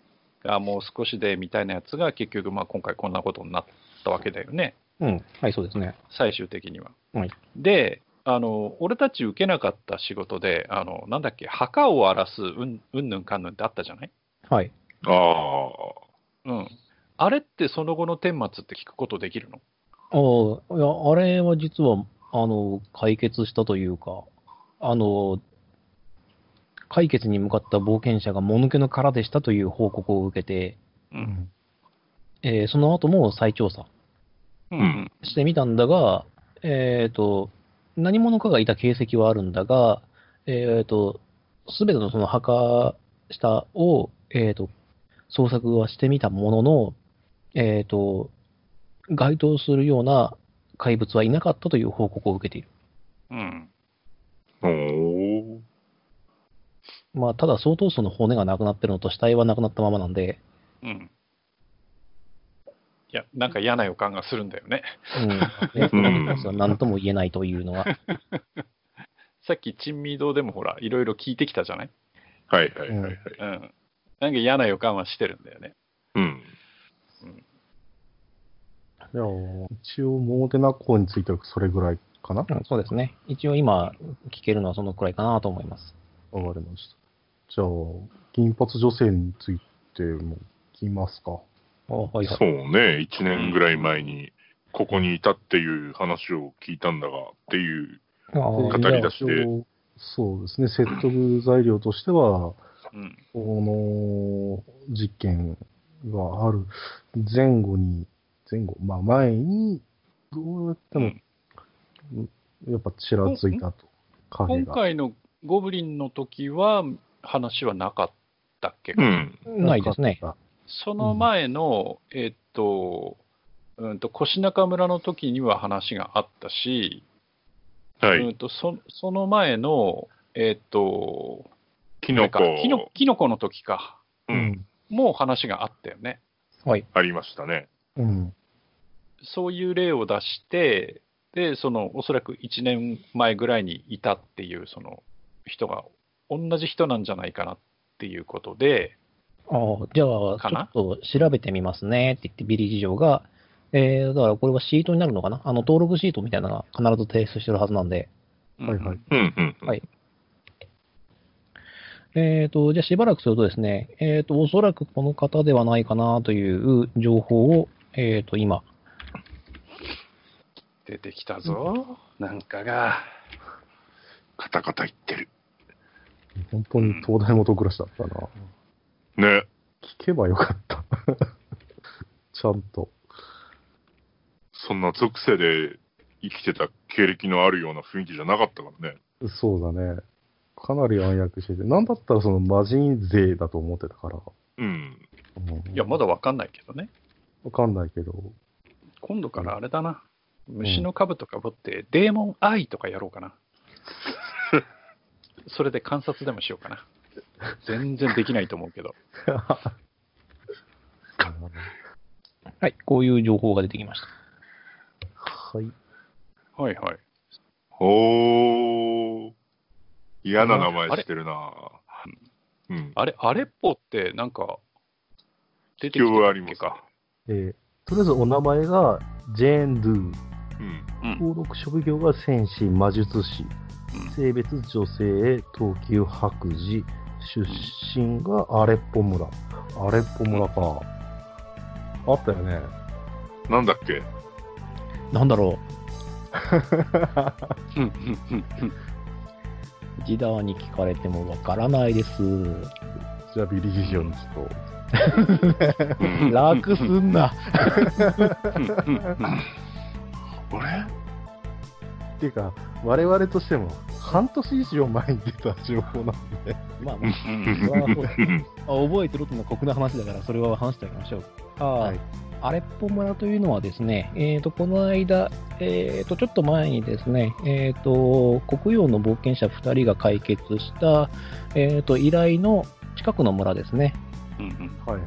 [SPEAKER 2] がもう少しでみたいなやつが、結局、まあ、今回こんなことになったわけだよね、
[SPEAKER 1] うん。はい、そうですね。
[SPEAKER 2] 最終的には。
[SPEAKER 1] はい
[SPEAKER 2] であの、俺たち受けなかった仕事で、あのなんだっけ、墓を荒らすうんうんぬんかんぬんってあったじゃない
[SPEAKER 1] はい。
[SPEAKER 3] あ
[SPEAKER 2] うん。あれってその後の顛末って聞くことできるの
[SPEAKER 1] ああ、いや、あれは実は、あの、解決したというか、あの、解決に向かった冒険者がもぬけの殻でしたという報告を受けて、
[SPEAKER 2] う。。
[SPEAKER 4] うん
[SPEAKER 1] えーその後も再調査
[SPEAKER 2] うん。
[SPEAKER 1] してみたんだが、えっ、と、何者かがいた形跡はあるんだが、えっ、と、すべてのその墓下を、えっ、と、捜索はしてみたものの、えっ、と、該当するような怪物はいなかったという報告を受けている。
[SPEAKER 2] うん。
[SPEAKER 3] あ。おー
[SPEAKER 1] まあ、ただ相当数の骨がなくなってるのと死体はなくなったままなんで、
[SPEAKER 2] うん。いや、なんか嫌な予感がするんだよね。
[SPEAKER 1] うん。ね、その人たちは何とも言えないというのは。
[SPEAKER 2] さっき珍味堂でもほら、いろいろ聞いてきたじゃない
[SPEAKER 3] はいはいはいはい。
[SPEAKER 2] うん。なんか嫌な予感はしてるんだよね。
[SPEAKER 3] うん。
[SPEAKER 4] いや一応、モーテナ校についてはそれぐらいかな
[SPEAKER 1] うん、 そうですね。一応今、聞けるのはそのくらいかなと思います。
[SPEAKER 4] わかりました。じゃあ、金髪女性についても聞きますか。
[SPEAKER 1] あはいはい
[SPEAKER 3] そうね、1年ぐらい前に、ここにいたっていう話を聞いたんだが、っていう、
[SPEAKER 1] あ
[SPEAKER 4] 語
[SPEAKER 1] ー
[SPEAKER 3] 語り出して
[SPEAKER 4] そうですね、説得材料としては、
[SPEAKER 2] うん。
[SPEAKER 4] この事件がある前後に、前後、まあ前に、どうやっても、やっぱちらついたと、影
[SPEAKER 2] 今
[SPEAKER 4] が。
[SPEAKER 2] 回のゴブリンの時は話はなかったっけ
[SPEAKER 3] う、ん。
[SPEAKER 1] ないですね。
[SPEAKER 2] その前の、えっと、うんと、越中村の時には話があったし、
[SPEAKER 3] は
[SPEAKER 2] う
[SPEAKER 3] い。
[SPEAKER 2] んとそその前の、えっと、
[SPEAKER 3] キ
[SPEAKER 2] あ
[SPEAKER 3] ノ
[SPEAKER 2] れか
[SPEAKER 3] コ、
[SPEAKER 2] キノキノコの時か、
[SPEAKER 3] うん、
[SPEAKER 2] もう話があったよね。
[SPEAKER 1] はい。
[SPEAKER 3] ありましたね。
[SPEAKER 4] うん。
[SPEAKER 2] そういう例を出して、で、その、おそらく1年前ぐらいにいたっていう、その、人が、同じ人なんじゃないかなっていうことで、
[SPEAKER 1] あーじゃあ、
[SPEAKER 2] か
[SPEAKER 1] ちょ
[SPEAKER 2] な
[SPEAKER 1] っと調べてみますねって言って、ビリー事情が、えー、だからこれはシートになるのかなあの、登録シートみたいなのが必ず提出してるはずなんで、
[SPEAKER 4] はいはい
[SPEAKER 2] うん
[SPEAKER 3] うんうんうん。
[SPEAKER 1] はいえー、と、じゃあしばらくするとですね、えー、と、おそらくこの方ではないかなという情報を、えー、と、今、
[SPEAKER 2] 出てきたぞ、なんかが。
[SPEAKER 3] カタカタ言ってる。
[SPEAKER 4] 本当に東大元暮らしだったな。
[SPEAKER 3] ね。
[SPEAKER 4] 聞けばよかった。 ちゃんと。
[SPEAKER 3] そんな属性で生きてた経歴のあるような雰囲気じゃなかったからね。
[SPEAKER 4] そうだね。かなり暗躍してて、なんだったらその魔人勢だと思ってたから。
[SPEAKER 3] うん。
[SPEAKER 4] うん
[SPEAKER 2] いや、まだわかんないけどね。
[SPEAKER 4] わかんないけど。
[SPEAKER 2] 今度からあれだな。虫の株とかぶって、デーモンアイとかやろう かな。それで観察でもしようかな。全然できないと思うけど。
[SPEAKER 1] はい、こういう情報が出てきました。
[SPEAKER 4] はい。
[SPEAKER 2] はいはい。
[SPEAKER 3] おー。嫌な名前してるなうん。
[SPEAKER 2] あれ、アレッポってなんか、出てき
[SPEAKER 3] 必要
[SPEAKER 2] た
[SPEAKER 3] あ
[SPEAKER 2] っ
[SPEAKER 3] りま
[SPEAKER 2] け
[SPEAKER 3] す
[SPEAKER 2] か。
[SPEAKER 4] えーとりあえずお名前が、ジェーン・ドゥ。
[SPEAKER 3] うん。
[SPEAKER 2] うん。
[SPEAKER 4] 登録職業が戦士、魔術師。性別女性、東急白磁。出身がアレッポ村。アレッポ村か。あったよね。
[SPEAKER 3] なんだっけ
[SPEAKER 1] なんだろ
[SPEAKER 2] うんうんうん
[SPEAKER 1] う、ジダーに聞かれてもわからないです。
[SPEAKER 4] じゃあビリジオンちょっと。
[SPEAKER 3] うん。
[SPEAKER 1] 楽すんな。
[SPEAKER 2] うんうん
[SPEAKER 3] 俺
[SPEAKER 4] っていうか、我々としても、半年以上前に出た情報なんで、
[SPEAKER 1] まあまあ、
[SPEAKER 2] うん
[SPEAKER 1] それはそうだ あ覚えてろってのは酷な話だから、それは話しておきましょう。
[SPEAKER 4] はい
[SPEAKER 1] アレッポ村というのはですね、えー、とこの間、えー、とちょっと前にですね、えー、と国用の冒険者2人が解決した、えー、と依頼の近くの村ですね。
[SPEAKER 2] うん
[SPEAKER 4] はいはいはい。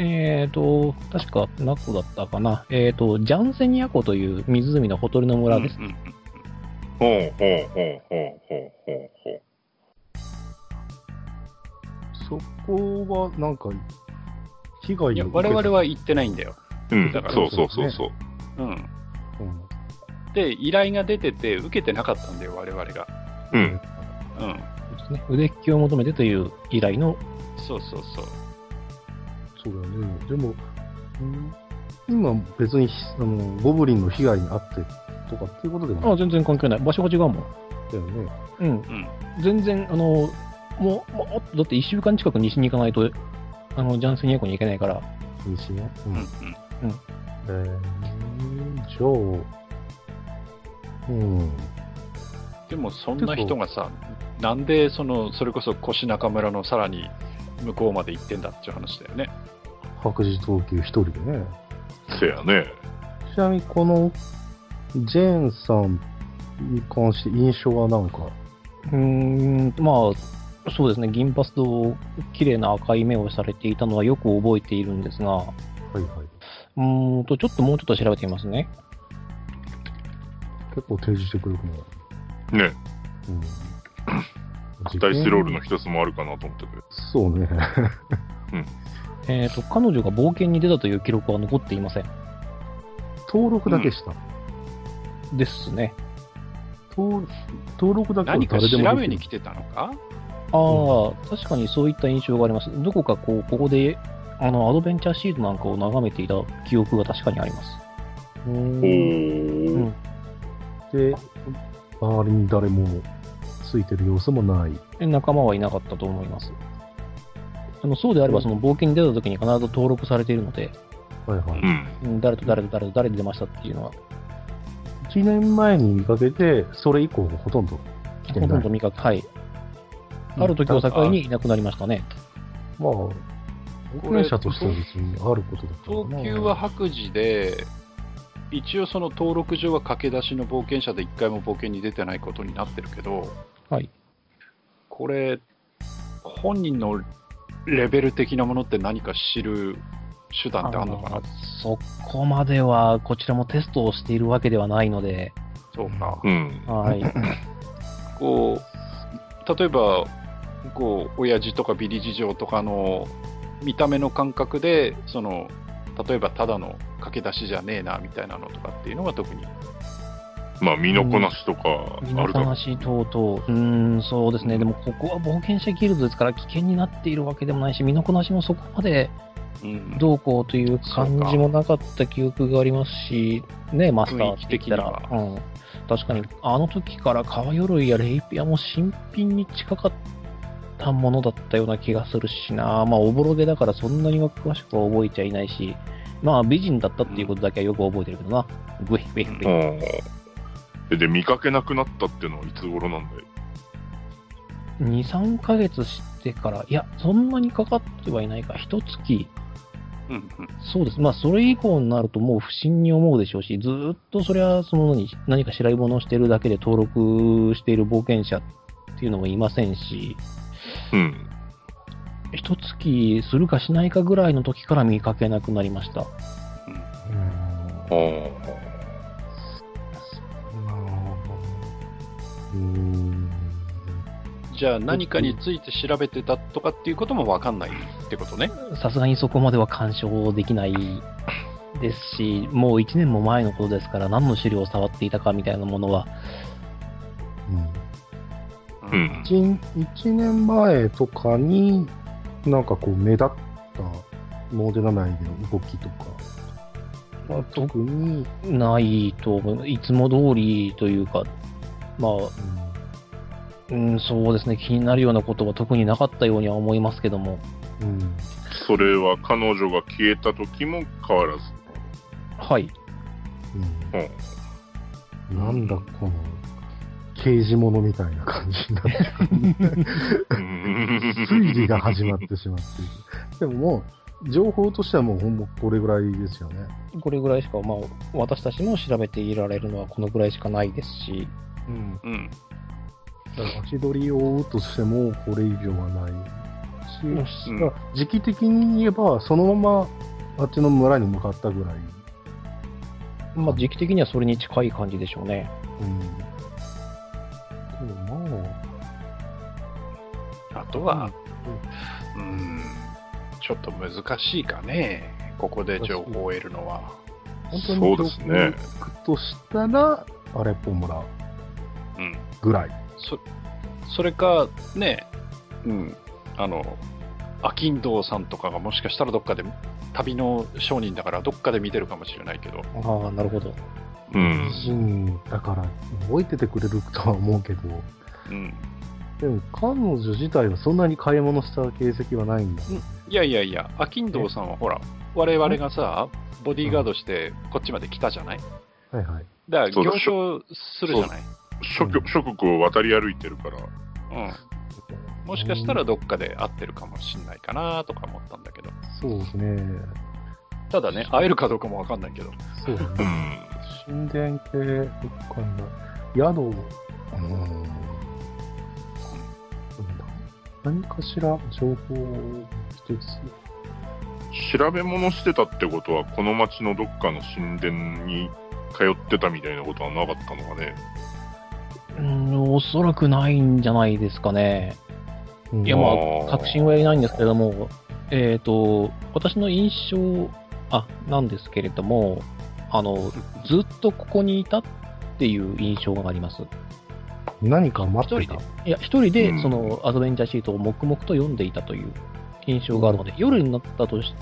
[SPEAKER 1] えー、と確か、ナコだったかな、えーと、ジャンセニア湖という湖のほとりの村です。
[SPEAKER 2] うん
[SPEAKER 3] ほうほうほうほうほうほうほう。
[SPEAKER 4] そこは、なんか、被害を
[SPEAKER 2] いや、
[SPEAKER 4] 受
[SPEAKER 2] 我
[SPEAKER 4] け
[SPEAKER 2] 々は行ってないんだよ。
[SPEAKER 3] うん、
[SPEAKER 2] だから
[SPEAKER 3] そうそうそうそう。
[SPEAKER 2] うん。
[SPEAKER 4] うん
[SPEAKER 2] で、依頼が出てて、受けてなかったんだよ、我々が。
[SPEAKER 3] うん。
[SPEAKER 2] うん。
[SPEAKER 1] ですね腕利きを求めてという依頼の、
[SPEAKER 2] そうそうそう。
[SPEAKER 4] そうだよね。でも、うん今別にひあのゴブリンの被害に遭ってとかっていうことでもな
[SPEAKER 1] あ
[SPEAKER 4] い
[SPEAKER 1] 全然関係ない、場所が違うもん。
[SPEAKER 4] んだよね。
[SPEAKER 1] うん、
[SPEAKER 2] うん。
[SPEAKER 1] 全然、あの、もう、もうだって1週間近く西に行かないと、あの、ジャンスニア湖に行けないから、
[SPEAKER 4] 西ね。う。
[SPEAKER 2] うんん
[SPEAKER 4] えー、じゃあ、うん。
[SPEAKER 2] でもそんな人がさ、なんでそのそれこそ越中村のさらに向こうまで行ってんだっていう話だよね。
[SPEAKER 4] 白磁投球一人でね。
[SPEAKER 3] せやね。
[SPEAKER 4] ちなみにこのジェーンさんに関して印象はなんか、
[SPEAKER 1] うーん、まあ、そうですね、銀髪と綺麗な赤い目をされていたのはよく覚えているんですが、う
[SPEAKER 4] はいはい、
[SPEAKER 1] ーんと、ちょっともうちょっと調べてみますね。
[SPEAKER 4] 結構提示してくれるね。
[SPEAKER 3] ね。
[SPEAKER 4] うん、
[SPEAKER 3] ダイスロールの一つもあるかなと思ってて。
[SPEAKER 4] そうね。
[SPEAKER 1] えーと彼女が冒険に出たという記録は残っていません。
[SPEAKER 4] 登録だけした。
[SPEAKER 1] ですね。
[SPEAKER 4] 登登録だけは
[SPEAKER 2] 何か
[SPEAKER 4] 誰でも
[SPEAKER 2] 調
[SPEAKER 4] で
[SPEAKER 2] べ
[SPEAKER 4] きる
[SPEAKER 2] に来てたの
[SPEAKER 1] あ
[SPEAKER 2] か
[SPEAKER 1] あ、確かにそういった印象があります。どこかこう、ここで、あの、アドベンチャーシートなんかを眺めていた記憶が確かにあります。
[SPEAKER 4] う
[SPEAKER 3] お
[SPEAKER 4] ーん
[SPEAKER 3] ー。
[SPEAKER 1] うん
[SPEAKER 4] で、周りに誰もついてる様子もない。
[SPEAKER 1] で仲間はいなかったと思います。あのそうであれば、その冒険に出た時に必ず登録されているので、
[SPEAKER 4] はいは
[SPEAKER 3] う
[SPEAKER 4] い。
[SPEAKER 3] ん。
[SPEAKER 1] うん誰と誰と誰と誰で出ましたっていうのは、
[SPEAKER 4] 1年前に見かけて、それ以降ほとんど来て
[SPEAKER 1] ほと
[SPEAKER 4] なんい
[SPEAKER 1] ど。見かけ、はい。ある時を境にいなくなりましたね。
[SPEAKER 4] まあ、冒険者としては別にあることだから
[SPEAKER 2] 東
[SPEAKER 4] な
[SPEAKER 2] 急は白磁で、一応その登録上は駆け出しの冒険者で一回も冒険に出てないことになってるけど、
[SPEAKER 1] はい。
[SPEAKER 2] これ、本人のレベル的なものって何か知る手段ってあるのかな
[SPEAKER 1] あのそこまでは、こちらもテストをしているわけではないので、
[SPEAKER 2] そうか。
[SPEAKER 3] うん。
[SPEAKER 1] はい。
[SPEAKER 2] こう、例えば、こう、親父とかビリ事情とかの見た目の感覚で、その、例えばただの駆け出しじゃねえなみたいなのとかっていうのが特に
[SPEAKER 3] まあ、身のこなしとか
[SPEAKER 1] 身
[SPEAKER 3] あ
[SPEAKER 1] の
[SPEAKER 3] るだろう。
[SPEAKER 1] 話等々、うーん、そうですね、でもここは冒険者ギルドですから、危険になっているわけでもないし、身のこなしもそこまで
[SPEAKER 2] うん
[SPEAKER 1] どうこうという感じもなかった記憶がありますし、ね、マスターって言った
[SPEAKER 2] 雰囲
[SPEAKER 1] ら
[SPEAKER 2] 気、的
[SPEAKER 1] うん、確かにあの時から革鎧やレイピアも新品に近かったものだったような気がするしな、まあ、おぼろげだからそんなには詳しくは覚えちゃいないし、まあ、美人だったっていうことだけはよく覚えてるけどな、グイグイグイ
[SPEAKER 3] うんえで、見かけなくなったっていうのはいつ頃なんだよ。
[SPEAKER 1] 2、3ヶ月してから、いや、そんなにかかってはいないか、一月、
[SPEAKER 2] うんうん
[SPEAKER 1] そうです。まあ、それ以降になるともう不審に思うでしょうし、ずーっとそれはその何何か白いものをしてるだけで登録している冒険者っていうのもいませんし、
[SPEAKER 3] うん。
[SPEAKER 1] 一月するかしないかぐらいの時から見かけなくなりました。
[SPEAKER 3] あー
[SPEAKER 4] うーん。
[SPEAKER 2] じゃあ何かについて調べてたとかっていうことも分かんないってことね。
[SPEAKER 1] さすがにそこまでは干渉できないですし、もう1年も前のことですから、何の資料を触っていたかみたいなものは、
[SPEAKER 4] うん
[SPEAKER 2] う
[SPEAKER 3] うん。
[SPEAKER 4] 1, 1年前とかになんかこう目立ったモデル内での動きとか、まあ、特に、
[SPEAKER 1] ないと思う。いつも通りというか、まあ、うん、そうですね、気になるようなことは特になかったようには思いますけども、
[SPEAKER 4] うんうん
[SPEAKER 3] それは彼女が消えた時も変わらず。
[SPEAKER 1] はい。
[SPEAKER 4] うんなんだこの刑事物みたいな感じになって推理が始まってしまっているでももう情報としてはもうほんまこれぐらいですよね
[SPEAKER 1] これぐらいしか、まあ、私たちも調べていられるのはこのぐらいしかないですし、
[SPEAKER 4] うん
[SPEAKER 2] うん
[SPEAKER 4] だから足取りを追うとしてもこれ以上はないし、
[SPEAKER 2] うん
[SPEAKER 4] まあ時期的に言えば、そのままあっちの村に向かったぐらい、
[SPEAKER 1] まあ、時期的にはそれに近い感じでしょうね。
[SPEAKER 4] うん、でもま
[SPEAKER 2] あとは、うん、ちょっと難しいかね、ここで情報を得るのは。
[SPEAKER 4] あ、本当に
[SPEAKER 3] そうですね
[SPEAKER 4] 行くとしたら、アレッポ村
[SPEAKER 2] うん、
[SPEAKER 4] ぐらい。
[SPEAKER 2] そそれか、ね、うん、あの、アキンドーさんとかがもしかしたらどっかで、旅の商人だからどっかで見てるかもしれないけど、
[SPEAKER 1] ああ、なるほど。
[SPEAKER 3] うん。
[SPEAKER 4] 人だから、覚えててくれるとは思うけど、
[SPEAKER 2] うん、
[SPEAKER 4] でも彼女自体はそんなに買い物した形跡はないんだ。
[SPEAKER 2] いやいやいや、アキンドーさんはほら、我々がさ、ボディーガードしてこっちまで来たじゃない
[SPEAKER 4] はいはい。
[SPEAKER 2] だから
[SPEAKER 3] そうだ
[SPEAKER 2] 行商するじゃない。
[SPEAKER 3] 諸国諸国を渡り歩いてるから。
[SPEAKER 2] うん、もしかしたらどっかで会ってるかもしれないかなとか思ったんだけど、
[SPEAKER 4] そうですね。
[SPEAKER 2] ただね、会えるかどうかもわかんないけど、
[SPEAKER 4] そうだね
[SPEAKER 3] うん。
[SPEAKER 4] 神殿系、どっかに宿を、うーん、なんだ何かしら情報を一つ、
[SPEAKER 3] 調べ物してたってことは、この町のどっかの神殿に通ってたみたいなことはなかったのかね。
[SPEAKER 1] うん、おおそらくないんじゃないですかね。いや、ま
[SPEAKER 3] あー
[SPEAKER 1] あ、確信は得ないんですけれども、えっ、と、私の印象あなんですけれども、あの、ずっとここにいたっていう印象があります。
[SPEAKER 4] 何か待って
[SPEAKER 1] 一人
[SPEAKER 4] た
[SPEAKER 1] で。いや、一人で
[SPEAKER 3] うん
[SPEAKER 1] そのアドベンチャーシートを黙々と読んでいたという印象があるので、夜になったとし、し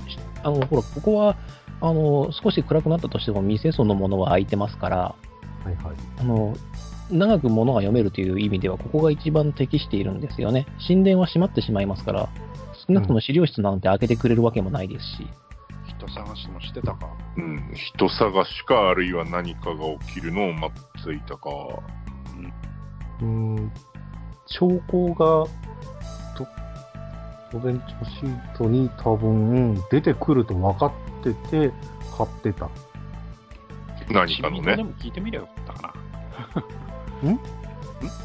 [SPEAKER 1] あの、ほら、ここは、あの、少し暗くなったとしても、店そのものは開いてますから、
[SPEAKER 4] はいはい。
[SPEAKER 1] あの、長く物が読めるという意味では、ここが一番適しているんですよね。神殿は閉まってしまいますから、少なくとも資料室なんて開けてくれるわけもないですし、
[SPEAKER 2] 人探しもしてたか。
[SPEAKER 3] うん、人探しか、あるいは何かが起きるのを待っていたか。
[SPEAKER 4] うーん、兆候が、と、午前中シートに多分出てくると分かってて、買ってた。
[SPEAKER 3] 何かの
[SPEAKER 2] チンミドで
[SPEAKER 3] ね。
[SPEAKER 2] も聞いてみりゃよかったか
[SPEAKER 4] ん
[SPEAKER 2] な。ん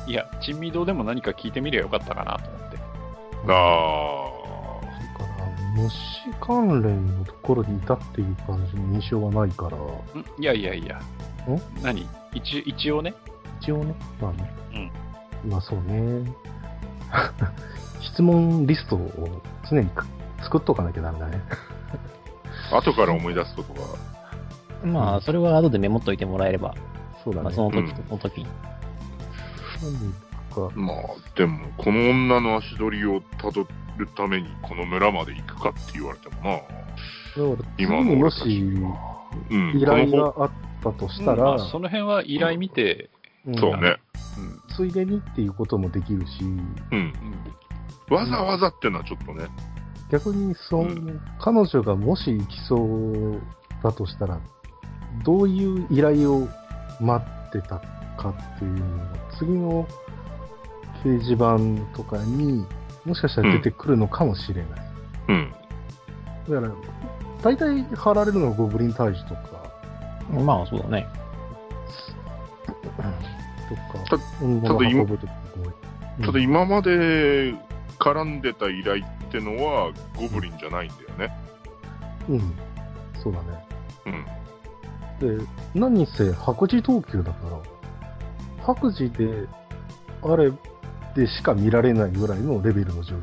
[SPEAKER 2] いや、珍味堂でも何か聞いてみりゃよかったかなと思って。
[SPEAKER 3] あ
[SPEAKER 4] だから、虫関連のところにいたっていう感じの印象はないから、
[SPEAKER 2] んいやいやいや。何一一応ね。
[SPEAKER 4] 一応ね、まあね。まあそうね。 質問リストを常に作っとかなきゃダメだね。
[SPEAKER 3] あ、後から思い出すことが。
[SPEAKER 1] ま
[SPEAKER 4] う
[SPEAKER 1] あ、
[SPEAKER 4] ん
[SPEAKER 1] それは後でメモっといてもらえれば、
[SPEAKER 4] そうだ
[SPEAKER 1] まあ、
[SPEAKER 4] ね。
[SPEAKER 1] その時、
[SPEAKER 3] うん
[SPEAKER 1] その時に。
[SPEAKER 4] 何か
[SPEAKER 3] まあ、でも、この女の足取りをたどるために、この村まで行くかって言われてもな。
[SPEAKER 4] だから
[SPEAKER 3] 今
[SPEAKER 4] 次
[SPEAKER 3] の
[SPEAKER 4] にも
[SPEAKER 3] 俺たち
[SPEAKER 4] し
[SPEAKER 3] うん、
[SPEAKER 4] 依頼
[SPEAKER 3] この
[SPEAKER 4] があったとした
[SPEAKER 2] ま
[SPEAKER 4] ら、
[SPEAKER 2] あその辺は依頼見て、
[SPEAKER 4] うん
[SPEAKER 3] そうね。
[SPEAKER 2] うん
[SPEAKER 4] ついでにっていうこともできるし、
[SPEAKER 3] うん。
[SPEAKER 2] うん
[SPEAKER 3] わざわざってのはちょっとね。
[SPEAKER 4] 逆にその、
[SPEAKER 3] うん
[SPEAKER 4] 彼女がもし行きそうだとしたら、どういう依頼を待ってたかっていうのが、次の掲示板とかにもしかしたら出てくるのかもしれない。
[SPEAKER 3] うん。
[SPEAKER 4] だから、大体貼られるのがゴブリン退治とか、
[SPEAKER 1] まあ、そうだね。
[SPEAKER 4] とか、うん
[SPEAKER 3] ただ今
[SPEAKER 4] 運ぶとかうん
[SPEAKER 3] ただ今まで絡んでた依頼ってのは、ゴブリンじゃないんだよね。
[SPEAKER 4] うん、そうだね。
[SPEAKER 3] うん。
[SPEAKER 4] で、何せ白磁投球だから、白磁で、あれでしか見られないぐらいのレベルの状況。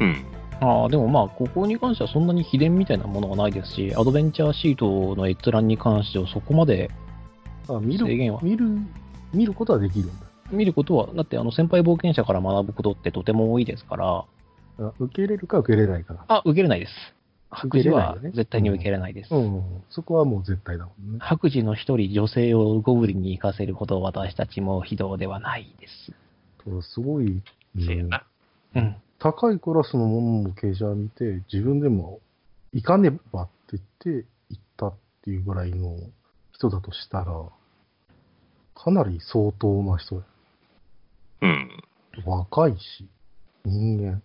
[SPEAKER 3] うん。
[SPEAKER 1] ああ、でもまあ、ここに関してはそんなに秘伝みたいなものがないですし、アドベンチャーシートの閲覧に関してはそこまで
[SPEAKER 4] あ見
[SPEAKER 1] 制
[SPEAKER 4] る、
[SPEAKER 1] 限は
[SPEAKER 4] 見る、見ることはできるん
[SPEAKER 1] 見ることは、だってあの先輩冒険者から学ぶことってとても多いですから、
[SPEAKER 4] だ。あ受け入れるか受け入れないかだ。
[SPEAKER 1] あ、受けれないです。白
[SPEAKER 4] 受け
[SPEAKER 1] 磁
[SPEAKER 4] れないよね
[SPEAKER 1] は絶対に受けれないです。
[SPEAKER 4] うん、そこはもう絶対だもんね。
[SPEAKER 1] 白磁の一人女性をゴブリンに行かせるほど私たちも非道ではないです。
[SPEAKER 4] ただすごい、うん
[SPEAKER 2] せやな。
[SPEAKER 1] うん。
[SPEAKER 4] 高いクラスのものの傾斜を見て、自分でも行かねばって言って行ったっていうぐらいの人だとしたら、かなり相当な人だよ
[SPEAKER 3] うん。
[SPEAKER 4] 若いし、人間。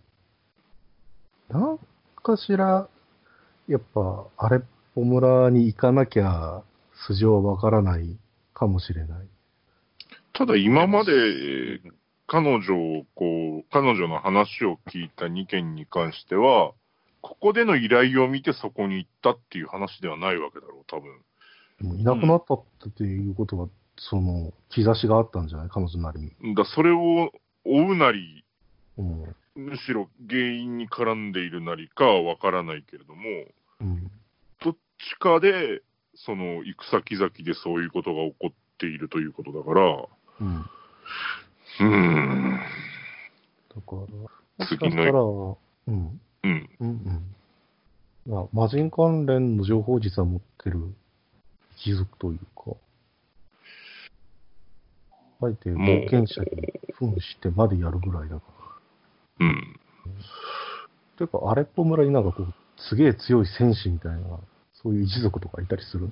[SPEAKER 4] なんかしら、やっぱ、あれっぽ村に行かなきゃ、筋はわからないかもしれない。
[SPEAKER 3] ただ今まで、えー彼女をこう、彼女の話を聞いた2件に関しては、ここでの依頼を見てそこに行ったっていう話ではないわけだろう、多分。
[SPEAKER 4] でもいなくなったっていうことは、その、兆しがあったんじゃない彼女なりに。
[SPEAKER 3] だそれを追うなり、
[SPEAKER 4] うん。
[SPEAKER 3] むしろ原因に絡んでいるなりかはわからないけれども、
[SPEAKER 4] うん。
[SPEAKER 3] どっちかで、その行く先々でそういうことが起こっているということだから、
[SPEAKER 4] うん。
[SPEAKER 3] うーん、
[SPEAKER 4] だから、もしか
[SPEAKER 3] 次
[SPEAKER 4] したら、うん。
[SPEAKER 3] うん、
[SPEAKER 4] うんうん。まあ、魔人関連の情報を実は持ってる一族というか、あえて冒険者に扮してまでやるぐらいだか
[SPEAKER 3] うん、
[SPEAKER 4] ら。てか、あれっぽ村になんかこう、すげえ強い戦士みたいな、そういう一族とかいたりする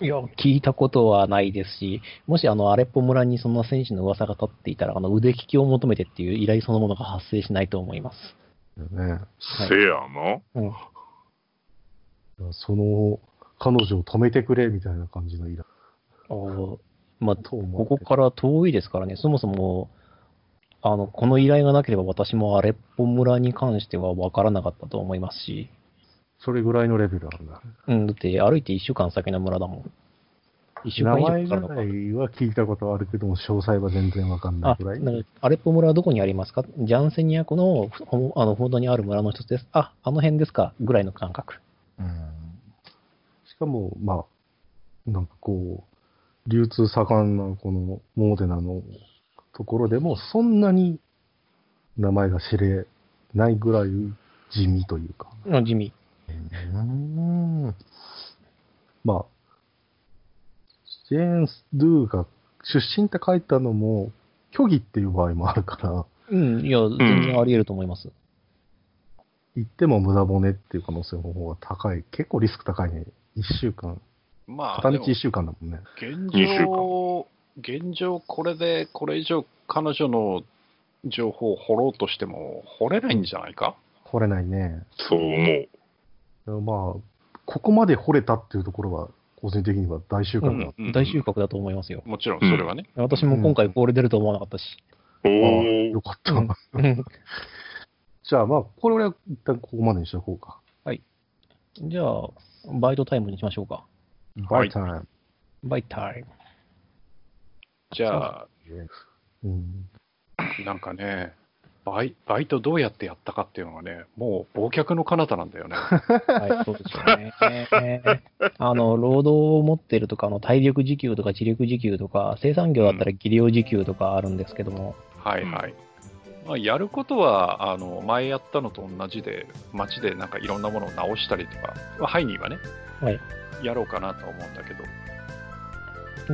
[SPEAKER 1] いや、聞いたことはないですし、もしあの、アレッポ村にそんな戦士の噂が立っていたら、あの、腕利きを求めてっていう依頼そのものが発生しないと思います。
[SPEAKER 4] んだよね。
[SPEAKER 1] い
[SPEAKER 3] せやな。
[SPEAKER 4] その、彼女を止めてくれみたいな感じのイラ
[SPEAKER 1] おまあ、
[SPEAKER 4] と思
[SPEAKER 1] こ
[SPEAKER 4] って
[SPEAKER 1] こから遠いですからね、そもそも、あの、この依頼がなければ私もアレッポ村に関しては分からなかったと思いますし、
[SPEAKER 4] それぐらいのレベルあるんだ。
[SPEAKER 1] うん、だって歩いて1週間先の村だもん。一週
[SPEAKER 4] 名
[SPEAKER 1] 間以上
[SPEAKER 4] 前
[SPEAKER 1] かか
[SPEAKER 4] ぐら
[SPEAKER 1] るのか。
[SPEAKER 4] いは聞いたことはあるけども、詳細は全然わかんない
[SPEAKER 1] あ、
[SPEAKER 4] ぐらい。
[SPEAKER 1] なんかアレッポ村はどこにありますかジャンセニア湖のふほあのほどにある村の一つです。あ、あの辺ですかぐらいの感覚。
[SPEAKER 4] うんしかも、まあ、なんかこう、流通盛んなこのモーデナのところでも、そんなに名前が知れないぐらい地味というか、
[SPEAKER 1] の地味。
[SPEAKER 4] うんまあ、ジェーンス・ドゥが出身って書いたのも、虚偽っていう場合もあるから、
[SPEAKER 1] うん、いや、全然あり得ると思います。
[SPEAKER 4] 言っても無駄骨っていう可能性の方が高い。結構リスク高いね。1週間。
[SPEAKER 2] まあ、
[SPEAKER 4] 片
[SPEAKER 2] で
[SPEAKER 4] 道
[SPEAKER 2] も
[SPEAKER 4] 1週間だもんね。
[SPEAKER 2] 現
[SPEAKER 3] 二週
[SPEAKER 2] 状、現状、これで、これ以上、彼女の情報を掘ろうとしても、掘れないんじゃないか、
[SPEAKER 4] 掘れないね。
[SPEAKER 3] そう思う。
[SPEAKER 4] まあ、ここまで掘れたっていうところは、個人的には大収穫だ。
[SPEAKER 2] うん
[SPEAKER 1] 大収穫だと思いますよ。
[SPEAKER 2] もちろん、それはね。
[SPEAKER 1] 私も今回これ出ると思わなかったし。
[SPEAKER 3] お
[SPEAKER 4] よ
[SPEAKER 3] お、
[SPEAKER 4] かった。
[SPEAKER 1] うん
[SPEAKER 4] じゃあまあ、これは一旦ここまでにしとこうか。
[SPEAKER 1] じゃあ、バイトタイムにしましょうか。
[SPEAKER 4] バ
[SPEAKER 3] は
[SPEAKER 4] イ
[SPEAKER 3] い
[SPEAKER 4] タイム。
[SPEAKER 1] バイタイム。
[SPEAKER 2] じゃあ、
[SPEAKER 4] うん、
[SPEAKER 2] なんかね、バイバイトどうやってやったかっていうのがね、もう、忘却の彼方なんだよね。
[SPEAKER 1] はい、そうですよね。あの、労働を持ってるとか、あの体力時給とか、知力時給とか、生産業だったら技量時給とかあるんですけども、
[SPEAKER 2] はいはい。まあ、やることは、あの、前やったのと同じで、街でなんかいろんなものを直したりとか、まあハイニーはね、
[SPEAKER 1] はい
[SPEAKER 2] やろうかなと思うんだけど、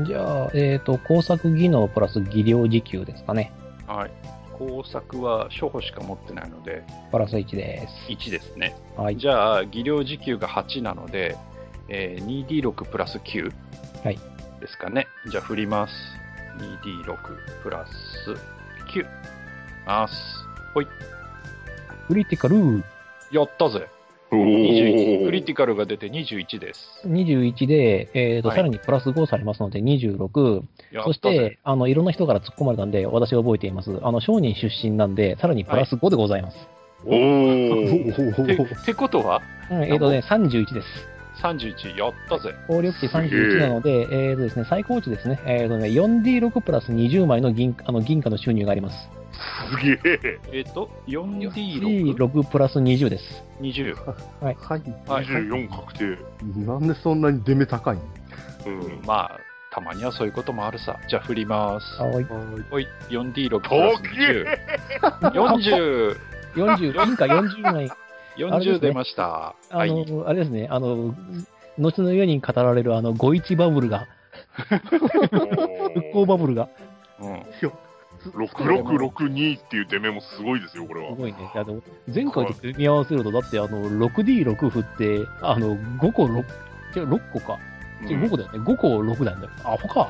[SPEAKER 1] じゃあ、えっ、と、工作技能プラス技量時給ですかね。
[SPEAKER 2] はい。工作は初歩しか持ってないので、
[SPEAKER 1] プラス1です。
[SPEAKER 2] 1ですね。
[SPEAKER 1] はい。
[SPEAKER 2] じゃあ、技量時給が8なので、えー 2D6 プラス9
[SPEAKER 1] はい
[SPEAKER 2] ですかね。じゃあ、振ります。2D6 プラス9。ます。ほい。
[SPEAKER 1] クリティカル
[SPEAKER 2] やったぜ。
[SPEAKER 3] お
[SPEAKER 2] 21。ク
[SPEAKER 3] お
[SPEAKER 2] リ、ティカルが出て21です。
[SPEAKER 1] 21で、えっ、と、
[SPEAKER 2] はい
[SPEAKER 1] さらにプラス5されますので26。
[SPEAKER 2] や
[SPEAKER 1] そ
[SPEAKER 2] っ
[SPEAKER 1] した
[SPEAKER 2] ぜ。
[SPEAKER 1] て、あの、いろんな人から突っ込まれたんで、私覚えています。あの、商人出身なんで、さらにプラス5でございます。
[SPEAKER 3] おお、
[SPEAKER 2] てってことは、
[SPEAKER 1] うんえっ、とね、31です。
[SPEAKER 2] 31やったぜ。
[SPEAKER 1] 効力値31なので、えーとですね、最高値ですね、えーとね 4D6 プラス20枚の銀あの銀貨の収入があります。
[SPEAKER 3] すげえ。
[SPEAKER 2] えっ、と、4D620。
[SPEAKER 1] 6プラス20です。
[SPEAKER 4] はい。
[SPEAKER 2] はい。
[SPEAKER 3] 24確定。
[SPEAKER 4] なんでそんなに出目高いの
[SPEAKER 3] うん。
[SPEAKER 2] まあ、たまにはそういうこともあるさ。じゃあ、振ります。
[SPEAKER 1] はい
[SPEAKER 2] おい、4D6 プラ
[SPEAKER 3] 高
[SPEAKER 2] ス
[SPEAKER 3] え
[SPEAKER 2] 20。40、
[SPEAKER 1] 40、銀貨40枚、あれですね
[SPEAKER 2] 40出ました。
[SPEAKER 1] あ
[SPEAKER 2] はい。
[SPEAKER 1] の、あれですね、あの、後の世に語られるあの、五一バブルが、復興バブルが、
[SPEAKER 2] うん
[SPEAKER 3] 6662っていう出目もすごいですよ、これ
[SPEAKER 1] す
[SPEAKER 3] は。
[SPEAKER 1] ごいね。あの前回と組み合わせると、だってあの、6D6 振って、あの、5個6、違う6個か。違う5個だよね。5個6なんだよ。アホか。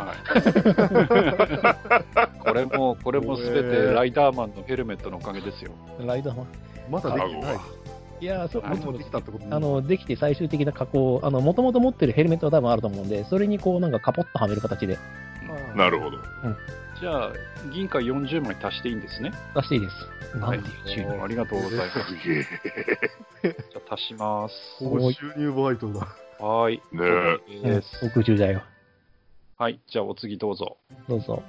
[SPEAKER 2] はいこれも、これもすべてライダーマンのヘルメットのおかげですよ。
[SPEAKER 1] ライダーマン。
[SPEAKER 4] まだできてない。
[SPEAKER 1] いやー、そう、
[SPEAKER 2] あ
[SPEAKER 4] もうできたってこと
[SPEAKER 1] あのできて最終的な加工、あの元々持ってるヘルメットは多分あると思うんで、それにこうなんかカポッとはめる形で
[SPEAKER 3] なるほど。
[SPEAKER 2] じゃあ、銀貨40枚足していいんですね。
[SPEAKER 1] 出していいです。な
[SPEAKER 2] は
[SPEAKER 1] ん
[SPEAKER 2] い
[SPEAKER 1] ていうチーム。
[SPEAKER 2] ありがとうございます。
[SPEAKER 3] すげえ。
[SPEAKER 2] じゃあ足します。
[SPEAKER 4] 高収入バイトだ。
[SPEAKER 2] はーい。
[SPEAKER 3] ね
[SPEAKER 2] え
[SPEAKER 1] うん空中だよ。
[SPEAKER 2] はい。じゃあ、お次どうぞ。
[SPEAKER 1] どうぞ。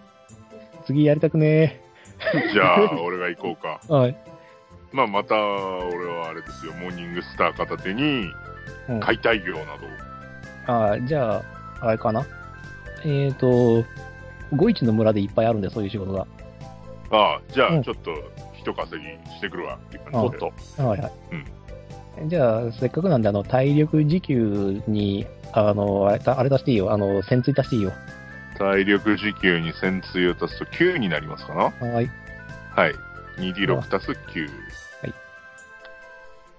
[SPEAKER 1] 次やりたくね
[SPEAKER 3] え。じゃあ、俺が行こうか。
[SPEAKER 1] ー。はい。
[SPEAKER 3] まあ、また、俺はあれですよ、モーニングスター片手に
[SPEAKER 1] うん、
[SPEAKER 3] 解体業などを。
[SPEAKER 1] あーじゃあ、あれかな。えっ、ー、と、五一の村でいっぱいあるんで、そういう仕事が。
[SPEAKER 3] ああ、じゃ
[SPEAKER 1] うん
[SPEAKER 3] あ、ちょっと、一稼ぎしてくるわ、っていう
[SPEAKER 1] あ
[SPEAKER 3] 感
[SPEAKER 2] お
[SPEAKER 3] じ
[SPEAKER 2] っ
[SPEAKER 3] で。
[SPEAKER 2] と。
[SPEAKER 1] はいはい。じゃあ、せっかくなんで、あの、体力時給に、あの、あれたあれ出していいよ。あの、潜水出していいよ。
[SPEAKER 3] 体力時給に潜水を足すと9になりますかな
[SPEAKER 1] はい。
[SPEAKER 3] はい。2D6 足す9。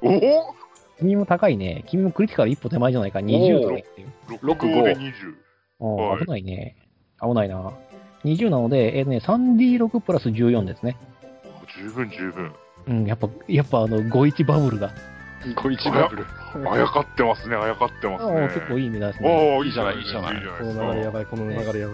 [SPEAKER 1] はい。
[SPEAKER 3] おお
[SPEAKER 1] 君も高いね。君もクリティカル一歩手前じゃないか。20とか言ってる。
[SPEAKER 3] !6 号で20。
[SPEAKER 1] あ
[SPEAKER 3] は
[SPEAKER 1] あ、
[SPEAKER 3] い
[SPEAKER 1] 危ないね。危ないな。20なので、えーとね、3D6 プラス14ですね。
[SPEAKER 3] 十分十分。
[SPEAKER 1] うん、やっぱ、やっぱあの、51バブルが。
[SPEAKER 2] こ一バブル。
[SPEAKER 3] あやかってますね、あやかってます
[SPEAKER 1] あ
[SPEAKER 3] ね
[SPEAKER 1] あ。結構いい値段ですね。
[SPEAKER 3] おお、いいじゃない、いいじゃない。いいじゃ
[SPEAKER 4] こ
[SPEAKER 3] ないで
[SPEAKER 4] の流れ
[SPEAKER 3] す
[SPEAKER 4] や
[SPEAKER 3] か。
[SPEAKER 4] ばい、この流れや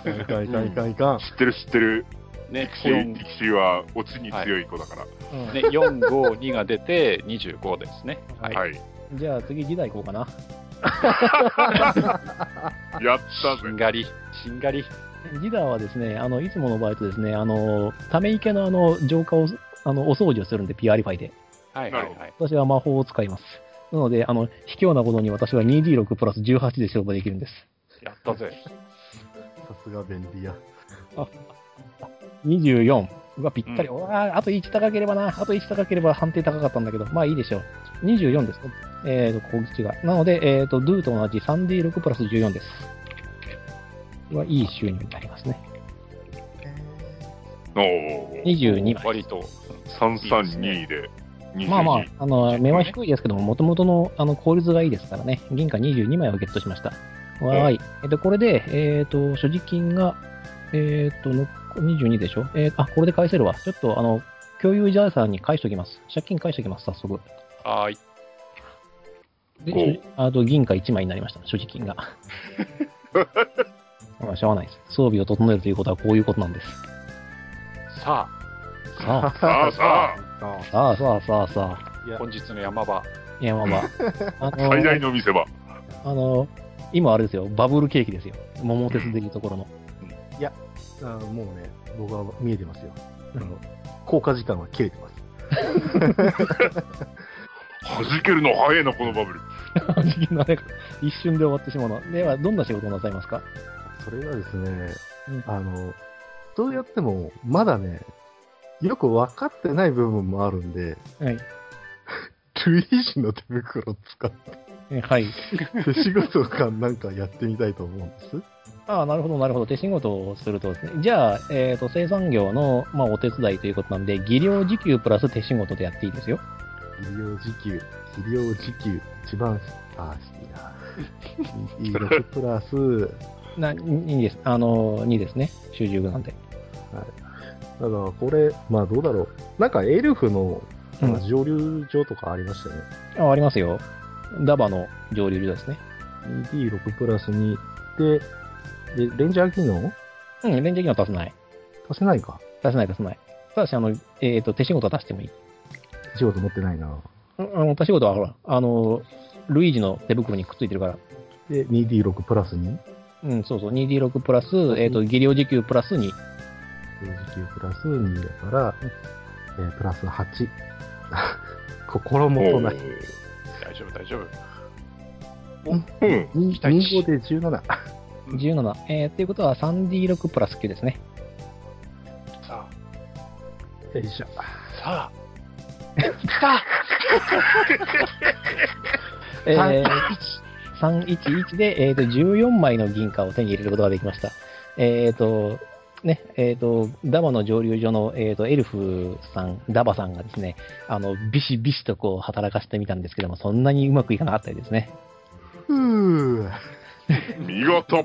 [SPEAKER 4] ばい。いかんいかんいかんいかん。
[SPEAKER 3] 知ってる、知ってる。
[SPEAKER 2] ね、
[SPEAKER 3] 力
[SPEAKER 2] 4、ね、
[SPEAKER 3] 士は落ちに強い子だから。
[SPEAKER 1] うん
[SPEAKER 2] 4、5、2が出て25ですね。はい。
[SPEAKER 3] はい。
[SPEAKER 1] じゃあ次、時代行こうかな。
[SPEAKER 2] し
[SPEAKER 3] やったぜ
[SPEAKER 2] ん。がり、しんがり。
[SPEAKER 1] ギダーはですね、あの、いつもの場合とですね、あの、ため池のあの、浄化を、あの、お掃除をするんで、ピュアリファイで。
[SPEAKER 2] はい
[SPEAKER 3] な
[SPEAKER 2] は
[SPEAKER 3] る
[SPEAKER 2] い
[SPEAKER 3] ほど
[SPEAKER 2] はい。
[SPEAKER 1] 私は魔法を使います。なので、あの、卑怯なことに私は 2D6 プラス18で勝負できるんです。
[SPEAKER 2] やったぜ。
[SPEAKER 4] さすが便利や。
[SPEAKER 1] 24がぴったり。うわーあと1高ければな。あと1高ければ判定高かったんだけど、まあいいでしょう。24ですね。えーと、攻撃が。なので、えーと、ドゥと同じ 3D6 プラス14です。はいい収入になりますね。
[SPEAKER 3] おー
[SPEAKER 1] 22枚。
[SPEAKER 2] 割と。
[SPEAKER 3] 332で22。
[SPEAKER 1] まあまあ、あの、目は低いですけども、もともとのあの効率がいいですからね、銀貨22枚をゲットしました。わーい。で、これで、えっ、と、所持金が、えっ、と、の22でしょえーあ、これで返せるわ。ちょっと、あの、共有ジャーさんに返しておきます。借金返しておきます、早速。
[SPEAKER 2] はーい。
[SPEAKER 1] で
[SPEAKER 3] おう、
[SPEAKER 1] あと銀貨1枚になりました、所持金が。まあ、しょうがないです。装備を整えるということはこういうことなんです。
[SPEAKER 2] さ
[SPEAKER 1] さ
[SPEAKER 3] さ
[SPEAKER 1] あ、
[SPEAKER 3] あさ
[SPEAKER 1] さあ、さあ、さあ、さあ。
[SPEAKER 4] いや
[SPEAKER 2] あ、本日の山場。
[SPEAKER 1] いや、まあまあ。あの
[SPEAKER 3] あ、最大の見せ場。
[SPEAKER 1] あの、今あれですよ、バブルケーキですよ。桃鉄でいうところの。
[SPEAKER 4] あーもうね、僕は見えてますよ。あの、効果時間は切れてます。
[SPEAKER 3] 弾けるの早いな、このバブル。
[SPEAKER 1] 一瞬で終わってしまうの。では、どんな仕事をなさいますか
[SPEAKER 4] それがです
[SPEAKER 1] うん
[SPEAKER 4] ね、あの、どうやっても、まだね、よく分かってない部分もあるんで、
[SPEAKER 1] はい。
[SPEAKER 4] ルイージの手袋を使っ
[SPEAKER 1] えはい。
[SPEAKER 4] て仕事感なんかやってみたいと思うんです。
[SPEAKER 1] ああ、なるほど、なるほど。手仕事をするとですね。じゃあ、えっ、と、生産業の、まあ、お手伝いということなんで、技量時給プラス手仕事でやっていいですよ。
[SPEAKER 4] 医療時給、医療時給、一番、あー、いいな。E6 プラス、
[SPEAKER 1] な、2です。あの、2ですね。習熟なんで。
[SPEAKER 4] だからこれ、まあどうだろう。なんかエルフの
[SPEAKER 1] うん
[SPEAKER 4] 上流場とかありましたよね。
[SPEAKER 1] あ、ありますよ。ダバの上流所ですね。
[SPEAKER 4] 2D6 プラス2で、で、レンジャー機能
[SPEAKER 1] うん、レンジ機能足せない。
[SPEAKER 4] 足せないか。
[SPEAKER 1] 足せない、足せない。ただし、あの、えっ、と、手仕事は足してもいい。
[SPEAKER 4] 仕事持ってないな。
[SPEAKER 1] うんあの、手仕事はほら、あの、ルイージの手袋にくっついてるから。
[SPEAKER 4] で、2D6 プラス2。
[SPEAKER 1] うん、そうそう。2D6 プラス、えっ、と、技量時給プラス2。
[SPEAKER 4] 正時給プラス2だから、えープラス8。心もとない。
[SPEAKER 2] 大丈夫、大丈夫。
[SPEAKER 3] おーうん。
[SPEAKER 4] 2、
[SPEAKER 2] たい
[SPEAKER 4] 5で17。
[SPEAKER 1] 17。えー、ということは 3D6 プラス9ですね。
[SPEAKER 2] さ
[SPEAKER 4] よいしょ。
[SPEAKER 2] あ、さあ。
[SPEAKER 1] えー、311で、えー、と14枚の銀貨を手に入れることができました。えっ、と、ね、えっ、と、ダバの蒸留所の、えー、とエルフさん、ダバさんがですね、あの、ビシビシとこう働かせてみたんですけども、そんなにうまくいかなかったですね。
[SPEAKER 4] ふぅ。
[SPEAKER 3] 見事。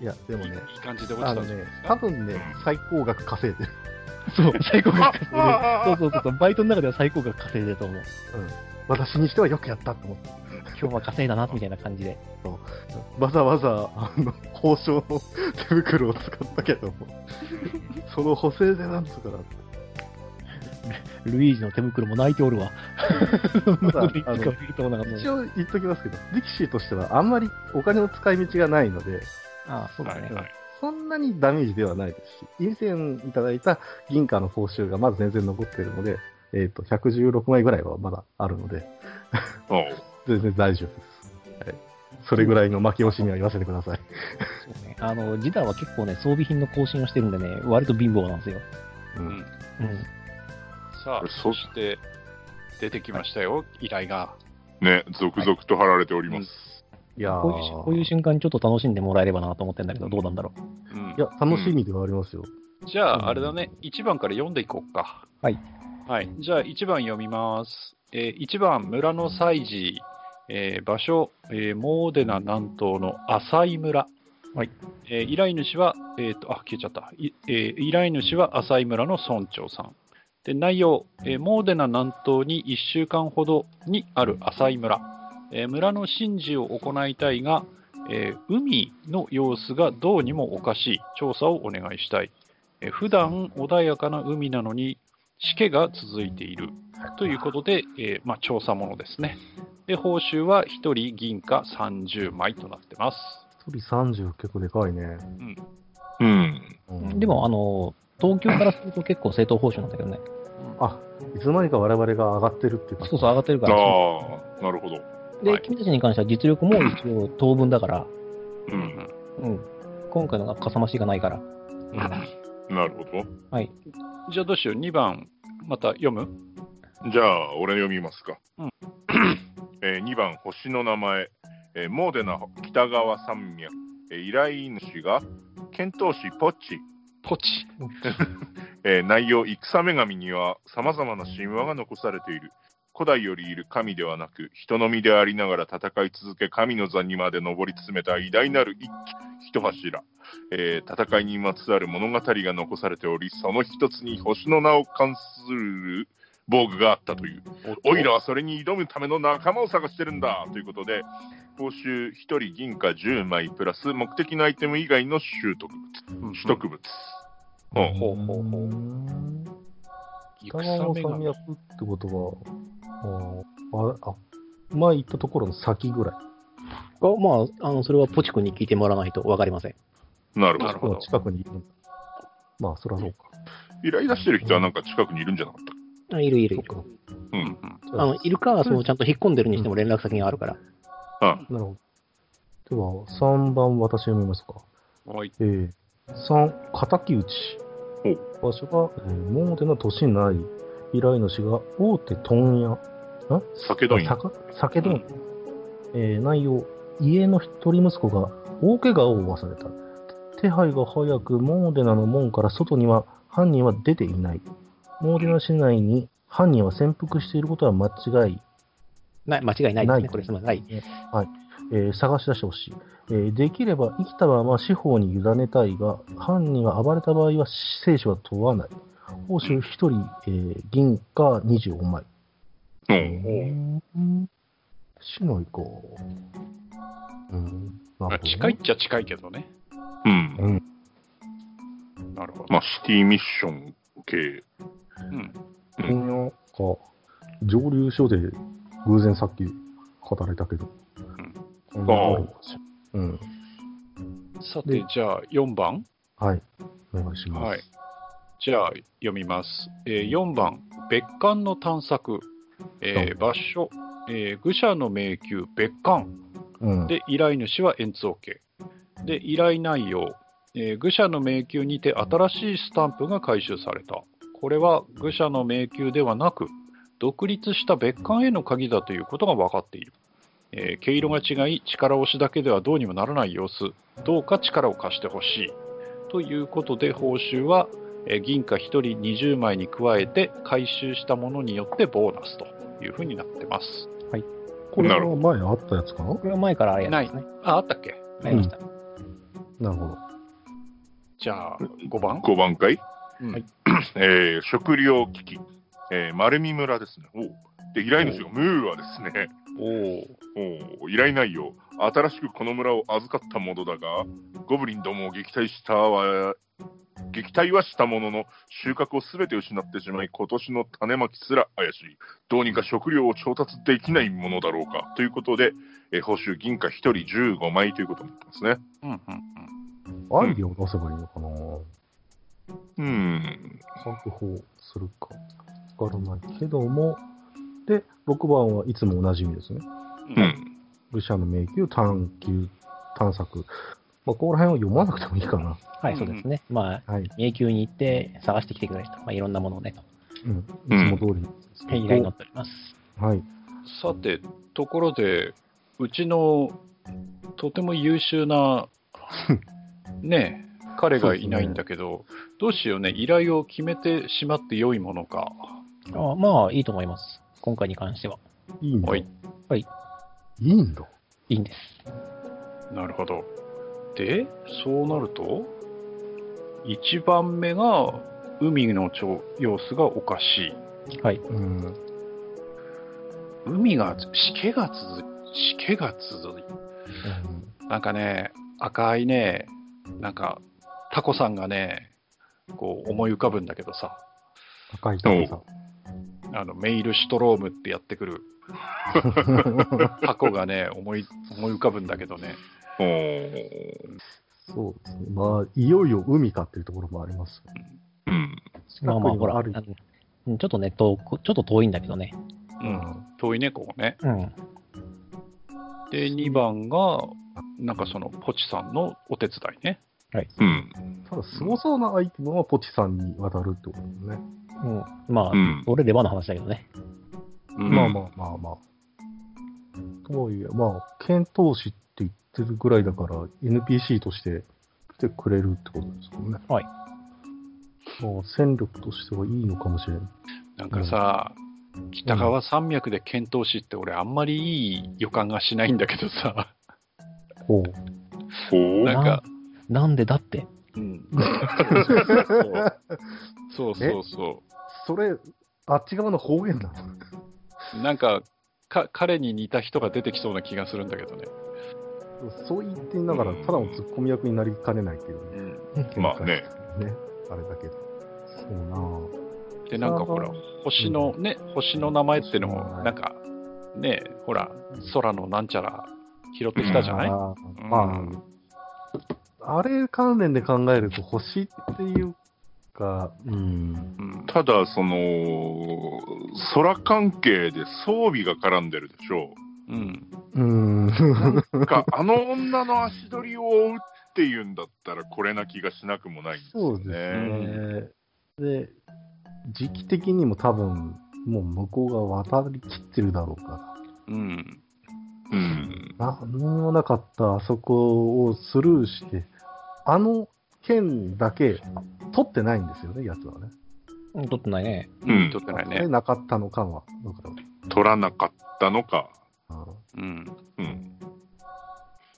[SPEAKER 4] いや、でも
[SPEAKER 2] いい
[SPEAKER 4] ね、
[SPEAKER 2] 感じで落ちた
[SPEAKER 4] あの
[SPEAKER 2] んじゃ
[SPEAKER 4] ね
[SPEAKER 2] ないです、
[SPEAKER 4] 多
[SPEAKER 2] か。
[SPEAKER 4] 分ね、最高額稼いでる。
[SPEAKER 1] そう、最高額稼いでる。そ
[SPEAKER 3] あ
[SPEAKER 1] うそうそうそう、バイトの中では最高額稼いでると思う。
[SPEAKER 4] 私にしてはよくやったと思って。
[SPEAKER 1] 今日は稼いだな、みたいな感じで。
[SPEAKER 4] わざわざ、あの、交渉の手袋を使ったけど も、その補正でなんとかなって。
[SPEAKER 1] ルイージの手袋も泣いておるわ。
[SPEAKER 4] ただ
[SPEAKER 1] なんで一回も言うとこなかったのに
[SPEAKER 4] 一応言っときますけど、力士としてはあんまりお金の使い道がないので、
[SPEAKER 1] ああ、そうだね。
[SPEAKER 2] はいはい
[SPEAKER 4] そんなにダメージではないですし、以前いただいた銀貨の報酬がまだ全然残っているので、えっ、と、116枚ぐらいはまだあるので、
[SPEAKER 3] おー
[SPEAKER 4] 全然大丈夫です。はい。それぐらいの負け惜しみは言わせてください。
[SPEAKER 1] そうね。あの、ジダは結構ね、装備品の更新をしてるんでね、割と貧乏なんですよ。
[SPEAKER 4] うん。
[SPEAKER 1] うん。
[SPEAKER 2] さあ、そ
[SPEAKER 3] そ
[SPEAKER 2] して、出てきましたよ、依頼が。
[SPEAKER 3] ね、続々と貼られております。
[SPEAKER 4] いやー
[SPEAKER 1] こういうし、こういう瞬間にちょっと楽しんでもらえればなと思ってんだけど、どうなんだろう。
[SPEAKER 2] うん
[SPEAKER 4] いや、楽しみではありますよ。
[SPEAKER 2] じゃあ、あれだね、1番から読んでいこうか。
[SPEAKER 1] はい。
[SPEAKER 2] はい、じゃあ、1番読みます。えー1番、村の祭事、えー場所、えーモーデナ南東の浅井村。
[SPEAKER 1] はい
[SPEAKER 2] えー依頼主は、えーと、あ、消えちゃった。いえー依頼主は浅井村の村長さん。で内容、えーモーデナ南東に1週間ほどにある浅井村。えー村の神事を行いたいが、えー海の様子がどうにもおかしい調査をお願いしたい。えー普段穏やかな海なのにしけが続いているということで、えーまあ、調査ものですね。で、報酬は1人銀貨30枚となってます。
[SPEAKER 4] 一人30結構でかいね。
[SPEAKER 3] うん。
[SPEAKER 4] うん
[SPEAKER 1] でも、あ、の、東京からすると結構正当報酬なんだけどね。
[SPEAKER 4] あ、いつの間にか我々が上がってるっていうか。
[SPEAKER 1] そうそう、上がってる
[SPEAKER 3] あ
[SPEAKER 1] から。
[SPEAKER 3] あ、なるほど。
[SPEAKER 1] で、
[SPEAKER 2] はい
[SPEAKER 1] 君たちに関しては実力も一応当分だから、
[SPEAKER 3] う。
[SPEAKER 2] うん
[SPEAKER 1] うん。今回のがかさ増しがないから。
[SPEAKER 2] ん
[SPEAKER 3] なるほど。
[SPEAKER 1] はい。
[SPEAKER 2] じゃあどうしよう、2番、また読む
[SPEAKER 3] じゃあ、俺読みますか。
[SPEAKER 2] うん
[SPEAKER 3] えー、2番、星の名前。えーモーデナ北川山脈。えー依頼主が、遣唐使ポッチ。
[SPEAKER 2] ポチ。
[SPEAKER 3] えー内容、戦女神には様々な神話が残されている。古代よりいる神ではなく、人の身でありながら戦い続け、神の座にまで上り詰めた偉大なる一騎、一柱、えー戦いにまつわる物語が残されており、その一つに星の名を冠する防具があったという。オイラはそれに挑むための仲間を探してるんだということで、報酬1人銀貨10枚プラス目的のアイテム以外の習得
[SPEAKER 2] うん
[SPEAKER 3] 取得物。う
[SPEAKER 2] うん
[SPEAKER 3] ん
[SPEAKER 2] ほうほうほう。
[SPEAKER 4] ん
[SPEAKER 2] 戦
[SPEAKER 4] 北川
[SPEAKER 2] 女
[SPEAKER 4] 山
[SPEAKER 2] 神
[SPEAKER 4] 脈ってことは、ああ、前行ったところの先ぐらい。
[SPEAKER 1] あまあ、あの、それはポチ君に聞いてもらわないとわかりません。
[SPEAKER 3] なるほ
[SPEAKER 2] な
[SPEAKER 3] ど
[SPEAKER 2] る。ほど
[SPEAKER 4] 近くにいるんだ。まあ、そりゃそうか。
[SPEAKER 3] 依頼出してる人はなんか近くにいるんじゃなかったっ
[SPEAKER 1] あいるいるいる。
[SPEAKER 3] うん
[SPEAKER 2] うんうん
[SPEAKER 1] あの、いるか、その、ちゃんと引っ込んでるにしても
[SPEAKER 4] う
[SPEAKER 1] 連絡先があるから。
[SPEAKER 4] なるほど。では、3番、私読みますか。
[SPEAKER 2] はい。
[SPEAKER 4] えー、3、敵討ち。場所が、えー、モーデの年内、依頼主が大手問屋、
[SPEAKER 3] け酒問屋。
[SPEAKER 4] 酒酒問屋、えー内容、家の一人息子が大怪我を負わされた。手配が早くモーデナの門から外には犯人は出ていない。モーデナ市内に犯人は潜伏していることは間違い
[SPEAKER 1] ない、間違いないです
[SPEAKER 4] な
[SPEAKER 1] ね。
[SPEAKER 4] い
[SPEAKER 1] これすまない。
[SPEAKER 4] えー探し出してほしい、えーできれば生きたまま司法に委ねたいが、犯人が暴れた場合は生死は問わない。報酬1人、えー銀貨25枚。
[SPEAKER 3] うん。
[SPEAKER 4] うん市内か。うん。なるほどね
[SPEAKER 2] 近いっちゃ近いけどね。
[SPEAKER 3] うん。
[SPEAKER 4] うん。
[SPEAKER 2] なるほど。
[SPEAKER 3] まあ、シティミッション系。
[SPEAKER 2] うん
[SPEAKER 4] 問屋か。上流所で偶然さっき働いたけど。うんなのあるかしら。うん。
[SPEAKER 2] さて、じゃあ4番。
[SPEAKER 4] はい。お願いします。
[SPEAKER 2] はい。じゃあ読みます。えー4番、別館の探索。えー場所、えー愚者の迷宮、別館。
[SPEAKER 4] うん。
[SPEAKER 2] で、依頼主は円通系。で、依頼内容、えー愚者の迷宮にて新しいスタンプが回収された。これは愚者の迷宮ではなく、独立した別館への鍵だということが分かっている。えー毛色が違い、力押しだけではどうにもならない様子。どうか力を貸してほしい。ということで、報酬は、えー銀貨1人20枚に加えて、回収したものによってボーナスというふうになってます。
[SPEAKER 4] これ
[SPEAKER 3] なる
[SPEAKER 4] は前あったやつかな
[SPEAKER 1] これは前からあれやつですね。
[SPEAKER 2] あ、あったっけ
[SPEAKER 1] ありました。
[SPEAKER 4] なるほど。
[SPEAKER 2] じゃあ、5番。
[SPEAKER 3] 5番回。
[SPEAKER 2] うん
[SPEAKER 1] はい
[SPEAKER 3] えー食料危機。えー丸見村ですね。おうで、依頼主がムーアですね。
[SPEAKER 2] おお。
[SPEAKER 3] おう依頼内容。新しくこの村を預かったものだが、ゴブリンどもを撃退したは、撃退はしたものの、収穫をすべて失ってしまい、今年の種まきすら怪しい。どうにか食料を調達できないものだろうか。ということで、えー報酬銀貨1人15枚ということになってますね。
[SPEAKER 2] うんうんうん。
[SPEAKER 4] アイディアを出せばいいのかな、
[SPEAKER 3] うん。
[SPEAKER 4] 確保するか。わからないけども。で、6番はいつもおなじみですね。
[SPEAKER 3] うん。
[SPEAKER 4] 愚者の迷宮、探求、探索。まあ、ここら辺は読まなくてもいいかな。
[SPEAKER 1] はい、そうですね。まあ、
[SPEAKER 4] はい。
[SPEAKER 1] 迷宮に行って探してきてくれる人。まあ、いろんなものをね、
[SPEAKER 4] うん。いつ
[SPEAKER 3] うん
[SPEAKER 4] も通りに。
[SPEAKER 1] 依頼に乗っております。
[SPEAKER 4] はい。
[SPEAKER 2] さて、ところで、うちのとても優秀な、ねえ、彼がいないんだけど、どうしようね、依頼を決めてしまって良いものか。
[SPEAKER 1] あまあ、いいと思います。今回に関しては。
[SPEAKER 4] いいんだ。
[SPEAKER 2] はい。
[SPEAKER 1] はい。
[SPEAKER 4] いいんだ。
[SPEAKER 1] いいんです。
[SPEAKER 2] なるほど。で、そうなると、1番目が、海のちょ様子がおかしい。
[SPEAKER 1] はい。
[SPEAKER 4] うん。
[SPEAKER 2] 海が、しけが続い、しけが続いなんかね、赤いね、なんか、タコさんがね、こう思い浮かぶんだけどさ、
[SPEAKER 4] 赤いタコさん。
[SPEAKER 2] あのメイルシュトロームってやってく る箱がね思い思い浮かぶんだけどね
[SPEAKER 3] おー
[SPEAKER 4] そうですね。まあ、いよいよ海かっていうところもあります。
[SPEAKER 3] うん。
[SPEAKER 1] まあまあ、ほら、あ
[SPEAKER 4] あ
[SPEAKER 1] る
[SPEAKER 4] る
[SPEAKER 1] うんちょっとね、遠く、ちょっと遠いんだけどね。
[SPEAKER 2] うん、遠いねここね
[SPEAKER 1] うん。
[SPEAKER 2] で2番がなんかそのポチさんのお手伝いね
[SPEAKER 3] うん。
[SPEAKER 4] ただ、すごそうなアイテムはポチさんに渡るってことですね。
[SPEAKER 1] うん、まあ、
[SPEAKER 3] うん。
[SPEAKER 1] 俺レバーの話だけどね。
[SPEAKER 3] うん
[SPEAKER 4] まあまあまあまあ。とはいえ、まあ、剣闘士って言ってるぐらいだから、NPC として来てくれるってことですもんね。
[SPEAKER 1] はい。
[SPEAKER 4] まあ、戦力としてはいいのかもしれない。
[SPEAKER 2] なんかさ、北川山脈で遣唐使って俺あんまりいい予感がしないんだけどさ、
[SPEAKER 4] ほう。
[SPEAKER 3] おー
[SPEAKER 2] なんか、
[SPEAKER 1] なんでだって。
[SPEAKER 2] うん、 そうそうそうそ
[SPEAKER 4] それ、あっち側の方言な
[SPEAKER 2] うなんかか彼に似た人が出てきそうな気がするんだけどね、
[SPEAKER 4] のそう言っていながら、ただのツッコミ役になりかねないっていうね。
[SPEAKER 3] まあね。
[SPEAKER 4] ね。あれだけど。そうなぁ。
[SPEAKER 2] でなんかほら星のね星の名前ってのもなんかねほら空のなんちゃら拾ってきたじゃない、
[SPEAKER 4] あ
[SPEAKER 2] う
[SPEAKER 4] ー
[SPEAKER 2] ん
[SPEAKER 4] まあ、あれ関連で考えると、星っていうか、うん、
[SPEAKER 2] うん、
[SPEAKER 3] ただ、その、空関係で装備が絡んでるでしょ
[SPEAKER 2] うん、
[SPEAKER 4] うん、
[SPEAKER 3] う。か、あの女の足取りを追うっていうんだったら、これな気がしなくもないんです
[SPEAKER 4] そ
[SPEAKER 3] よ
[SPEAKER 4] うです
[SPEAKER 3] ね。
[SPEAKER 4] ね。で、時期的にも多分、もう向こうが渡りきってるだろうか
[SPEAKER 2] うん、
[SPEAKER 3] うん。
[SPEAKER 4] ら、なんもなかったあそこをスルーして、あの剣だけ取ってないんですよね、やつはね。
[SPEAKER 1] うん取ってないね。
[SPEAKER 3] うん
[SPEAKER 2] 取ってない
[SPEAKER 4] あそれ
[SPEAKER 2] ね、
[SPEAKER 4] なかったのかは。だから
[SPEAKER 3] 取らなかったのか。
[SPEAKER 4] う
[SPEAKER 2] う
[SPEAKER 4] ん
[SPEAKER 2] ん、
[SPEAKER 3] うん。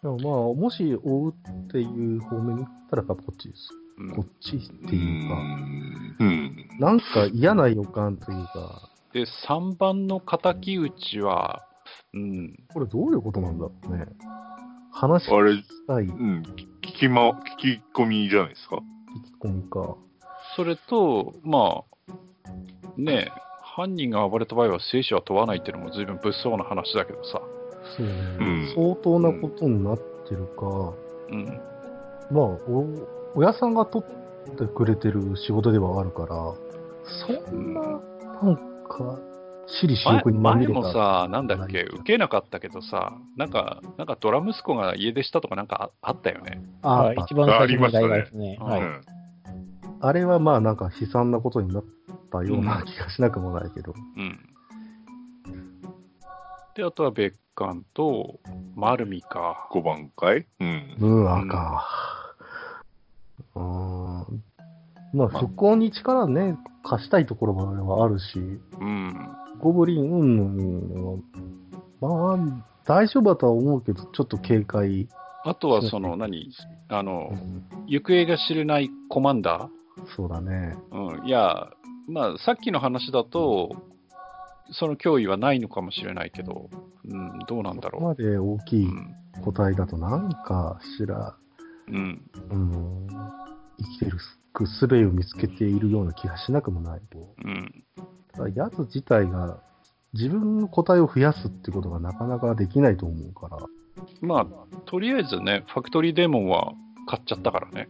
[SPEAKER 4] でもまあ、もし追うっていう方面に行ったら、やっぱこっちです。
[SPEAKER 2] うん
[SPEAKER 4] こっちっていうか、
[SPEAKER 3] うん。
[SPEAKER 4] なんか嫌な予感というか、
[SPEAKER 2] で、3番の敵討ちは、うん、
[SPEAKER 4] これどういうことなんだろうね。話し
[SPEAKER 3] あれ、
[SPEAKER 4] たい聞
[SPEAKER 3] うん。聞きま、聞き込みじゃないですか。
[SPEAKER 4] き込みか。
[SPEAKER 2] それと、まあ、ねえ、犯人が暴れた場合は生死は問わないっていうのも随分物騒な話だけどさ、
[SPEAKER 4] そうね、
[SPEAKER 3] うん
[SPEAKER 4] 相当なことになってるか、
[SPEAKER 2] うん、
[SPEAKER 4] まあお、親さんが取ってくれてる仕事ではあるから、そんな、なんか、私利私
[SPEAKER 2] 前
[SPEAKER 4] 欲にま
[SPEAKER 2] 前
[SPEAKER 4] みれた。
[SPEAKER 2] もさ、なんだっけ、
[SPEAKER 4] 何
[SPEAKER 2] 受けなかったけどさ、なんか、なんかドラ息子が家出したとかなんかああったよね。
[SPEAKER 4] あ
[SPEAKER 1] はい
[SPEAKER 4] あ
[SPEAKER 1] 一番最初の題材ですね。
[SPEAKER 2] あ
[SPEAKER 1] は
[SPEAKER 2] り
[SPEAKER 1] い。
[SPEAKER 3] い。
[SPEAKER 4] あれはまあなんか悲惨なことになったような気がしなくもないけど。
[SPEAKER 2] うん。で、あとは別館と、マルミか。
[SPEAKER 3] 5番かいうん。
[SPEAKER 4] ムーアか。うーん。まあ、復興に力ね、貸したいところもあるし、
[SPEAKER 2] うん。
[SPEAKER 4] ゴブリンうんは、まあ、大丈夫だとは思うけど、ちょっと警戒。
[SPEAKER 2] あとはその、何あの、行方が知れないコマンダ
[SPEAKER 4] そうだね。
[SPEAKER 2] ー、うん、いや、まあ、さっきの話だと、その脅威はないのかもしれないけど、うん、どうなんだ
[SPEAKER 4] ここま
[SPEAKER 2] ろ
[SPEAKER 4] で大き
[SPEAKER 2] う。う
[SPEAKER 4] い
[SPEAKER 2] ん、
[SPEAKER 4] 個体だと、なんかしら、
[SPEAKER 2] うん、
[SPEAKER 4] うん、生きてるすべを見つけているような気がしなくもない。
[SPEAKER 2] うん、
[SPEAKER 4] ただ、やつ自体が、自分の個体を増やすってことがなかなかできないと思うから。
[SPEAKER 2] まあ、とりあえずね、ファクトリーデーモンは買っちゃったからね。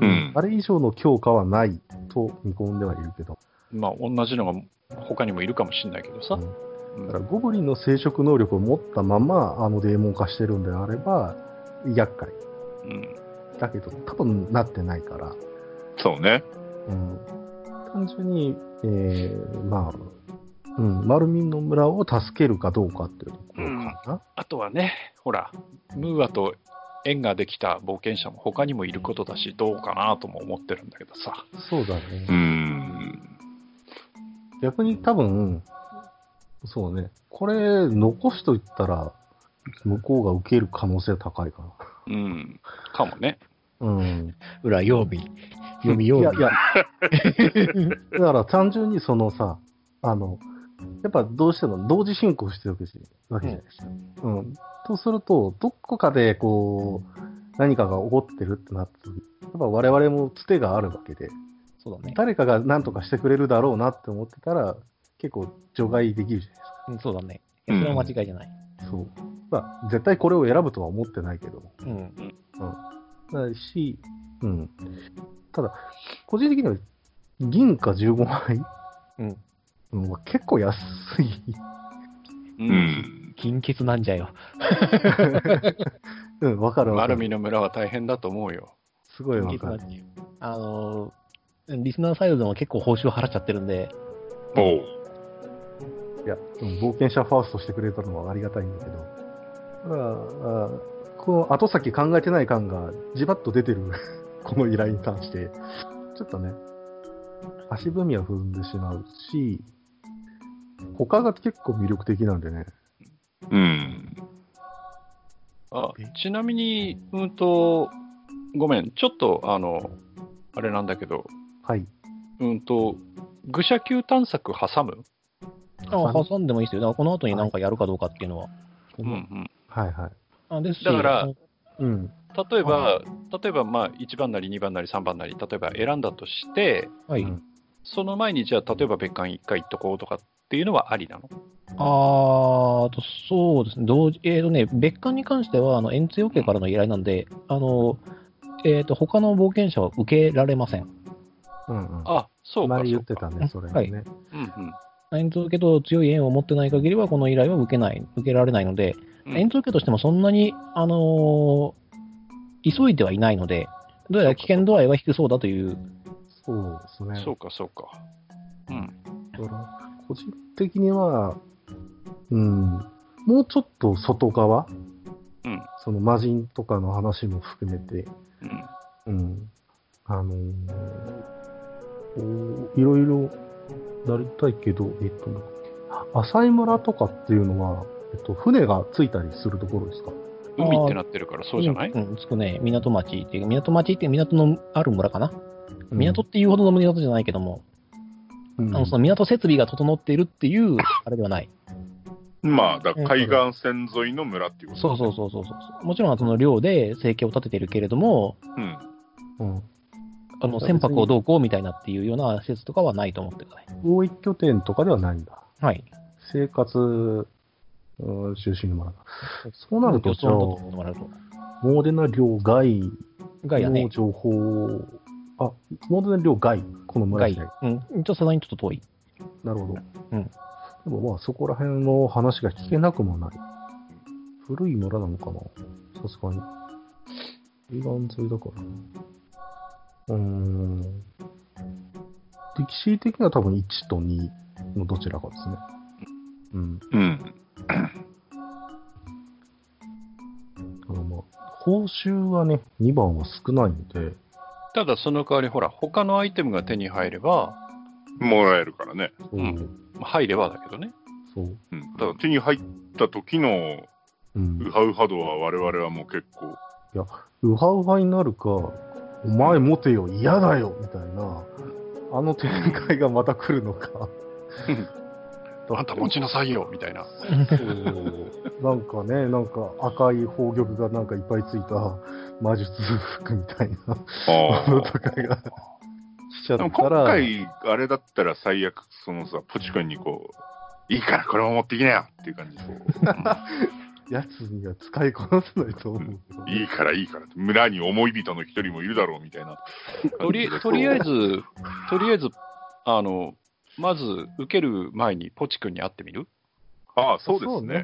[SPEAKER 3] うん
[SPEAKER 4] あれ以上の強化はないと見込んではいるけど、
[SPEAKER 2] まあ、同じのが他にもいるかもしれないけどさ。う
[SPEAKER 4] だから
[SPEAKER 2] ん、
[SPEAKER 4] ゴブリンの生殖能力を持ったまま、あのデーモン化してるんであれば、厄介。
[SPEAKER 2] うん、
[SPEAKER 4] だけど、多分なってないから、
[SPEAKER 3] そうね。
[SPEAKER 4] うん、単純に、えー、まあ、うん、マルミンの村を助けるかどうかっていうところか
[SPEAKER 2] あとはね、ほら、ムーアと縁ができた冒険者も他にもいることだし、どうかなとも思ってるんだけどさ。
[SPEAKER 4] な。そうだ
[SPEAKER 3] う
[SPEAKER 4] ね。
[SPEAKER 3] ん。
[SPEAKER 4] 逆に多分、そうね、これ、残しといったら、向こうが受ける可能性は高いか
[SPEAKER 2] うん、かもね。
[SPEAKER 4] な。うん。
[SPEAKER 1] 裏曜日。読み曜
[SPEAKER 4] いや
[SPEAKER 1] 日
[SPEAKER 4] い。や、 だから単純にそのさ、あの、やっぱどうしても同時進行してるわけじゃわけじゃないですか。うん。とすると、どこかでこう、何かが起こってるってなって、やっぱ我々もつてがあるわけで、
[SPEAKER 1] そうだね。
[SPEAKER 4] 誰かが何とかしてくれるだろうなって思ってたら、結構除外できるじゃないですか。
[SPEAKER 1] うんそうだね。いやそれは間違いじゃない。
[SPEAKER 4] そう。まあ、絶対これを選ぶとは思ってないけども。
[SPEAKER 1] うん。
[SPEAKER 4] だし、うん。ただ、個人的には、銀貨15枚
[SPEAKER 1] うん。
[SPEAKER 4] うん結構安い。
[SPEAKER 2] う
[SPEAKER 3] う。ん。
[SPEAKER 1] 金欠なんじゃよ。
[SPEAKER 4] うん、わかるわか
[SPEAKER 2] 丸
[SPEAKER 4] る。
[SPEAKER 2] 見の村は大変だと思うよ。
[SPEAKER 4] すごいわ
[SPEAKER 1] 金欠
[SPEAKER 4] か
[SPEAKER 1] な
[SPEAKER 4] る
[SPEAKER 1] ん。じゃよ。あのー、リスナーサイドでも結構報酬払っちゃってるんで、
[SPEAKER 3] おう。
[SPEAKER 4] いや、でも冒険者ファーストしてくれたのはありがたいんだけど、ただあーこの後先考えてない感がじばっと出てる、 この依頼に関して、ちょっとね、足踏みは踏んでしまうし、他が結構魅力的なんでね、
[SPEAKER 3] うん。
[SPEAKER 2] あちなみに、うんと、ごめん、ちょっと、あの、あれなんだけど、
[SPEAKER 4] はい。
[SPEAKER 2] うんと、愚者級探索挟む、
[SPEAKER 1] あ挟んでもいいですよ。だからこの後に何かやるかどうかっていうのは。
[SPEAKER 2] うん
[SPEAKER 4] はいはい。
[SPEAKER 1] あですし
[SPEAKER 2] だから
[SPEAKER 1] あの
[SPEAKER 4] うん。
[SPEAKER 2] うん、例えば、例えば、まあ、1番なり2番なり3番なり、例えば選んだとして、
[SPEAKER 1] はい。
[SPEAKER 4] うん
[SPEAKER 2] その前に、じゃあ、例えば別館1回行っとこうとかっていうのはありなの
[SPEAKER 1] あーと、そうですね。同時、えーとね、別館に関しては、あの、円通余計からの依頼なんで、あの、えーと、他の冒険者は受けられません。
[SPEAKER 4] うんうん。
[SPEAKER 2] あ、そうか。
[SPEAKER 4] 前言っ
[SPEAKER 2] そ
[SPEAKER 4] て
[SPEAKER 2] うか
[SPEAKER 4] たね、それね。
[SPEAKER 2] うん
[SPEAKER 1] 円通けど強い縁を持ってない限りは、この依頼は受けない、受けられないので、
[SPEAKER 2] うん
[SPEAKER 1] 円通けとしてもそんなに、あのー急いではいないので、どうやら危険度合いは低そうだという、
[SPEAKER 4] そうです
[SPEAKER 2] う
[SPEAKER 4] ね
[SPEAKER 2] ん。。そうか、そうか。うん。
[SPEAKER 4] だから個人的には、うん、もうちょっと外側、
[SPEAKER 2] うん
[SPEAKER 4] その魔人とかの話も含めて、
[SPEAKER 2] うん。
[SPEAKER 4] うん、あのーこういろいろなりたいけど、えっと、浅井村とかっていうのは、えっと、船がついたりするところですか
[SPEAKER 2] 海ってなってるから、そうじゃない、
[SPEAKER 1] うん、つくね、港町っていう、港町っていう港のある村かな。
[SPEAKER 4] うん
[SPEAKER 1] 港っていうほどの港じゃないけども、
[SPEAKER 4] うん
[SPEAKER 1] あのその港設備が整っているっていう、あれではない。
[SPEAKER 3] まあ、だから海岸線沿いの村っていうこと
[SPEAKER 1] そうそうそうそうそう。もちろん、その寮で生計を立てているけれども、
[SPEAKER 3] う。うん。
[SPEAKER 4] うん
[SPEAKER 1] あの船舶をどうこうみたいなっていうような施設とかはないと思ってください。
[SPEAKER 4] 貿易拠点とかではないんだ。
[SPEAKER 1] はい。
[SPEAKER 4] 生活、うん、中心の村だ。そうなると、じゃあ、
[SPEAKER 1] とってもらうと。
[SPEAKER 4] モーデナ領外
[SPEAKER 1] ガイだ
[SPEAKER 4] の
[SPEAKER 1] ね。
[SPEAKER 4] 情報を、あ、モーデナ領外、この村
[SPEAKER 1] ガ
[SPEAKER 4] 自
[SPEAKER 1] イ
[SPEAKER 4] 体。。
[SPEAKER 1] うん。ちょっとさすがにちょっと遠い。
[SPEAKER 4] なるほど。
[SPEAKER 1] うん
[SPEAKER 4] でもまあ、そこら辺の話が聞けなくもない。古い村なのかなさすがに。海岸沿いだからな。うーん。歴史的には多分1と2のどちらかですね。うん。
[SPEAKER 3] うん。
[SPEAKER 4] ただまあ、報酬はね、2番は少ないんで、
[SPEAKER 2] ただ、その代わり、ほら、他のアイテムが手に入れば、
[SPEAKER 3] もらえるからね。
[SPEAKER 4] そう、
[SPEAKER 2] うんまあ入ればだけどね。
[SPEAKER 4] そう。
[SPEAKER 3] うん。ただ手に入った時の
[SPEAKER 4] うん
[SPEAKER 3] ウハウハ度は我々はもう結構。
[SPEAKER 4] ウハウハになるか、お前持てよ、嫌だよ、みたいな、あの展開がまた来るのか。
[SPEAKER 2] あんた持ちなさいよ、みたいな。
[SPEAKER 4] そう なんかね、なんか赤い宝玉がなんかいっぱいついた魔術服みたいな
[SPEAKER 3] あ
[SPEAKER 4] ものとかがしちゃっ
[SPEAKER 3] でも
[SPEAKER 4] た
[SPEAKER 3] 今
[SPEAKER 4] ら、
[SPEAKER 3] 回、あれだったら最悪、そのさ、ポチ君にこう、いいからこれも持ってきなよっていう感じでこ
[SPEAKER 4] やつには使いこなせないと思うけど
[SPEAKER 3] う、いいからいいからって、村に思い人の一人もいるだろうみたいな
[SPEAKER 2] とりとりあえず、とりあえず、あの、まず受ける前にポチ君に会ってみる、
[SPEAKER 3] ああ、そうで
[SPEAKER 4] そう
[SPEAKER 3] す
[SPEAKER 4] ね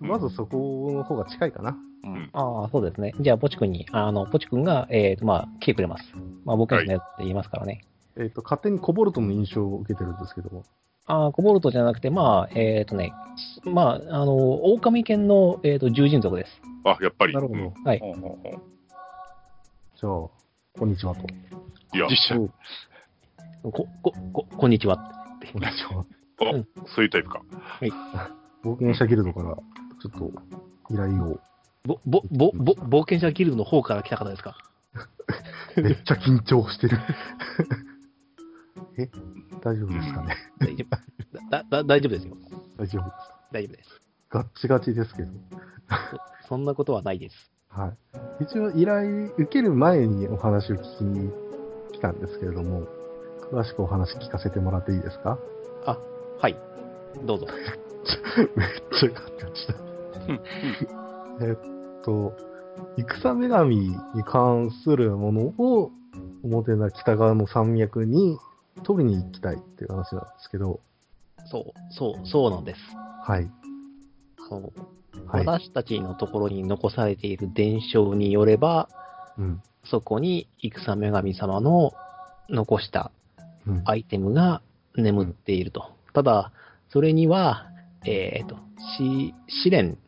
[SPEAKER 3] ね。
[SPEAKER 4] まずそこの方が近いかな。
[SPEAKER 2] うん
[SPEAKER 1] ああ、そうですね。じゃあ、ポチ君に、あの、ポチ君が、えーと、まあ、来てくれます。まあ、僕のやつって言いますからね。
[SPEAKER 4] えっ、と、勝手にコボルトの印象を受けてるんですけども。
[SPEAKER 1] ああ、コボルトじゃなくて、まあ、えっ、とね、まあ、あの、狼犬の、えーと、獣人族です。
[SPEAKER 3] あ、やっぱり。
[SPEAKER 4] なるほ
[SPEAKER 3] うん
[SPEAKER 4] ど。
[SPEAKER 1] はい。
[SPEAKER 2] ほうほうほう
[SPEAKER 4] じゃあ、こんにちはと。
[SPEAKER 3] いや、
[SPEAKER 2] 実写
[SPEAKER 4] うん
[SPEAKER 1] こ、こ、こ、こんにちは。
[SPEAKER 4] こんにちは。
[SPEAKER 3] そういうタイプか。
[SPEAKER 4] 冒険者ギルドから、ちょっと依頼 を。
[SPEAKER 1] ぼ、ぼ、ぼ、ぼ、冒険者ギルドの方から来た方ですか
[SPEAKER 4] めっちゃ緊張してる。え大丈夫ですかね
[SPEAKER 1] 大丈夫。だ、だ、大丈夫ですよ。
[SPEAKER 4] 大丈夫です。
[SPEAKER 1] 大丈夫です。
[SPEAKER 4] ガッチガチですけど。
[SPEAKER 1] そんなことはないです。
[SPEAKER 4] はい。一応依頼受ける前にお話を聞きに来たんですけれども、詳しくお話聞かせてもらっていいですか
[SPEAKER 1] えはい。どうぞ。
[SPEAKER 4] めっちゃ買ってました。えっと、戦女神に関するものを、表な北側の山脈に取りに行きたいっていう話なんですけど、
[SPEAKER 1] そう、そう、そうなんです。
[SPEAKER 4] はい。
[SPEAKER 1] そう
[SPEAKER 4] はい。
[SPEAKER 1] 私たちのところに残されている伝承によれば、
[SPEAKER 4] うん。
[SPEAKER 1] そこに戦女神様の残した
[SPEAKER 4] うん
[SPEAKER 1] アイテムが眠っていると。ただ、それには、えっとし試練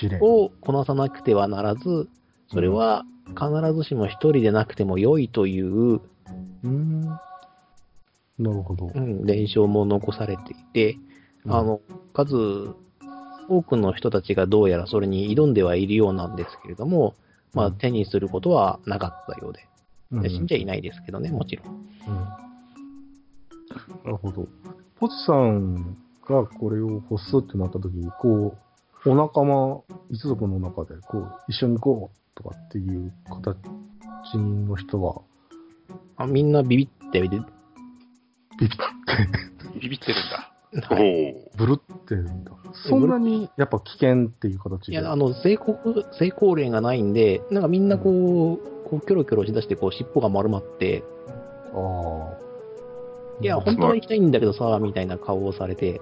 [SPEAKER 4] 試練。
[SPEAKER 1] をこなさなくてはならず、それは必ずしも一人でなくても良いという、
[SPEAKER 4] うん。なるほど。
[SPEAKER 1] うん、伝承も残されていて、あの、数多くの人たちがどうやらそれに挑んではいるようなんですけれども、まあ、
[SPEAKER 4] うん
[SPEAKER 1] 手にすることはなかったようで、
[SPEAKER 4] うん、
[SPEAKER 1] 死んじゃいないですけどね、もちろん。
[SPEAKER 4] うんなるほど。ポチさんがこれを欲すってなった時に、こう、お仲間、一族の中で、こう、一緒に行こうとかっていう形の人は、
[SPEAKER 1] あみんなビビって、で
[SPEAKER 4] ビビ って、
[SPEAKER 2] ビビってるんだ。
[SPEAKER 3] お
[SPEAKER 1] はい
[SPEAKER 3] お。
[SPEAKER 4] ブルってるんだ。そんなに、やっぱ危険っていう形
[SPEAKER 1] い
[SPEAKER 4] で。
[SPEAKER 1] や、あの、成功、成功例がないんで、なんかみんなこう、こうキョロキョロしだして、こう、尻尾が丸まって、
[SPEAKER 4] ああ。
[SPEAKER 1] いや、本当は行きたいんだけどさ、みたいな顔をされて、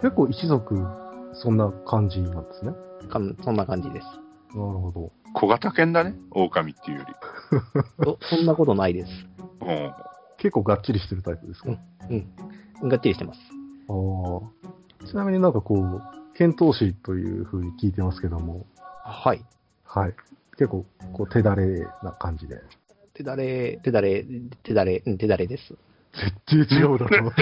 [SPEAKER 4] 結構一族、そんな感じなんですね。
[SPEAKER 1] かんそんな感じです。
[SPEAKER 4] なるほど。
[SPEAKER 3] 小型犬だね、狼っていうより。
[SPEAKER 1] そそんなことないです。
[SPEAKER 3] うん。
[SPEAKER 4] 結構がっちりしてるタイプですか、
[SPEAKER 1] うん。がっちりしてます。
[SPEAKER 4] ああ。ちなみになんかこう、遣唐使というふうに聞いてますけども、
[SPEAKER 1] はい。
[SPEAKER 4] はい。結構、こう、手だれな感じで。
[SPEAKER 1] 手だれ、手だれ、手だれ、うん手だれです。
[SPEAKER 4] 絶対違うだ ろ。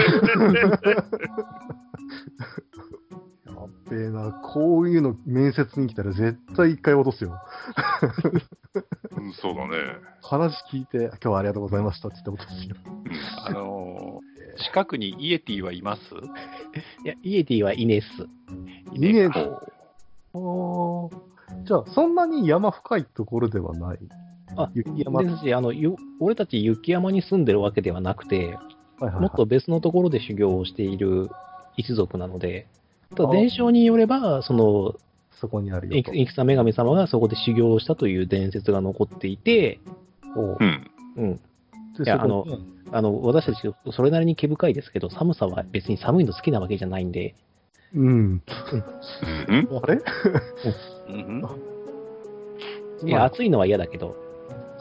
[SPEAKER 4] やっべえな、こういうの面接に来たら絶対一回落とすよ。
[SPEAKER 3] うんそうだね。
[SPEAKER 4] 話聞いて、今日はありがとうございましたって言って落とすよ。
[SPEAKER 2] あのー近くにイエティはいます
[SPEAKER 1] いや、イエティはイネス。
[SPEAKER 4] イネス
[SPEAKER 2] こ
[SPEAKER 4] ああ。じゃあ、そんなに山深いところではない。
[SPEAKER 1] あ、
[SPEAKER 4] 雪山
[SPEAKER 1] ですし、あの、ゆ俺たち雪山に住んでるわけではなくて、
[SPEAKER 4] はいはいはい
[SPEAKER 1] もっと別のところで修行をしている一族なので、ただ伝承によれば、その、
[SPEAKER 4] そこにあるよと。
[SPEAKER 1] 戦女神様がそこで修行をしたという伝説が残っていて、
[SPEAKER 4] おう
[SPEAKER 3] うん。
[SPEAKER 1] うん、
[SPEAKER 4] で
[SPEAKER 1] いや
[SPEAKER 4] そこに
[SPEAKER 1] あの私たち、それなりに毛深いですけど、寒さは別に寒いの好きなわけじゃないんで、
[SPEAKER 4] う
[SPEAKER 3] う
[SPEAKER 4] ん。
[SPEAKER 3] ん
[SPEAKER 4] あれ
[SPEAKER 2] ううん
[SPEAKER 1] いや
[SPEAKER 4] まあ
[SPEAKER 1] 暑いのは嫌だけど、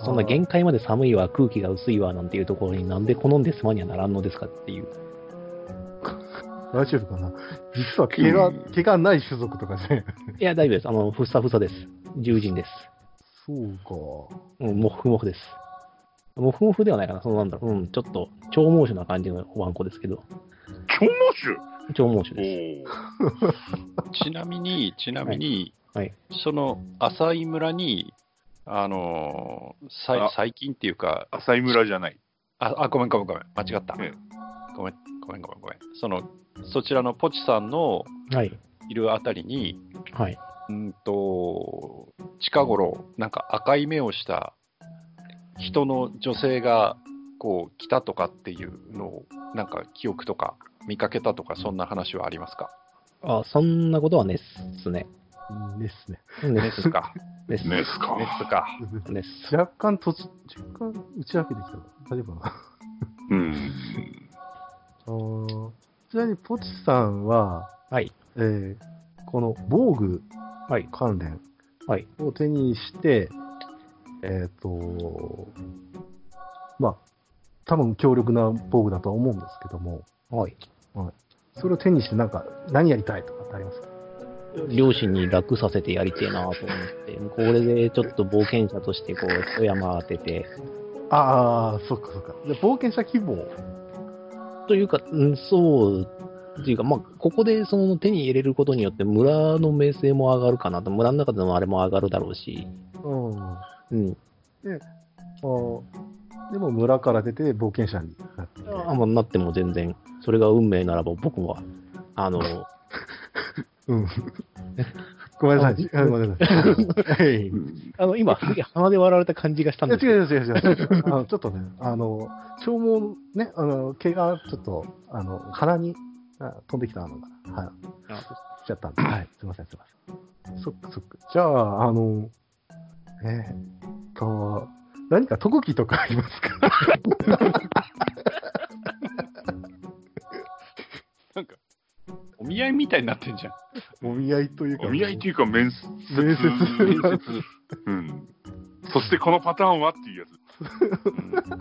[SPEAKER 1] そんな限界まで寒いわ、空気が薄いわなんていうところになんで好んで住まにはならんのですかっていう、
[SPEAKER 4] 大丈夫かな実は毛が、
[SPEAKER 3] うん
[SPEAKER 4] 毛がない種族とかね。
[SPEAKER 1] いや、大丈夫です、あのふさふさです、獣人です、
[SPEAKER 4] そうか。
[SPEAKER 1] うん、もふもふです。もふもふではないかな、そのなんだろう、うん、ちょっと長毛種な感じのワンコですけど、
[SPEAKER 3] 強
[SPEAKER 1] 長
[SPEAKER 3] 猛
[SPEAKER 1] 毛種です。
[SPEAKER 3] 種おお。
[SPEAKER 2] ちなみに、ちなみに、
[SPEAKER 1] はいはい
[SPEAKER 2] その浅井村に、あのーさ
[SPEAKER 3] あ
[SPEAKER 2] い最近っていうか
[SPEAKER 3] 浅井村じゃない。
[SPEAKER 2] ああ、ごめん、ごめん、ごめん、間違った。
[SPEAKER 3] ええ
[SPEAKER 2] ごめん、ごめん、ごめん、ごめん。その、そちらのポチさんの
[SPEAKER 1] はい、
[SPEAKER 2] いるあたりに、
[SPEAKER 1] はい、
[SPEAKER 2] うんと、近頃、なんか赤い目をした人の女性が、こう、来たとかっていうのを、なんか記憶とか、見かけたとか、そんな話はありますか
[SPEAKER 1] あそんなことはねっすね。
[SPEAKER 4] うんですね。
[SPEAKER 1] うん
[SPEAKER 2] で
[SPEAKER 1] ね
[SPEAKER 2] すか。
[SPEAKER 1] っす
[SPEAKER 3] ね
[SPEAKER 1] ね
[SPEAKER 3] っすか。
[SPEAKER 2] ですか。
[SPEAKER 1] っす。
[SPEAKER 4] 若干とつ、若干打ち明けてきた。大丈夫かな
[SPEAKER 3] うん。
[SPEAKER 4] あーちなみに、ポチさんは、
[SPEAKER 1] はい。
[SPEAKER 4] えーこの防具
[SPEAKER 1] はい
[SPEAKER 4] 関連
[SPEAKER 1] はい
[SPEAKER 4] を手にして、えっ、と、まあ、多分強力な防具だとは思うんですけども、
[SPEAKER 1] はい。
[SPEAKER 4] それを手にして、なんか、何やりたいとかってありますか
[SPEAKER 1] 両親に楽させてやりてえなと思って、これでちょっと冒険者としてこう、富山当てて、
[SPEAKER 4] ああ、そっかそっか。じゃあ冒険者希望。
[SPEAKER 1] というか、うんそう、っていうか、まあ、ここでその手に入れることによって村の名声も上がるかなと、村の中でのあれも上がるだろうし、
[SPEAKER 4] うん。あ
[SPEAKER 1] うん。
[SPEAKER 4] ーでも村から出て冒険者になって。
[SPEAKER 1] あまあ、なっても全然、それが運命ならば僕は、あの、
[SPEAKER 4] うん。ごめんなさい。あごめんなさい。 はい
[SPEAKER 1] あの、今、すげえ鼻で笑われた感じがしたん
[SPEAKER 4] いや
[SPEAKER 1] です
[SPEAKER 4] 違う
[SPEAKER 1] けど、
[SPEAKER 4] 違う違う違う。あのちょっとね、あの、消耗ね、あの、毛がちょっと、あの、鼻にあ飛んできたのかな。はい。しちゃったんで、はい。すいません、すいません。そっかそっか。じゃあ、あの、えー、と、何か特技とかあります か
[SPEAKER 2] なんか、お見合いみたいになってんじゃん。
[SPEAKER 4] お見合いというか。
[SPEAKER 3] お見合いっていうか面接。
[SPEAKER 4] 面接
[SPEAKER 3] 面接。うん。そしてこのパターンはっていうやつ。うんうん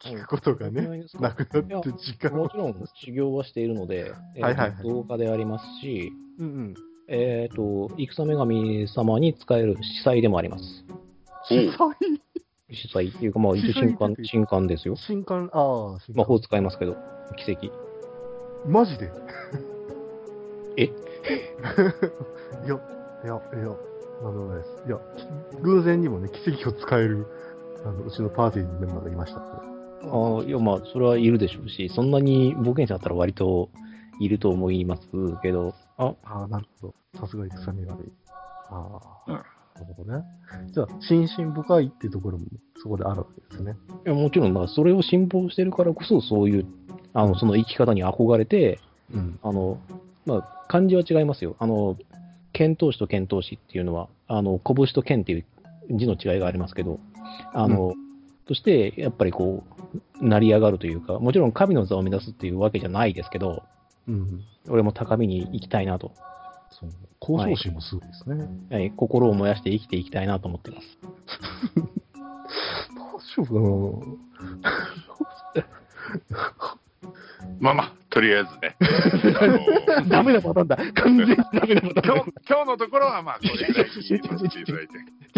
[SPEAKER 4] 聞くことがね、なくなって時間
[SPEAKER 1] も
[SPEAKER 4] を
[SPEAKER 1] ち。ろん修行はしているので、えー
[SPEAKER 4] はいはいはい
[SPEAKER 1] 同化でありますし、
[SPEAKER 4] うん うん。
[SPEAKER 1] えっ、と、戦女神様に使える司祭でもあります。
[SPEAKER 4] 主催
[SPEAKER 1] 司祭っていうか、まあ一応
[SPEAKER 4] 司祭
[SPEAKER 1] 神官
[SPEAKER 4] っていう、
[SPEAKER 1] 神官ですよ。
[SPEAKER 4] 新刊、ああ、新
[SPEAKER 1] 魔
[SPEAKER 4] 刊。
[SPEAKER 1] 法使いますけど、奇跡。
[SPEAKER 4] マジ で
[SPEAKER 1] え
[SPEAKER 4] いや、いや、いや、なんでもないです。いや、偶然にもね、奇跡を使える、あのうちのパーティーのメンバーがいました。
[SPEAKER 1] ああ、いや、まあ、それはいるでしょうし、そんなに冒険者だったら割といると思いますけど、あ、
[SPEAKER 4] ああ、なるほど。さすが戦に悪い。ああ、
[SPEAKER 3] うん
[SPEAKER 4] なるほどね。じゃあ、心身深いっていうところも、そこであるわけですね。
[SPEAKER 1] いやもちろん、まあ、それを信奉してるからこそ、そういう、あの、その生き方に憧れて、
[SPEAKER 4] うん。
[SPEAKER 1] あの、まあ、漢字は違いますよ。あの、剣闘士と剣闘士っていうのは、あの、拳と剣っていう字の違いがありますけど、あの、として、やっぱりこう、成り上がるというか、もちろん神の座を目指すっていうわけじゃないですけど、
[SPEAKER 4] うん。
[SPEAKER 1] 俺も高みに行きたいなと、
[SPEAKER 4] そう。交渉心もすごいですね。
[SPEAKER 1] はい心を燃やして生きていきたいなと思ってます。
[SPEAKER 4] 大丈夫かな
[SPEAKER 3] まあまあ、とりあえずね。あの
[SPEAKER 1] ダメなパターンだ。完全にダメなパター
[SPEAKER 3] 今
[SPEAKER 1] ン
[SPEAKER 3] 日今日のところはまあ、これぐらいにしていただいて。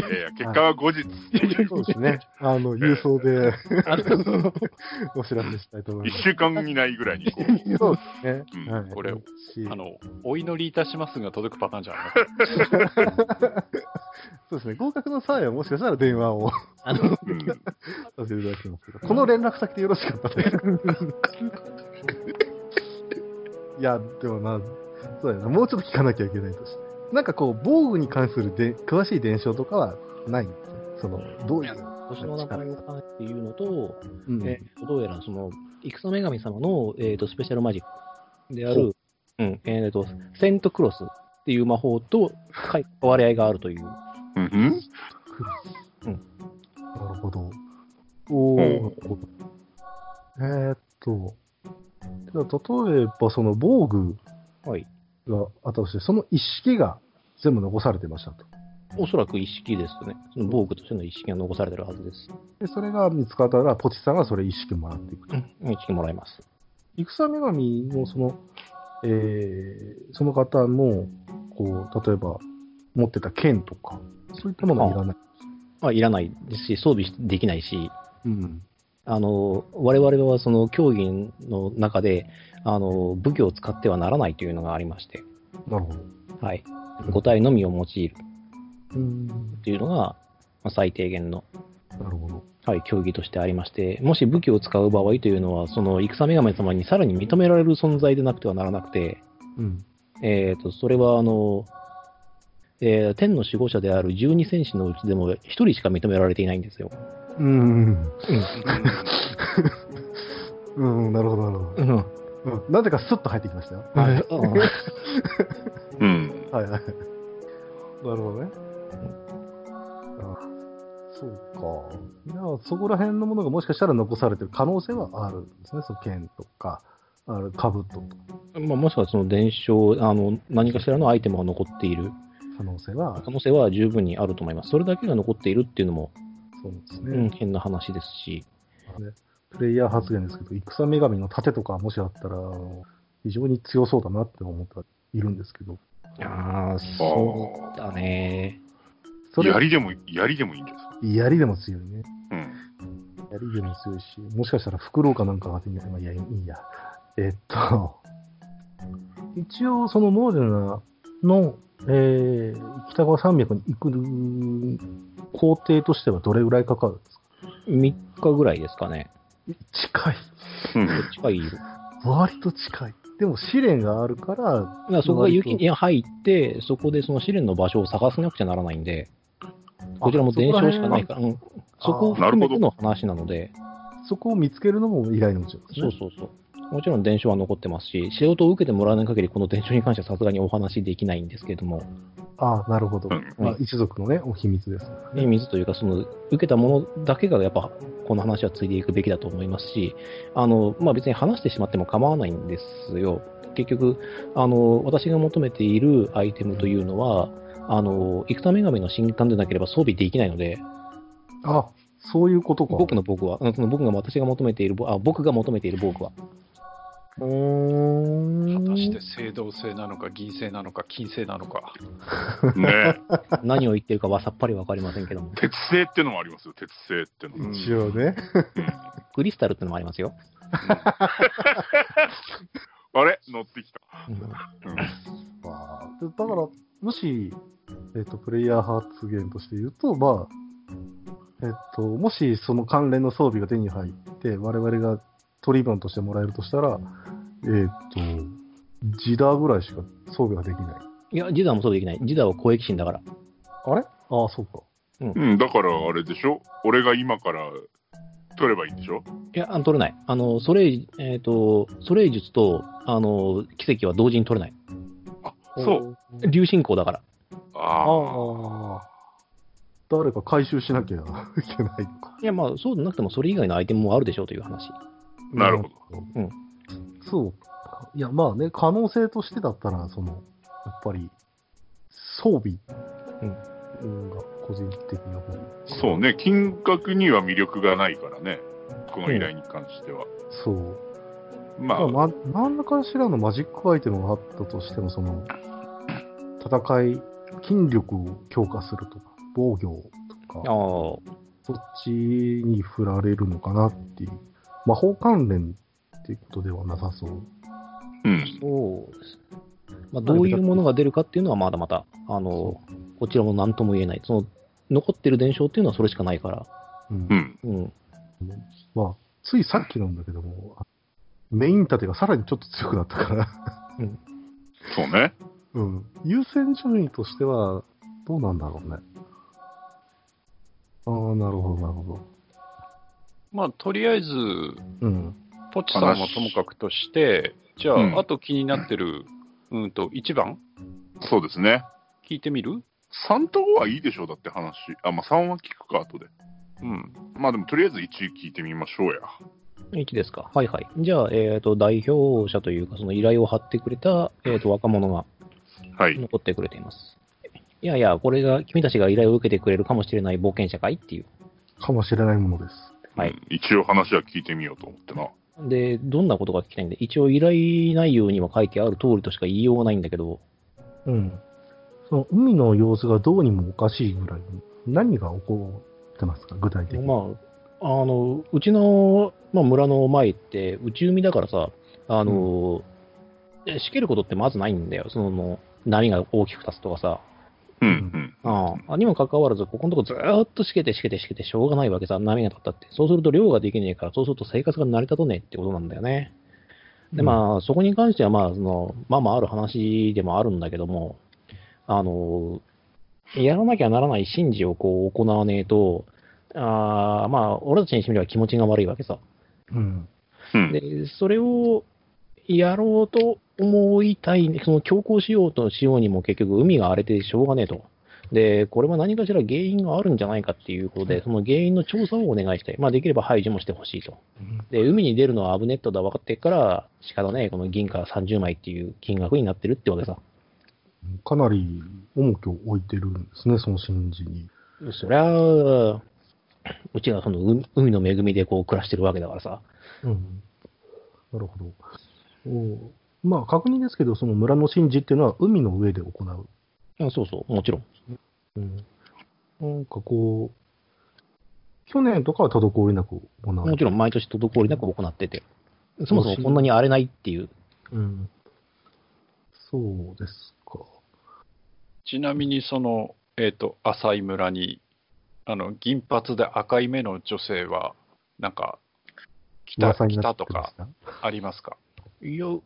[SPEAKER 3] いやいや結果は後日。
[SPEAKER 4] そうですね。あの、郵送で
[SPEAKER 1] だ。あの
[SPEAKER 4] お知らせしたいと思い
[SPEAKER 3] 一
[SPEAKER 4] ま
[SPEAKER 3] 週間以内ぐらいにこう。
[SPEAKER 4] す。そうです
[SPEAKER 3] うん
[SPEAKER 4] ね。はい。
[SPEAKER 2] これを
[SPEAKER 4] し
[SPEAKER 2] あの、お祈りいたしますが届くパターンじゃない
[SPEAKER 4] そうですね。合格の際はもしかしたら電話をさ
[SPEAKER 1] あの、
[SPEAKER 3] うん
[SPEAKER 4] せていただきますけど、この連絡先でよろしかったです。いや、でもな、そうだよな。もうちょっと聞かなきゃいけないとして。なんかこう、防具に関するで詳しい伝承とかはないんですよその、どういう。
[SPEAKER 1] 星の名前を考えていうのと、
[SPEAKER 4] うん
[SPEAKER 1] えーどうやらその戦女神様の、えー、とスペシャルマジックである、うんえー、とセントクロスっていう魔法と関わり合いがあるという、
[SPEAKER 3] うん
[SPEAKER 4] なるほど。お
[SPEAKER 3] う
[SPEAKER 4] お、
[SPEAKER 3] ん
[SPEAKER 4] なるほどえーっと、じゃあ例えばその防具
[SPEAKER 1] はい、
[SPEAKER 4] があったとして、その一式が全部残されてましたと。
[SPEAKER 1] おそらく一式ですね、その防具としての一式が残されてるはずです。
[SPEAKER 4] で、それが見つかったら、ポチさんがそれ一式もらっていくと。
[SPEAKER 1] うん、一式もらいます。
[SPEAKER 4] 戦女神のその、えー、その方の、こう、例えば、持ってた剣とか、そういったものはいらない。
[SPEAKER 1] まあ、いらないですし、装備できないし、
[SPEAKER 4] うん。
[SPEAKER 1] あの我々はその競技の中であの武器を使ってはならないというのがありまして、
[SPEAKER 4] なるほど。
[SPEAKER 1] はい、5体のみを用いる
[SPEAKER 4] うん。
[SPEAKER 1] というのが、まあ最低限の
[SPEAKER 4] なるほど。
[SPEAKER 1] はい、競技としてありまして、もし武器を使う場合というのは、その戦女神様にさらに認められる存在でなくてはならなくて、
[SPEAKER 4] うん。
[SPEAKER 1] えー、とそれはあの、えー天の守護者である12戦士のうちでも1人しか認められていないんですよ。
[SPEAKER 4] うん。
[SPEAKER 2] の
[SPEAKER 4] うん、なるほど、なるほど。
[SPEAKER 1] うん
[SPEAKER 4] うんなぜかスッと入ってきましたよ。
[SPEAKER 1] はい
[SPEAKER 4] い。
[SPEAKER 3] うん。
[SPEAKER 4] はいはい。なるほどね。あそうか。じゃあ、そこら辺のものがもしかしたら残されてる可能性はあるんですね。その剣とか、ある兜とか、
[SPEAKER 1] まあ、もしくはその伝承あの、何かしらのアイテムが残っている
[SPEAKER 4] 可能性はある
[SPEAKER 1] 可能性は十分にあると思います。それだけが残っているっていうのも、
[SPEAKER 4] そうです
[SPEAKER 1] うん、
[SPEAKER 4] ね。
[SPEAKER 1] 変な話ですし、
[SPEAKER 4] プレイヤー発言ですけど、戦女神の盾とかもしあったら、あの非常に強そうだなって思ったいるんですけど。
[SPEAKER 1] いやーそうだね。
[SPEAKER 4] それ、
[SPEAKER 3] 槍でも、槍でもいいんじゃない
[SPEAKER 4] 槍でも強いね。
[SPEAKER 3] ですか。
[SPEAKER 4] やりでも強いし、もしかしたらフクロウかなんかが手に入れまあいや、いいや。えっと、一応、そのモーデナの、えー、北川山脈に行く工程としてはどれぐらいかかるんですか
[SPEAKER 1] 3日ぐらいですかね。
[SPEAKER 4] 近い。
[SPEAKER 3] うん。
[SPEAKER 1] 近い
[SPEAKER 4] 割と近い。でも試練があるから、
[SPEAKER 1] だからそこが雪に入って、そこでその試練の場所を探さなくちゃならないんで、こちらも伝承しかないから、うんそこを含めての話なので、
[SPEAKER 4] そこを見つけるのも依頼のうちなんです
[SPEAKER 1] そう
[SPEAKER 4] ね。
[SPEAKER 1] そうそう。もちろん伝承は残ってますし、仕事を受けてもらわない限り、この伝承に関してはさすがにお話しできないんですけれども、
[SPEAKER 4] ああ、なるほど。
[SPEAKER 3] うん
[SPEAKER 4] まあ、一族のね、お秘密です。
[SPEAKER 1] ね、水というか、その受けたものだけがやっぱ、この話はついていくべきだと思いますし、あのまあ、別に話してしまっても構わないんですよ。結局あの、私が求めているアイテムというのは、あの生田女神の新刊でなければ装備できないので、
[SPEAKER 4] あそういうことか。
[SPEAKER 1] 僕の僕は、うんその僕が私が求めているぼあ、僕が求めている僕 は、
[SPEAKER 4] うー
[SPEAKER 2] 果
[SPEAKER 4] ん
[SPEAKER 2] たして正道性なのか、銀性なのか、金性なのか。
[SPEAKER 3] ね
[SPEAKER 1] 何を言ってるかはさっぱりわかりませんけども、
[SPEAKER 3] 鉄製ってのもありますよ、鉄製ってのは。
[SPEAKER 4] 一応ね。
[SPEAKER 1] クリスタルってのもありますよ。
[SPEAKER 3] あれ乗ってきた。
[SPEAKER 1] うん
[SPEAKER 3] うん
[SPEAKER 4] まあでだから、もし、えっ、と、プレイヤー発言として言うと、まあ、えっ、と、もしその関連の装備が手に入って、我々が取り分としてもらえるとしたら、えっ、と、ジダーぐらいしか装備ができない。
[SPEAKER 1] いや、ジダもそうできない。ジダは公益心だから。
[SPEAKER 4] あれああ、そうか。
[SPEAKER 3] うん、だからあれでしょ俺が今から取ればいいんでしょ
[SPEAKER 1] いや、あの取れない。あの、それ、えっ、と、ソレイ術と、あの、奇跡は同時に取れない。
[SPEAKER 3] あ、そう。。
[SPEAKER 1] 流進行だから。
[SPEAKER 3] ああ。
[SPEAKER 4] ああ。誰か回収しなきゃいけないのか。
[SPEAKER 1] いや、まあ、そうでなくても、それ以外のアイテムもあるでしょうという話。
[SPEAKER 3] なるほど。
[SPEAKER 1] うん
[SPEAKER 4] そうか。いや、まあね、可能性としてだったら、その、やっぱり、装備うんが個人的にやっぱり、
[SPEAKER 3] そうね、金額には魅力がないからね。この依頼に関しては。
[SPEAKER 4] そう。
[SPEAKER 3] まあ、
[SPEAKER 4] まあ、な何らかしらのマジックアイテムがあったとしても、その、戦い、筋力を強化するとか、防御と
[SPEAKER 1] あ
[SPEAKER 4] か、
[SPEAKER 1] あ、
[SPEAKER 4] そっちに振られるのかなっていう。魔法関連っていうことではなさそう。
[SPEAKER 3] うん。
[SPEAKER 1] そうです。まあ、どういうものが出るかっていうのは、まだまだ、あの、こちらも何とも言えない。その、残ってる伝承っていうのはそれしかないから。
[SPEAKER 4] うん
[SPEAKER 3] うん。
[SPEAKER 1] うん。
[SPEAKER 4] まあ、ついさっきなんだけども、メイン盾がさらにちょっと強くなったから、
[SPEAKER 3] そうね。
[SPEAKER 4] うん。優先順位としては、どうなんだろうね。ああ、なるほど、なるほど。
[SPEAKER 2] まあ、とりあえず、
[SPEAKER 4] うん。
[SPEAKER 2] ポチさんはともかくとして、じゃあ、
[SPEAKER 3] うん
[SPEAKER 2] あと気になってる、うんと、1番
[SPEAKER 3] そうですね。
[SPEAKER 2] 聞いてみる
[SPEAKER 3] 3と5はいいでしょう、だって話。あ、まあ3は聞くか、後で。
[SPEAKER 2] うん。
[SPEAKER 3] まあでも、とりあえず1位聞いてみましょうや。
[SPEAKER 1] 1ですか。はいはい。じゃあ、えっ、と、代表者というか、その依頼を張ってくれた、えっ、と、若者が
[SPEAKER 3] はい。
[SPEAKER 1] 残ってくれています。いやいや、これが、君たちが依頼を受けてくれるかもしれない冒険者かいっていう。
[SPEAKER 4] かもしれないものです。
[SPEAKER 1] はい
[SPEAKER 3] うん一応話は聞いてみようと思ってな。
[SPEAKER 1] で、どんなことが聞きたいんで、一応依頼内容には書いてある通りとしか言いようがないんだけど、
[SPEAKER 4] うん。その海の様子がどうにもおかしいぐらいに、何が起こってますか、具体的に。
[SPEAKER 1] まあ、あの、うちの、まあ、村の前って、内海だからさ、あの、えしけることってまずないんだよ。その、波が大きく立つとかさ。
[SPEAKER 3] うん、
[SPEAKER 1] ああにもかかわらず、ここのとこずーっとしけてしけてしけてしょうがないわけさ、波が立ったって。そうすると漁ができねえから、そうすると生活が成り立たねえってことなんだよね。で、まあ、そこに関しては、まあ、その、まあまあある話でもあるんだけども、あの、やらなきゃならない神事をこう行わねえと、あーまあ、俺たちにしてみれば気持ちが悪いわけさ。
[SPEAKER 4] うん。
[SPEAKER 3] うん。うん。
[SPEAKER 1] で、それをやろうと思いたい、その強行しようとしようにも結局海が荒れてしょうがねえと。で、これは何かしら原因があるんじゃないかっていうことで、その原因の調査をお願いしたい。まあできれば排除もしてほしいと。で、海に出るのは危ねえとだ分かってっから、仕方ねえ、この銀から30枚っていう金額になってるってわけさ。
[SPEAKER 4] かなり重きを置いてるんですね、その神事に。
[SPEAKER 1] そりゃあ、うちがその海海の恵みでこう暮らしてるわけだからさ。
[SPEAKER 4] うん。なるほど。おまあ、確認ですけど、その村の神事っていうのは海の上で行う。
[SPEAKER 1] うんそうそう、もちろん。
[SPEAKER 4] うん。なんかこう、去年とかは滞りなく行われ
[SPEAKER 1] もちろん毎年滞りなく行ってて。そもそもこんなに荒れないっていう
[SPEAKER 4] うん。そうですか。
[SPEAKER 2] ちなみに、その、えっ、と、浅い村に、あの、銀髪で赤い目の女性は、なんか、来た、
[SPEAKER 4] 噂
[SPEAKER 2] 来
[SPEAKER 4] にな
[SPEAKER 2] た
[SPEAKER 4] って
[SPEAKER 2] と
[SPEAKER 4] ま
[SPEAKER 2] か
[SPEAKER 4] した
[SPEAKER 2] ありますか
[SPEAKER 1] いや、う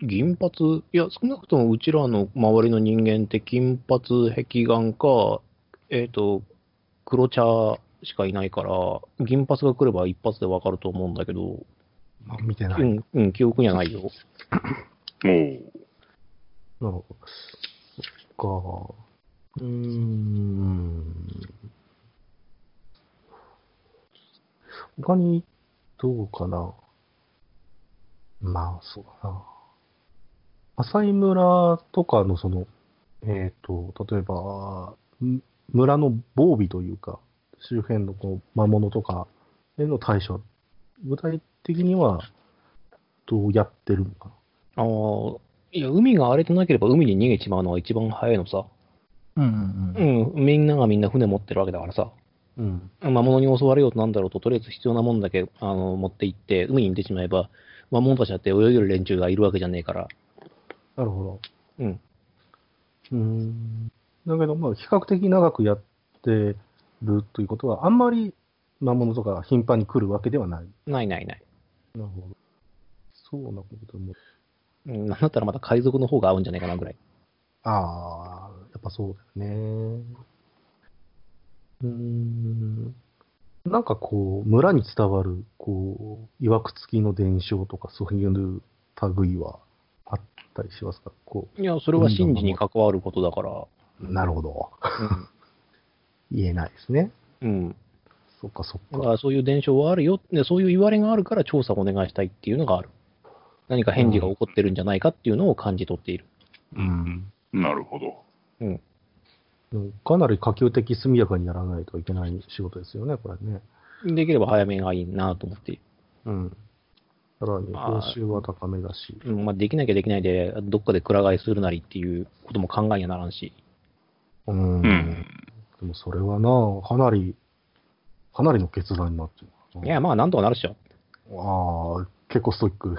[SPEAKER 1] 銀髪、いや、少なくともうちらの周りの人間って金髪、壁眼か、えっ、と、黒茶しかいないから、銀髪が来れば一発でわかると思うんだけど、
[SPEAKER 4] まあ、見てない。
[SPEAKER 1] う
[SPEAKER 4] なる
[SPEAKER 1] ん、うん、記憶にはないよ。
[SPEAKER 3] おう
[SPEAKER 4] ほど。そっか。うーん。他に、どうかな。まあ、そうだな。浅井村とかのその、えっ、と、例えば、ん村の防備というか、周辺のこう魔物とかへの対処、具体的にはどうやってるのか
[SPEAKER 1] ああ、いや、海が荒れてなければ海に逃げちまうのが一番早いのさ。
[SPEAKER 4] な。う
[SPEAKER 1] うんん、みんながみんな船持ってるわけだからさ。
[SPEAKER 4] うんうん。
[SPEAKER 1] 魔物に襲われようとなんだろうと、とりあえず必要なもんだけあの持って行って、海に出てしまえば、魔物たちだって泳げる連中がいるわけじゃねえから。
[SPEAKER 4] なるほど。
[SPEAKER 1] うん。
[SPEAKER 4] うーん。だけど、まあ、比較的長くやってるということは、あんまり魔物とか頻繁に来るわけではない。
[SPEAKER 1] ないないない。
[SPEAKER 4] なるほど。そうなことも。
[SPEAKER 1] うん、なんだったらまた海賊の方が合うんじゃないかなぐらい。
[SPEAKER 4] ああ、やっぱそうだよね。うーん。なんかこう、村に伝わる、こう、曰くつきの伝承とか、そういう類はあったりしますかこ
[SPEAKER 1] いや、それは神事に関わることだから。
[SPEAKER 4] う、なるほど。 言えないですね。
[SPEAKER 1] うん。
[SPEAKER 4] そっかそ
[SPEAKER 1] だか
[SPEAKER 4] っか。
[SPEAKER 1] らそういう伝承はあるよ、ね、そういう言われがあるから調査をお願いしたいっていうのがある。何か返事が起こってるんじゃないかっていうのを感じ取っている。
[SPEAKER 4] うん。
[SPEAKER 3] なるほど。
[SPEAKER 4] うんかなり可及的速やかにやらないといけない仕事ですよね、これね。
[SPEAKER 1] できれば早めがいいなと思っている。
[SPEAKER 4] うん。さらに、
[SPEAKER 1] まあ
[SPEAKER 4] 報酬は高めだし。
[SPEAKER 1] うんまあ、できなきゃできないで、どっかでくら替えするなりっていうことも考えにはならんし。
[SPEAKER 4] うん。
[SPEAKER 3] うん。
[SPEAKER 4] でもそれはな、かなり、かなりの決断になってる。
[SPEAKER 1] いや、まあ、なんとかなるっしょ。
[SPEAKER 4] ああ、結構ストイック。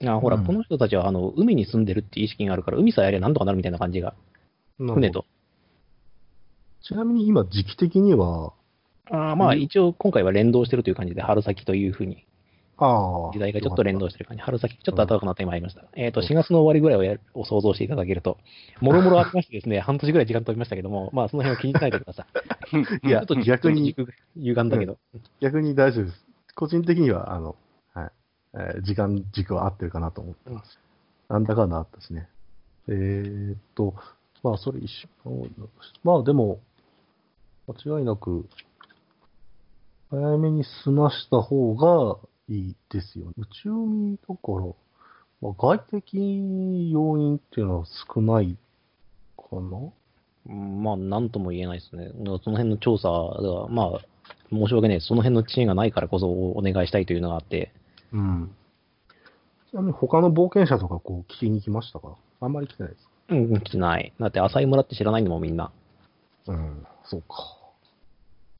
[SPEAKER 1] いやほら、
[SPEAKER 4] うん
[SPEAKER 1] この人たちはあの海に住んでるって意識があるから、海さえあればなんとかなるみたいな感じが、船と。
[SPEAKER 4] ちなみに今、時期的には、
[SPEAKER 1] あーまあ、一応、今回は連動してるという感じで、春先というふうに、
[SPEAKER 4] ああ。
[SPEAKER 1] 時代がちょっと連
[SPEAKER 4] 動。
[SPEAKER 1] 動してる感じ、春先、ちょっと暖かくなってまいりました。えっ、と、4月の終わりぐらいをやを想像していただけると、もろもろありましてですね、半年ぐらい時間飛びましたけども、まあ、その辺を気にしないでください。
[SPEAKER 4] いや
[SPEAKER 1] ちょっと
[SPEAKER 4] 逆に
[SPEAKER 1] ちょっと歪んだけど、
[SPEAKER 4] 逆に大丈夫です。個人的には、あの、はい。えー時間軸は合ってるかなと思ってます。なんだかんだあったしね。えーっと、まあ、それ一緒。まあ、でも、間違いなく、早めに済ました方がいいですよね。宇宙海だから、まあ、外的要因っていうのは少ないかな
[SPEAKER 1] うんまあ、なんとも言えないですね。だからその辺の調査が、まあ、申し訳ないです。その辺の知恵がないからこそお願いしたいというのがあって、
[SPEAKER 4] うん。ちなみに他の冒険者とかこう聞きに来ましたかあんまり来てないです
[SPEAKER 1] うん、うん来てない。だって、浅井村って知らないんだもん、みんな。
[SPEAKER 4] うん、そうか。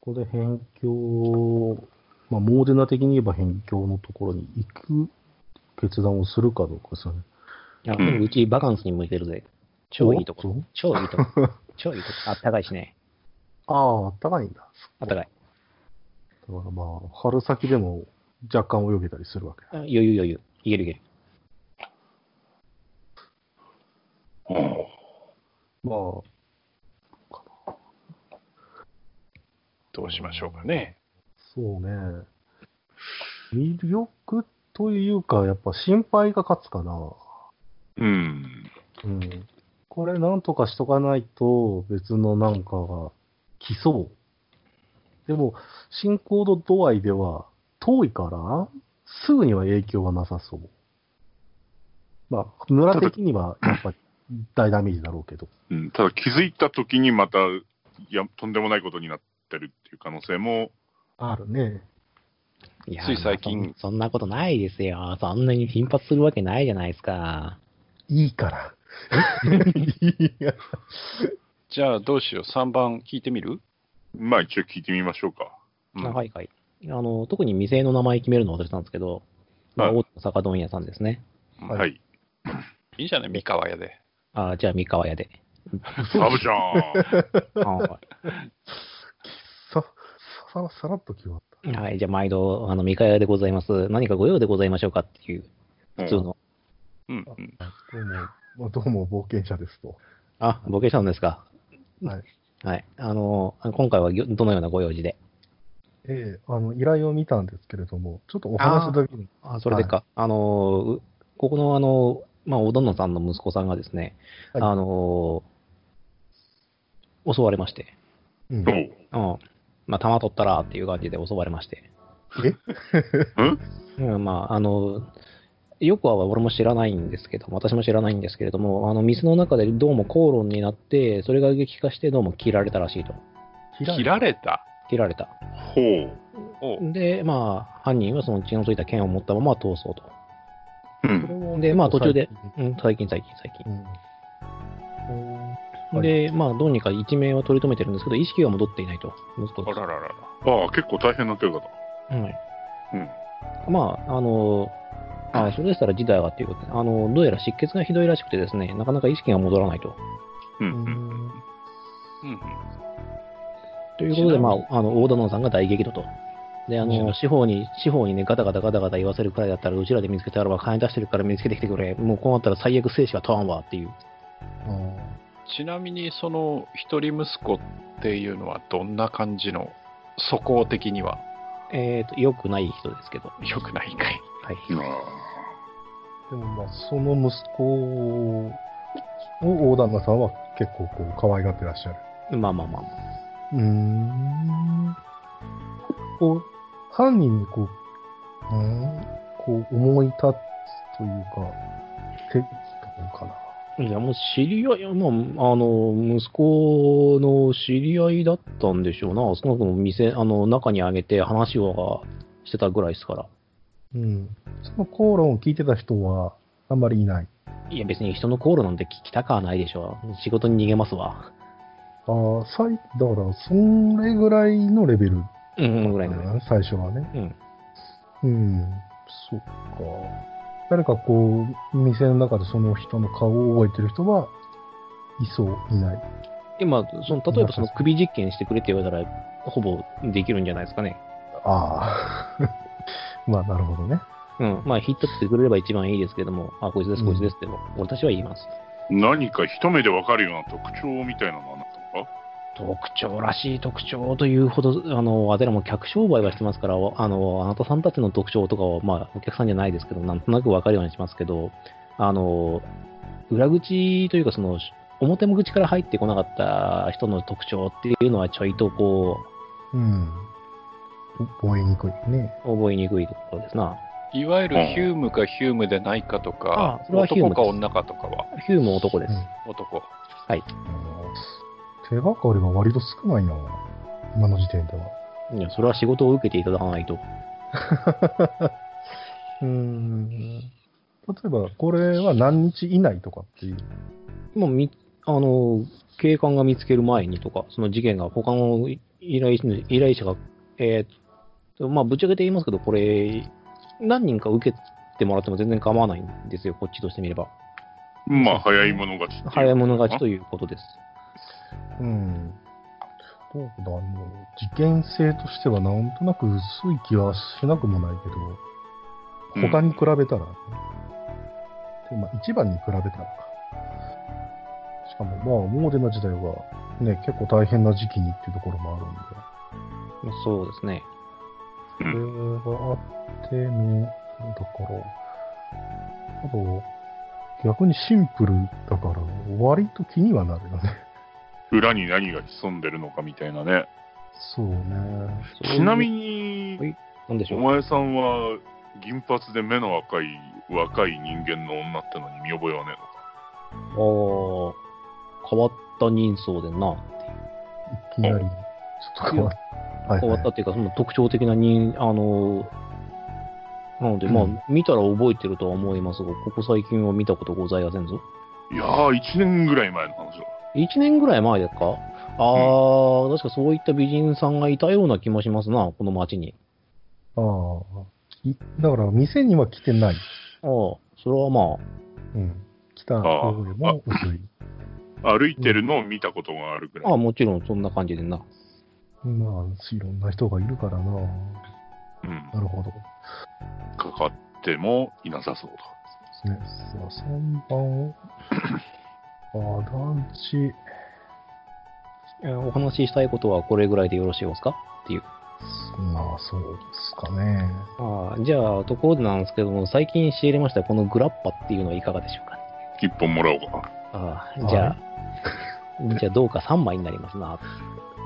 [SPEAKER 4] ここで辺境、まあ、モーデナ的に言えば辺境のところに行く決断をするかどうかですよね。
[SPEAKER 1] いや、でもうちバカンスに向いてるぜ。超いいとこ。
[SPEAKER 4] こ。
[SPEAKER 1] 超いいとこ。超いいとこ。あったかいしね。
[SPEAKER 4] ああ、あったかいんだ。
[SPEAKER 1] あったかい。
[SPEAKER 4] だからまあ、春先でも若干泳げたりするわけだ。
[SPEAKER 1] あ余裕余裕。いけるいける。
[SPEAKER 3] うん
[SPEAKER 4] まあ、
[SPEAKER 2] どうしましょうかね。
[SPEAKER 4] そうね。魅力というか、やっぱ心配が勝つかな。
[SPEAKER 3] うん。
[SPEAKER 4] うん。これなんとかしとかないと別のなんかが来そう。でも、進行度度合いでは遠いから、すぐには影響はなさそう。まあ、村的にはやっぱり大ダメージだろうけど。
[SPEAKER 3] うんただ気づいた時にまたいや、とんでもないことになってるっていう可能性も、
[SPEAKER 4] あるね。
[SPEAKER 1] いや
[SPEAKER 2] つい最近
[SPEAKER 1] そん。そんなことないですよ。そんなに頻発するわけないじゃないですか。
[SPEAKER 4] いいから。
[SPEAKER 2] じゃあどうしよう、3番聞いてみる
[SPEAKER 3] まあ一応聞いてみましょうか。うん
[SPEAKER 1] はいはい。あの、特に店の名前決めるのを忘れてたんですけど、まあ、
[SPEAKER 3] はい
[SPEAKER 1] 大手の酒問屋さんですね。
[SPEAKER 4] はい
[SPEAKER 3] はい。
[SPEAKER 2] いいじゃない、三河屋で。
[SPEAKER 1] あーじゃあ、三河屋で。
[SPEAKER 3] サブじゃん。
[SPEAKER 1] あー
[SPEAKER 4] さ、さら、さらっと決まった。
[SPEAKER 1] はい、じゃあ毎度、あの、三河屋でございます。何かご用でございましょうかっていう、 普通の。
[SPEAKER 2] うんうん
[SPEAKER 4] どうも、まあ、どうも冒険者ですと。
[SPEAKER 1] あ、ボケしたんですか。
[SPEAKER 4] はい。
[SPEAKER 1] はい。あの、今回はぎょどのようなご用事で。
[SPEAKER 4] ええあの、依頼を見たんですけれども、ちょっとお話しだけに。
[SPEAKER 1] あ、それでか。あの、うここの、あの、まあ、おどんのさんの息子さんがですね、
[SPEAKER 4] はい
[SPEAKER 1] あの、襲われまして、
[SPEAKER 4] うん
[SPEAKER 3] そう。
[SPEAKER 1] うん。まあ、弾取ったらっていう感じで襲われまして。 うん、まあ、あの、よくは俺も知らないんですけど、私も知らないんですけれども、あの、店の中でどうも口論になって、それが激化してどうも切られたらしいと。
[SPEAKER 2] 切られた。
[SPEAKER 1] 切られた。
[SPEAKER 3] ほう。
[SPEAKER 2] おう
[SPEAKER 1] で、まあ、犯人はその血のついた剣を持ったまま逃走と。
[SPEAKER 3] う
[SPEAKER 4] それ
[SPEAKER 3] ん。
[SPEAKER 4] も
[SPEAKER 1] でまあ途中で。
[SPEAKER 4] 結構
[SPEAKER 1] うん、最近、最近、最
[SPEAKER 4] 最近うん
[SPEAKER 1] 近。で、まあ、どうにか一命は取り留めてるんですけど、意識は戻っていないと。息子
[SPEAKER 2] あらららら。
[SPEAKER 3] ああ、結構大変な怪我だ。
[SPEAKER 1] はい。
[SPEAKER 3] うん。
[SPEAKER 1] まあ、あの、あそれでしたら事態がっていうことで、あの、どうやら失血がひどいらしくてですね、なかなか意識が戻らないと。
[SPEAKER 3] う。
[SPEAKER 4] うん
[SPEAKER 3] う
[SPEAKER 2] う
[SPEAKER 3] ん
[SPEAKER 4] ん
[SPEAKER 2] んうん
[SPEAKER 1] ということで、
[SPEAKER 2] ちな
[SPEAKER 1] ま
[SPEAKER 2] みに
[SPEAKER 1] あ、あの、大田野さんが大激怒と。で、あ
[SPEAKER 2] ちなみ
[SPEAKER 1] の、司法に、司法にね、ガタガタガタガタ言わせるくらいだったら、うちらで見つけたらば、金出してるから見つけてきてくれ。もうこうなったら最悪生死は問わんわっていう。
[SPEAKER 2] ちなみにその一人息子っていうのはどんな感じの素行的には
[SPEAKER 1] えっ、と、良くない人ですけど。
[SPEAKER 2] 良くないんかい
[SPEAKER 1] はい。
[SPEAKER 3] あ
[SPEAKER 4] でもまあ、その息子を大旦那さんは結構こう可愛がってらっしゃる。
[SPEAKER 1] まあまあまあ。
[SPEAKER 4] うーん。こう、犯人にこう、うーん、こう思い立つというか、てどうかな。
[SPEAKER 1] いや、もう知り合い、まあ、あの、息子の知り合いだったんでしょうな。少なくとも店、あの、中にあげて話をしてたぐらいですから。
[SPEAKER 4] うん。その口論を聞いてた人はあんまりいない。
[SPEAKER 1] いや、別に人の口論なんて聞きたくはないでしょう。仕事に逃げますわ。
[SPEAKER 4] ああ、さい、だから、それぐらいのレベル
[SPEAKER 1] うん、ぐらいのね。
[SPEAKER 4] ね、最初はね。
[SPEAKER 1] うん。
[SPEAKER 4] うん、そっか。誰かこう、店の中でその人の顔を覚えてる人は、いそう、いない。
[SPEAKER 1] 今、その、例えばその首実験してくれって言われたら、ほぼできるんじゃないですかね。
[SPEAKER 4] ああ。 まあ、なるほどね。
[SPEAKER 1] うん。まあ、ヒットってくれれば一番いいですけども、あ、こいつです、こいつですって、俺たちは言います。
[SPEAKER 3] 何か一目でわかるような特徴みたいなのはなかったのか
[SPEAKER 1] 特徴らしい特徴というほど、あの、あてらも客商売はしてますから、あの、あなたさんたちの特徴とかは、まあ、お客さんじゃないですけど、なんとなくわかるようにしますけど、あの、裏口というか、その、表も口から入ってこなかった人の特徴っていうのは、ちょいとこ
[SPEAKER 4] うん。覚えにくいね。
[SPEAKER 1] う、覚えにくいところですな。
[SPEAKER 2] いわゆるヒュームかヒュームでないかとか
[SPEAKER 1] ああ、それはヒューム
[SPEAKER 2] 男
[SPEAKER 1] です
[SPEAKER 2] か女かとかは
[SPEAKER 1] ヒューも男です。
[SPEAKER 4] うん
[SPEAKER 2] 男。
[SPEAKER 4] 手がかりが割と少ないな。今の時点では。
[SPEAKER 1] いや、それは仕事を受けていただかないと。
[SPEAKER 4] うーん。例えば、これは何日以内とかっていう。
[SPEAKER 1] もうみ、あの、警官が見つける前にとか、その事件が他の依頼主依頼者が、えーっと、まあ、ぶっちゃけて言いますけど、これ、何人か受けてもらっても全然構わないんですよ、こっちとしてみれば。
[SPEAKER 3] まあ、早い者勝ちっていう。
[SPEAKER 1] 早い者勝ちということです。
[SPEAKER 4] うん。どうだろう。事件性としてはなんとなく薄い気はしなくもないけ
[SPEAKER 3] うん
[SPEAKER 4] ど、他に比べたら、ねでまあ一番に比べたらか。しかも、まあ、モーデナ時代は、ね、結構大変な時期にっていうところもあるんで、
[SPEAKER 1] そうですね。
[SPEAKER 3] う
[SPEAKER 4] それ
[SPEAKER 3] ん
[SPEAKER 4] があっての、だから、あと、逆にシンプルだから、割と気にはなるよね。
[SPEAKER 3] 裏に何が潜んでるのかみたいなね。
[SPEAKER 4] そうね。
[SPEAKER 3] ちなみ
[SPEAKER 1] に、
[SPEAKER 3] に
[SPEAKER 1] はい、なんでし
[SPEAKER 3] お
[SPEAKER 1] ょう。
[SPEAKER 3] 前さんは銀髪で目の赤い若い人間の女ってのに見覚えはねえの
[SPEAKER 1] ああ、
[SPEAKER 3] か
[SPEAKER 1] 変わった人相でな。
[SPEAKER 4] いきなり、ちょっと変わった。はい
[SPEAKER 1] 変わったっていうか、その特徴的な人、あの、なので、まあ、
[SPEAKER 4] うん
[SPEAKER 1] 見たら覚えてるとは思いますが、ここ最近は見たことございませんぞ。
[SPEAKER 3] いやー、1年ぐらい前の話だ。
[SPEAKER 1] 1年ぐらい前ですかああ、確かそういった美人さんがいたような気もしますな、この町に。
[SPEAKER 4] ああ。いだから、店には来てな
[SPEAKER 1] あ
[SPEAKER 4] い。
[SPEAKER 1] あ、それはまあ、
[SPEAKER 4] うん。来た方よりも薄い。
[SPEAKER 3] 歩いてるのを見たことがあるぐらい。
[SPEAKER 1] ああもちろんそんな感じでな。
[SPEAKER 4] まあ、いろんな人がいるからな。
[SPEAKER 3] うん、
[SPEAKER 4] なるほど。で
[SPEAKER 3] かかってもいなさそうだ。
[SPEAKER 4] すね。さあ、3番を。あ、団地。
[SPEAKER 1] えーお話ししたいことはこれぐらいでよろしいですか
[SPEAKER 4] まあ、そうですかね。
[SPEAKER 1] ああじゃあ、ところでなんですけども、最近仕入れましたこのグラッパっていうのはいかがでしょうかね。
[SPEAKER 3] 一本もらおうか。
[SPEAKER 1] ああじゃあ、 じゃあ、どうか3枚になりますな。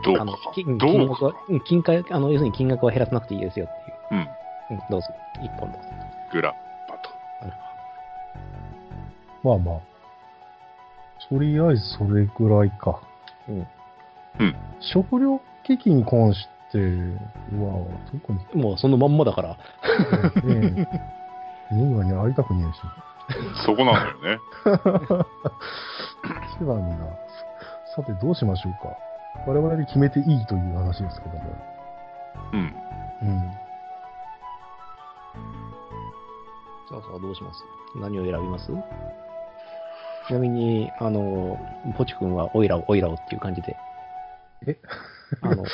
[SPEAKER 3] どう
[SPEAKER 1] あの
[SPEAKER 3] か。
[SPEAKER 1] き金
[SPEAKER 3] どう
[SPEAKER 1] 額
[SPEAKER 3] か
[SPEAKER 1] は。、うん金額あの、要するに金額は減らさなくていいですよっていう。
[SPEAKER 3] うん。
[SPEAKER 1] うん、どうぞ、1本どうぞ。
[SPEAKER 3] グラッパと。
[SPEAKER 4] まあまあ。とりあえずそれぐらいか。
[SPEAKER 1] うん
[SPEAKER 3] うん
[SPEAKER 4] 食料危機に関しては、特に
[SPEAKER 1] もうそのまんまだから、
[SPEAKER 4] ね、人間に会いたくねえし。
[SPEAKER 3] そこなんだよね。
[SPEAKER 4] 手段が、さてどうしましょうか。我々で決めていいという話ですけども。
[SPEAKER 3] うん。
[SPEAKER 4] うん。
[SPEAKER 1] さあさあどうします何を選びますちなみに、あの、ポチ君はオイラを、オイラをっていう感じで、
[SPEAKER 4] え
[SPEAKER 1] あの、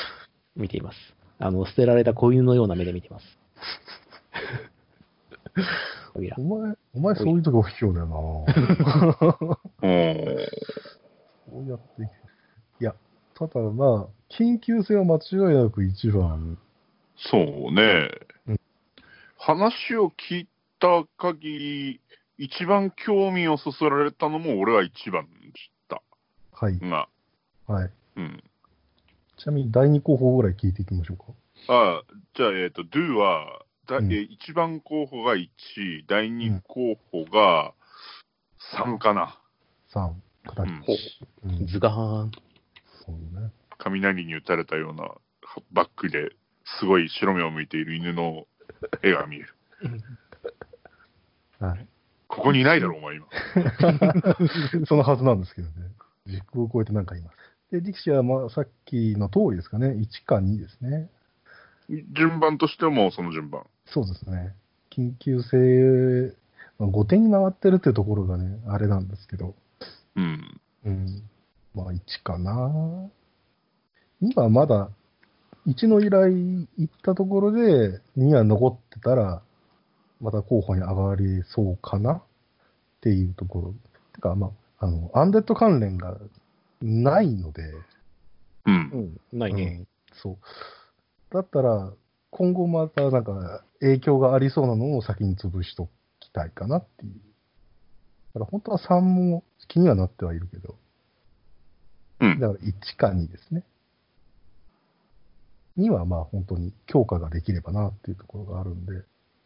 [SPEAKER 1] 見ています。あの、捨てられた子犬のような目で見てい ます。オイラ
[SPEAKER 4] お。前、お前そういうとこ不況だよな
[SPEAKER 3] おー
[SPEAKER 4] こうやっていけいや、ただまあ、緊急性は間違いなく一番。
[SPEAKER 3] そうね
[SPEAKER 4] うん。
[SPEAKER 3] 話を聞いた限り、一番興味をそそられたのも俺は一番だ
[SPEAKER 4] はい。
[SPEAKER 3] が、
[SPEAKER 4] はい。
[SPEAKER 3] うん。
[SPEAKER 4] ちなみに第2候補ぐらい聞いていきましょうか。
[SPEAKER 3] あじゃあ、えっ、と、do は、だ
[SPEAKER 4] うん
[SPEAKER 3] え一番候補が1、第2候補が3かな。
[SPEAKER 4] 三、形。
[SPEAKER 3] うん
[SPEAKER 4] うん
[SPEAKER 1] ズガーン。
[SPEAKER 4] そうね。
[SPEAKER 3] 雷に打たれたようなバックですごい白目を向いている犬の絵が見える。
[SPEAKER 4] はい。
[SPEAKER 3] ここにいないだろ、お前今。
[SPEAKER 4] そのはずなんですけどね。時空を超えてなんか今。で、力士はまあさっきの通りですかね。1か2ですね。
[SPEAKER 3] 順番としてもその順番。
[SPEAKER 4] そうですね。緊急性、まあ、後手に回ってるっていうところがね、あれなんですけど。
[SPEAKER 3] うん。
[SPEAKER 4] うん。まあ1かな。2はまだ、1の依頼行ったところで、2が残ってたら、また候補に上がりそうかなっていうところ。てか、まあ、あの、アンデッド関連がないので、
[SPEAKER 3] うん
[SPEAKER 1] う。ん、ないね。
[SPEAKER 4] そう。だったら、今後またなんか影響がありそうなのを先に潰しときたいかなっていう。だから本当は3も気にはなってはいるけど。
[SPEAKER 3] うん
[SPEAKER 4] だから1か2ですね。2はまあ本当に強化ができればなっていうところがあるんで、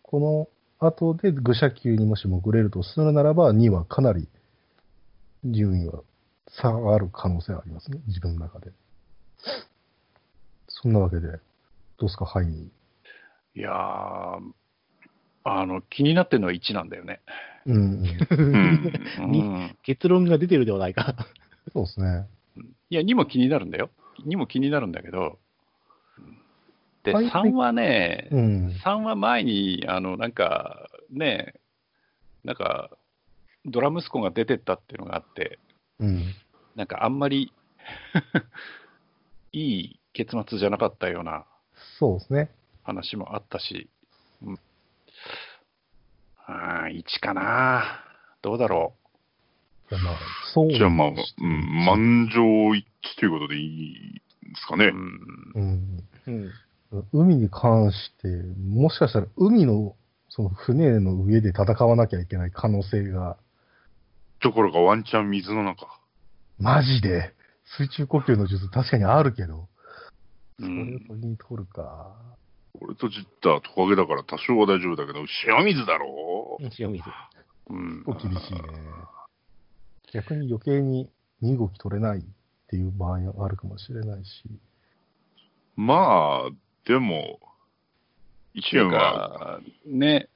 [SPEAKER 4] この後で愚者級にもしもぐれるとするならば、2はかなり順位は差がある可能性はありますね、自分の中で。そんなわけで、どうですか、ハイに。
[SPEAKER 2] いやーあの、気になってるのは1なんだよね。
[SPEAKER 4] うん、 うん。
[SPEAKER 3] うん。
[SPEAKER 2] うん、
[SPEAKER 1] 結論が出てるではないか。
[SPEAKER 4] そうですね。
[SPEAKER 2] いや、2も気になるんだよ。2も気になるんだけど、で、
[SPEAKER 4] はい
[SPEAKER 2] 3はね、
[SPEAKER 4] うん。
[SPEAKER 2] 3は前に、あの、なんか、ね、なんか、ドラ息子が出てったっていうのがあって、
[SPEAKER 4] うん。
[SPEAKER 2] なんかあんまり いい結末じゃなかったような
[SPEAKER 4] そうですね。
[SPEAKER 2] 話もあったし、うん、あー1かな、どうだろ
[SPEAKER 4] じゃあまあ、そう。
[SPEAKER 3] じゃあまあ、うん、満場一致ということでいいですか
[SPEAKER 2] う。
[SPEAKER 3] ね
[SPEAKER 2] う。ん
[SPEAKER 4] うん。
[SPEAKER 1] うん。
[SPEAKER 4] 海に関して、もしかしたら海の、その船の上で戦わなきゃいけない可能性が、
[SPEAKER 3] ところがワンチャン水の中。
[SPEAKER 4] マジで、水中呼吸の術確かにあるけど、
[SPEAKER 2] う
[SPEAKER 4] それ
[SPEAKER 2] ん
[SPEAKER 4] を取りに取るか。
[SPEAKER 3] 俺とジッタートカゲだから多少は大丈夫だけど、塩水だろ
[SPEAKER 1] 塩水。
[SPEAKER 2] うん
[SPEAKER 4] 結構厳しいね。逆に余計に身動き取れないっていう場合があるかもしれないし。
[SPEAKER 3] まあ、でも、一
[SPEAKER 2] な
[SPEAKER 3] 円
[SPEAKER 2] ん
[SPEAKER 3] は、
[SPEAKER 2] か、ね、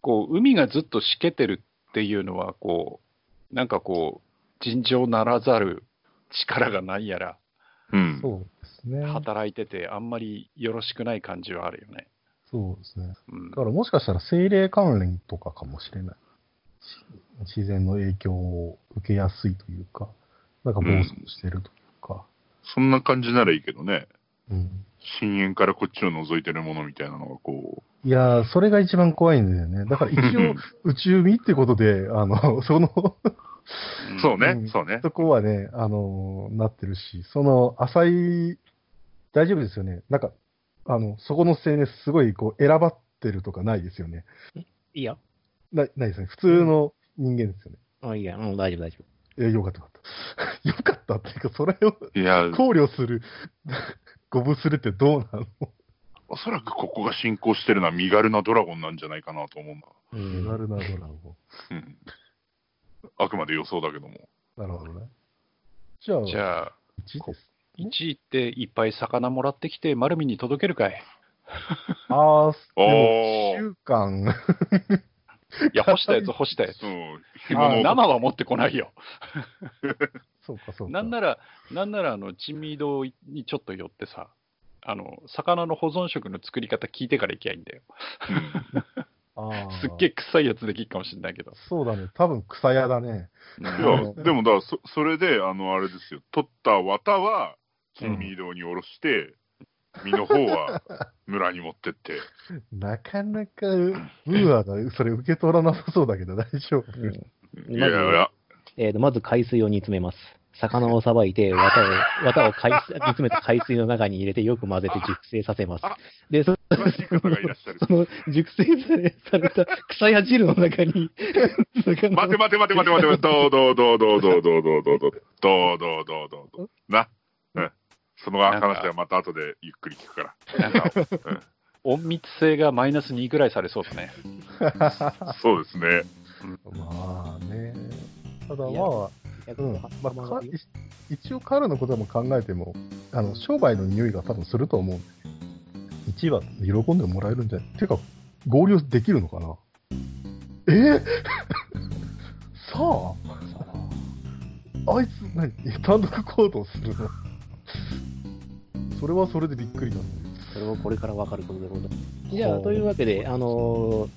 [SPEAKER 2] こう、海がずっとしけてるっていうのは、こう、なんかこう、尋常ならざる力がないやら、
[SPEAKER 3] うん。
[SPEAKER 4] そうですね。
[SPEAKER 2] 働いてて、あんまりよろしくない感じはあるよね。
[SPEAKER 4] そうですね。
[SPEAKER 2] うん
[SPEAKER 4] だからもしかしたら精霊関連とかかもしれない。し自然の影響を受けやすいというか、なんか暴走してるというか。
[SPEAKER 3] そんな感じならいいけどね。
[SPEAKER 4] うん。
[SPEAKER 3] 深淵からこっちを覗いてるものみたいなのがこ
[SPEAKER 4] いやー、それが一番怖いんだよね。だから一応、宇宙見ってことで、あの、 その、
[SPEAKER 3] う、そうね、
[SPEAKER 4] うん
[SPEAKER 3] そうね。
[SPEAKER 4] そこはね、あのなってるし、その、浅い、大丈夫ですよね。なんか、あの、そこの青年、すごい、こう、選ばってるとかないですよね。
[SPEAKER 1] いいや。
[SPEAKER 4] なないですね。普通の人間ですよね。
[SPEAKER 1] あいいや、うん、大丈夫、大丈夫。
[SPEAKER 4] えよかった、よかった。よ かったっていうか、それを
[SPEAKER 3] いや、
[SPEAKER 4] 考慮する、 ご無するってどうなの
[SPEAKER 3] おそらくここが進行してるのは身軽なドラゴンなんじゃないかなと思うんだ。
[SPEAKER 1] う
[SPEAKER 4] 手
[SPEAKER 1] ん、
[SPEAKER 4] 軽なドラゴ
[SPEAKER 3] うんあくまで予想だけども。
[SPEAKER 4] ン。なるほどね。じゃあ、
[SPEAKER 2] じゃあ、
[SPEAKER 4] 1です。
[SPEAKER 2] 1位っていっぱい魚もらってきて、丸見に届けるかい。
[SPEAKER 4] あー、
[SPEAKER 3] おー
[SPEAKER 4] でも、週間。
[SPEAKER 2] い や、干したやつ、干したやつ。
[SPEAKER 3] うん。
[SPEAKER 2] あ
[SPEAKER 3] 紐の
[SPEAKER 2] 生は持ってこないよ。
[SPEAKER 4] そうか、そうか。
[SPEAKER 2] なんなら、なんなら、あの、珍味堂にちょっと寄ってさ、あの、魚の保存食の作り方聞いてから行きゃいいんだよ。
[SPEAKER 4] あー
[SPEAKER 2] すっげえ臭いやつできるかもしれないけど。
[SPEAKER 4] そうだね。多分草屋だね。
[SPEAKER 3] いや、でもだからそ、それで、あの、あれですよ、取った綿は、金味堂に下ろして、身の方は村に持ってって、
[SPEAKER 4] なかなか、うわだ、それ受け取らなさそうだけど大丈 夫。
[SPEAKER 3] いやいや、
[SPEAKER 1] えーとまず海水を煮詰めます。魚をさばいて、綿を、綿を海水煮詰めた海水の中に入れて、よく混ぜて熟成させます。で、そ
[SPEAKER 3] 詳しい方がいらっしゃる。
[SPEAKER 1] その熟成された草や汁の中に、魚を
[SPEAKER 3] 待て待て待て待て待て待て、どうどうどうどうどうどうどうどうどうどうどうどうどうどうな、うん、その話はまた後でゆっくり聞くか
[SPEAKER 2] な
[SPEAKER 3] ら。
[SPEAKER 2] んか、隠密性がマイナス2ぐらいされそうだ ね。
[SPEAKER 3] そうですね。
[SPEAKER 4] まあね。ただ
[SPEAKER 1] いや
[SPEAKER 4] まあ、うん。まあ、か一応彼のことも考えても、あの、商売の匂いが多分すると思う。一番喜んでもらえるんじゃないてか、合流できるのかなえーさああいつ何、え単独行動するのそれはそれでびっくりだね。
[SPEAKER 1] それをこれから分かることでございます。じゃあ、というわけで、あの
[SPEAKER 4] はい。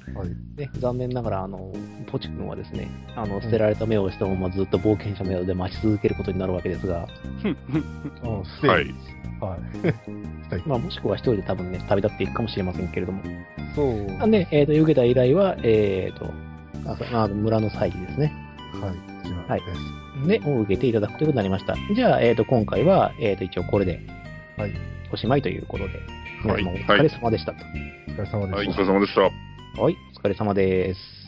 [SPEAKER 1] ーね、残念ながら、あのーポチ君はですね、あの、捨てられた目をしたままずっと冒険者のようで待ち続けることになるわけですが、
[SPEAKER 4] うん、ステ
[SPEAKER 3] は
[SPEAKER 4] ー
[SPEAKER 3] い。
[SPEAKER 4] はい。 ステー
[SPEAKER 1] まあ、もしくは一人で多分ね、旅立っていくかもしれませんけれども、
[SPEAKER 4] そう。
[SPEAKER 1] あね、えーと、受けた依頼は、えーと、あそあの村の祭事ですね。
[SPEAKER 4] はい。じゃあ、
[SPEAKER 1] はい
[SPEAKER 4] です
[SPEAKER 1] ね、を受けていただくということになりました。じゃあ、えーと、今回は、えーと、一応これで
[SPEAKER 4] はい。
[SPEAKER 1] おしまいということで、皆様お
[SPEAKER 3] はい
[SPEAKER 1] 疲れ様でしたと。
[SPEAKER 4] お疲れ様でした。
[SPEAKER 3] はい、お疲れ様でした。
[SPEAKER 1] はい、お疲れ様です。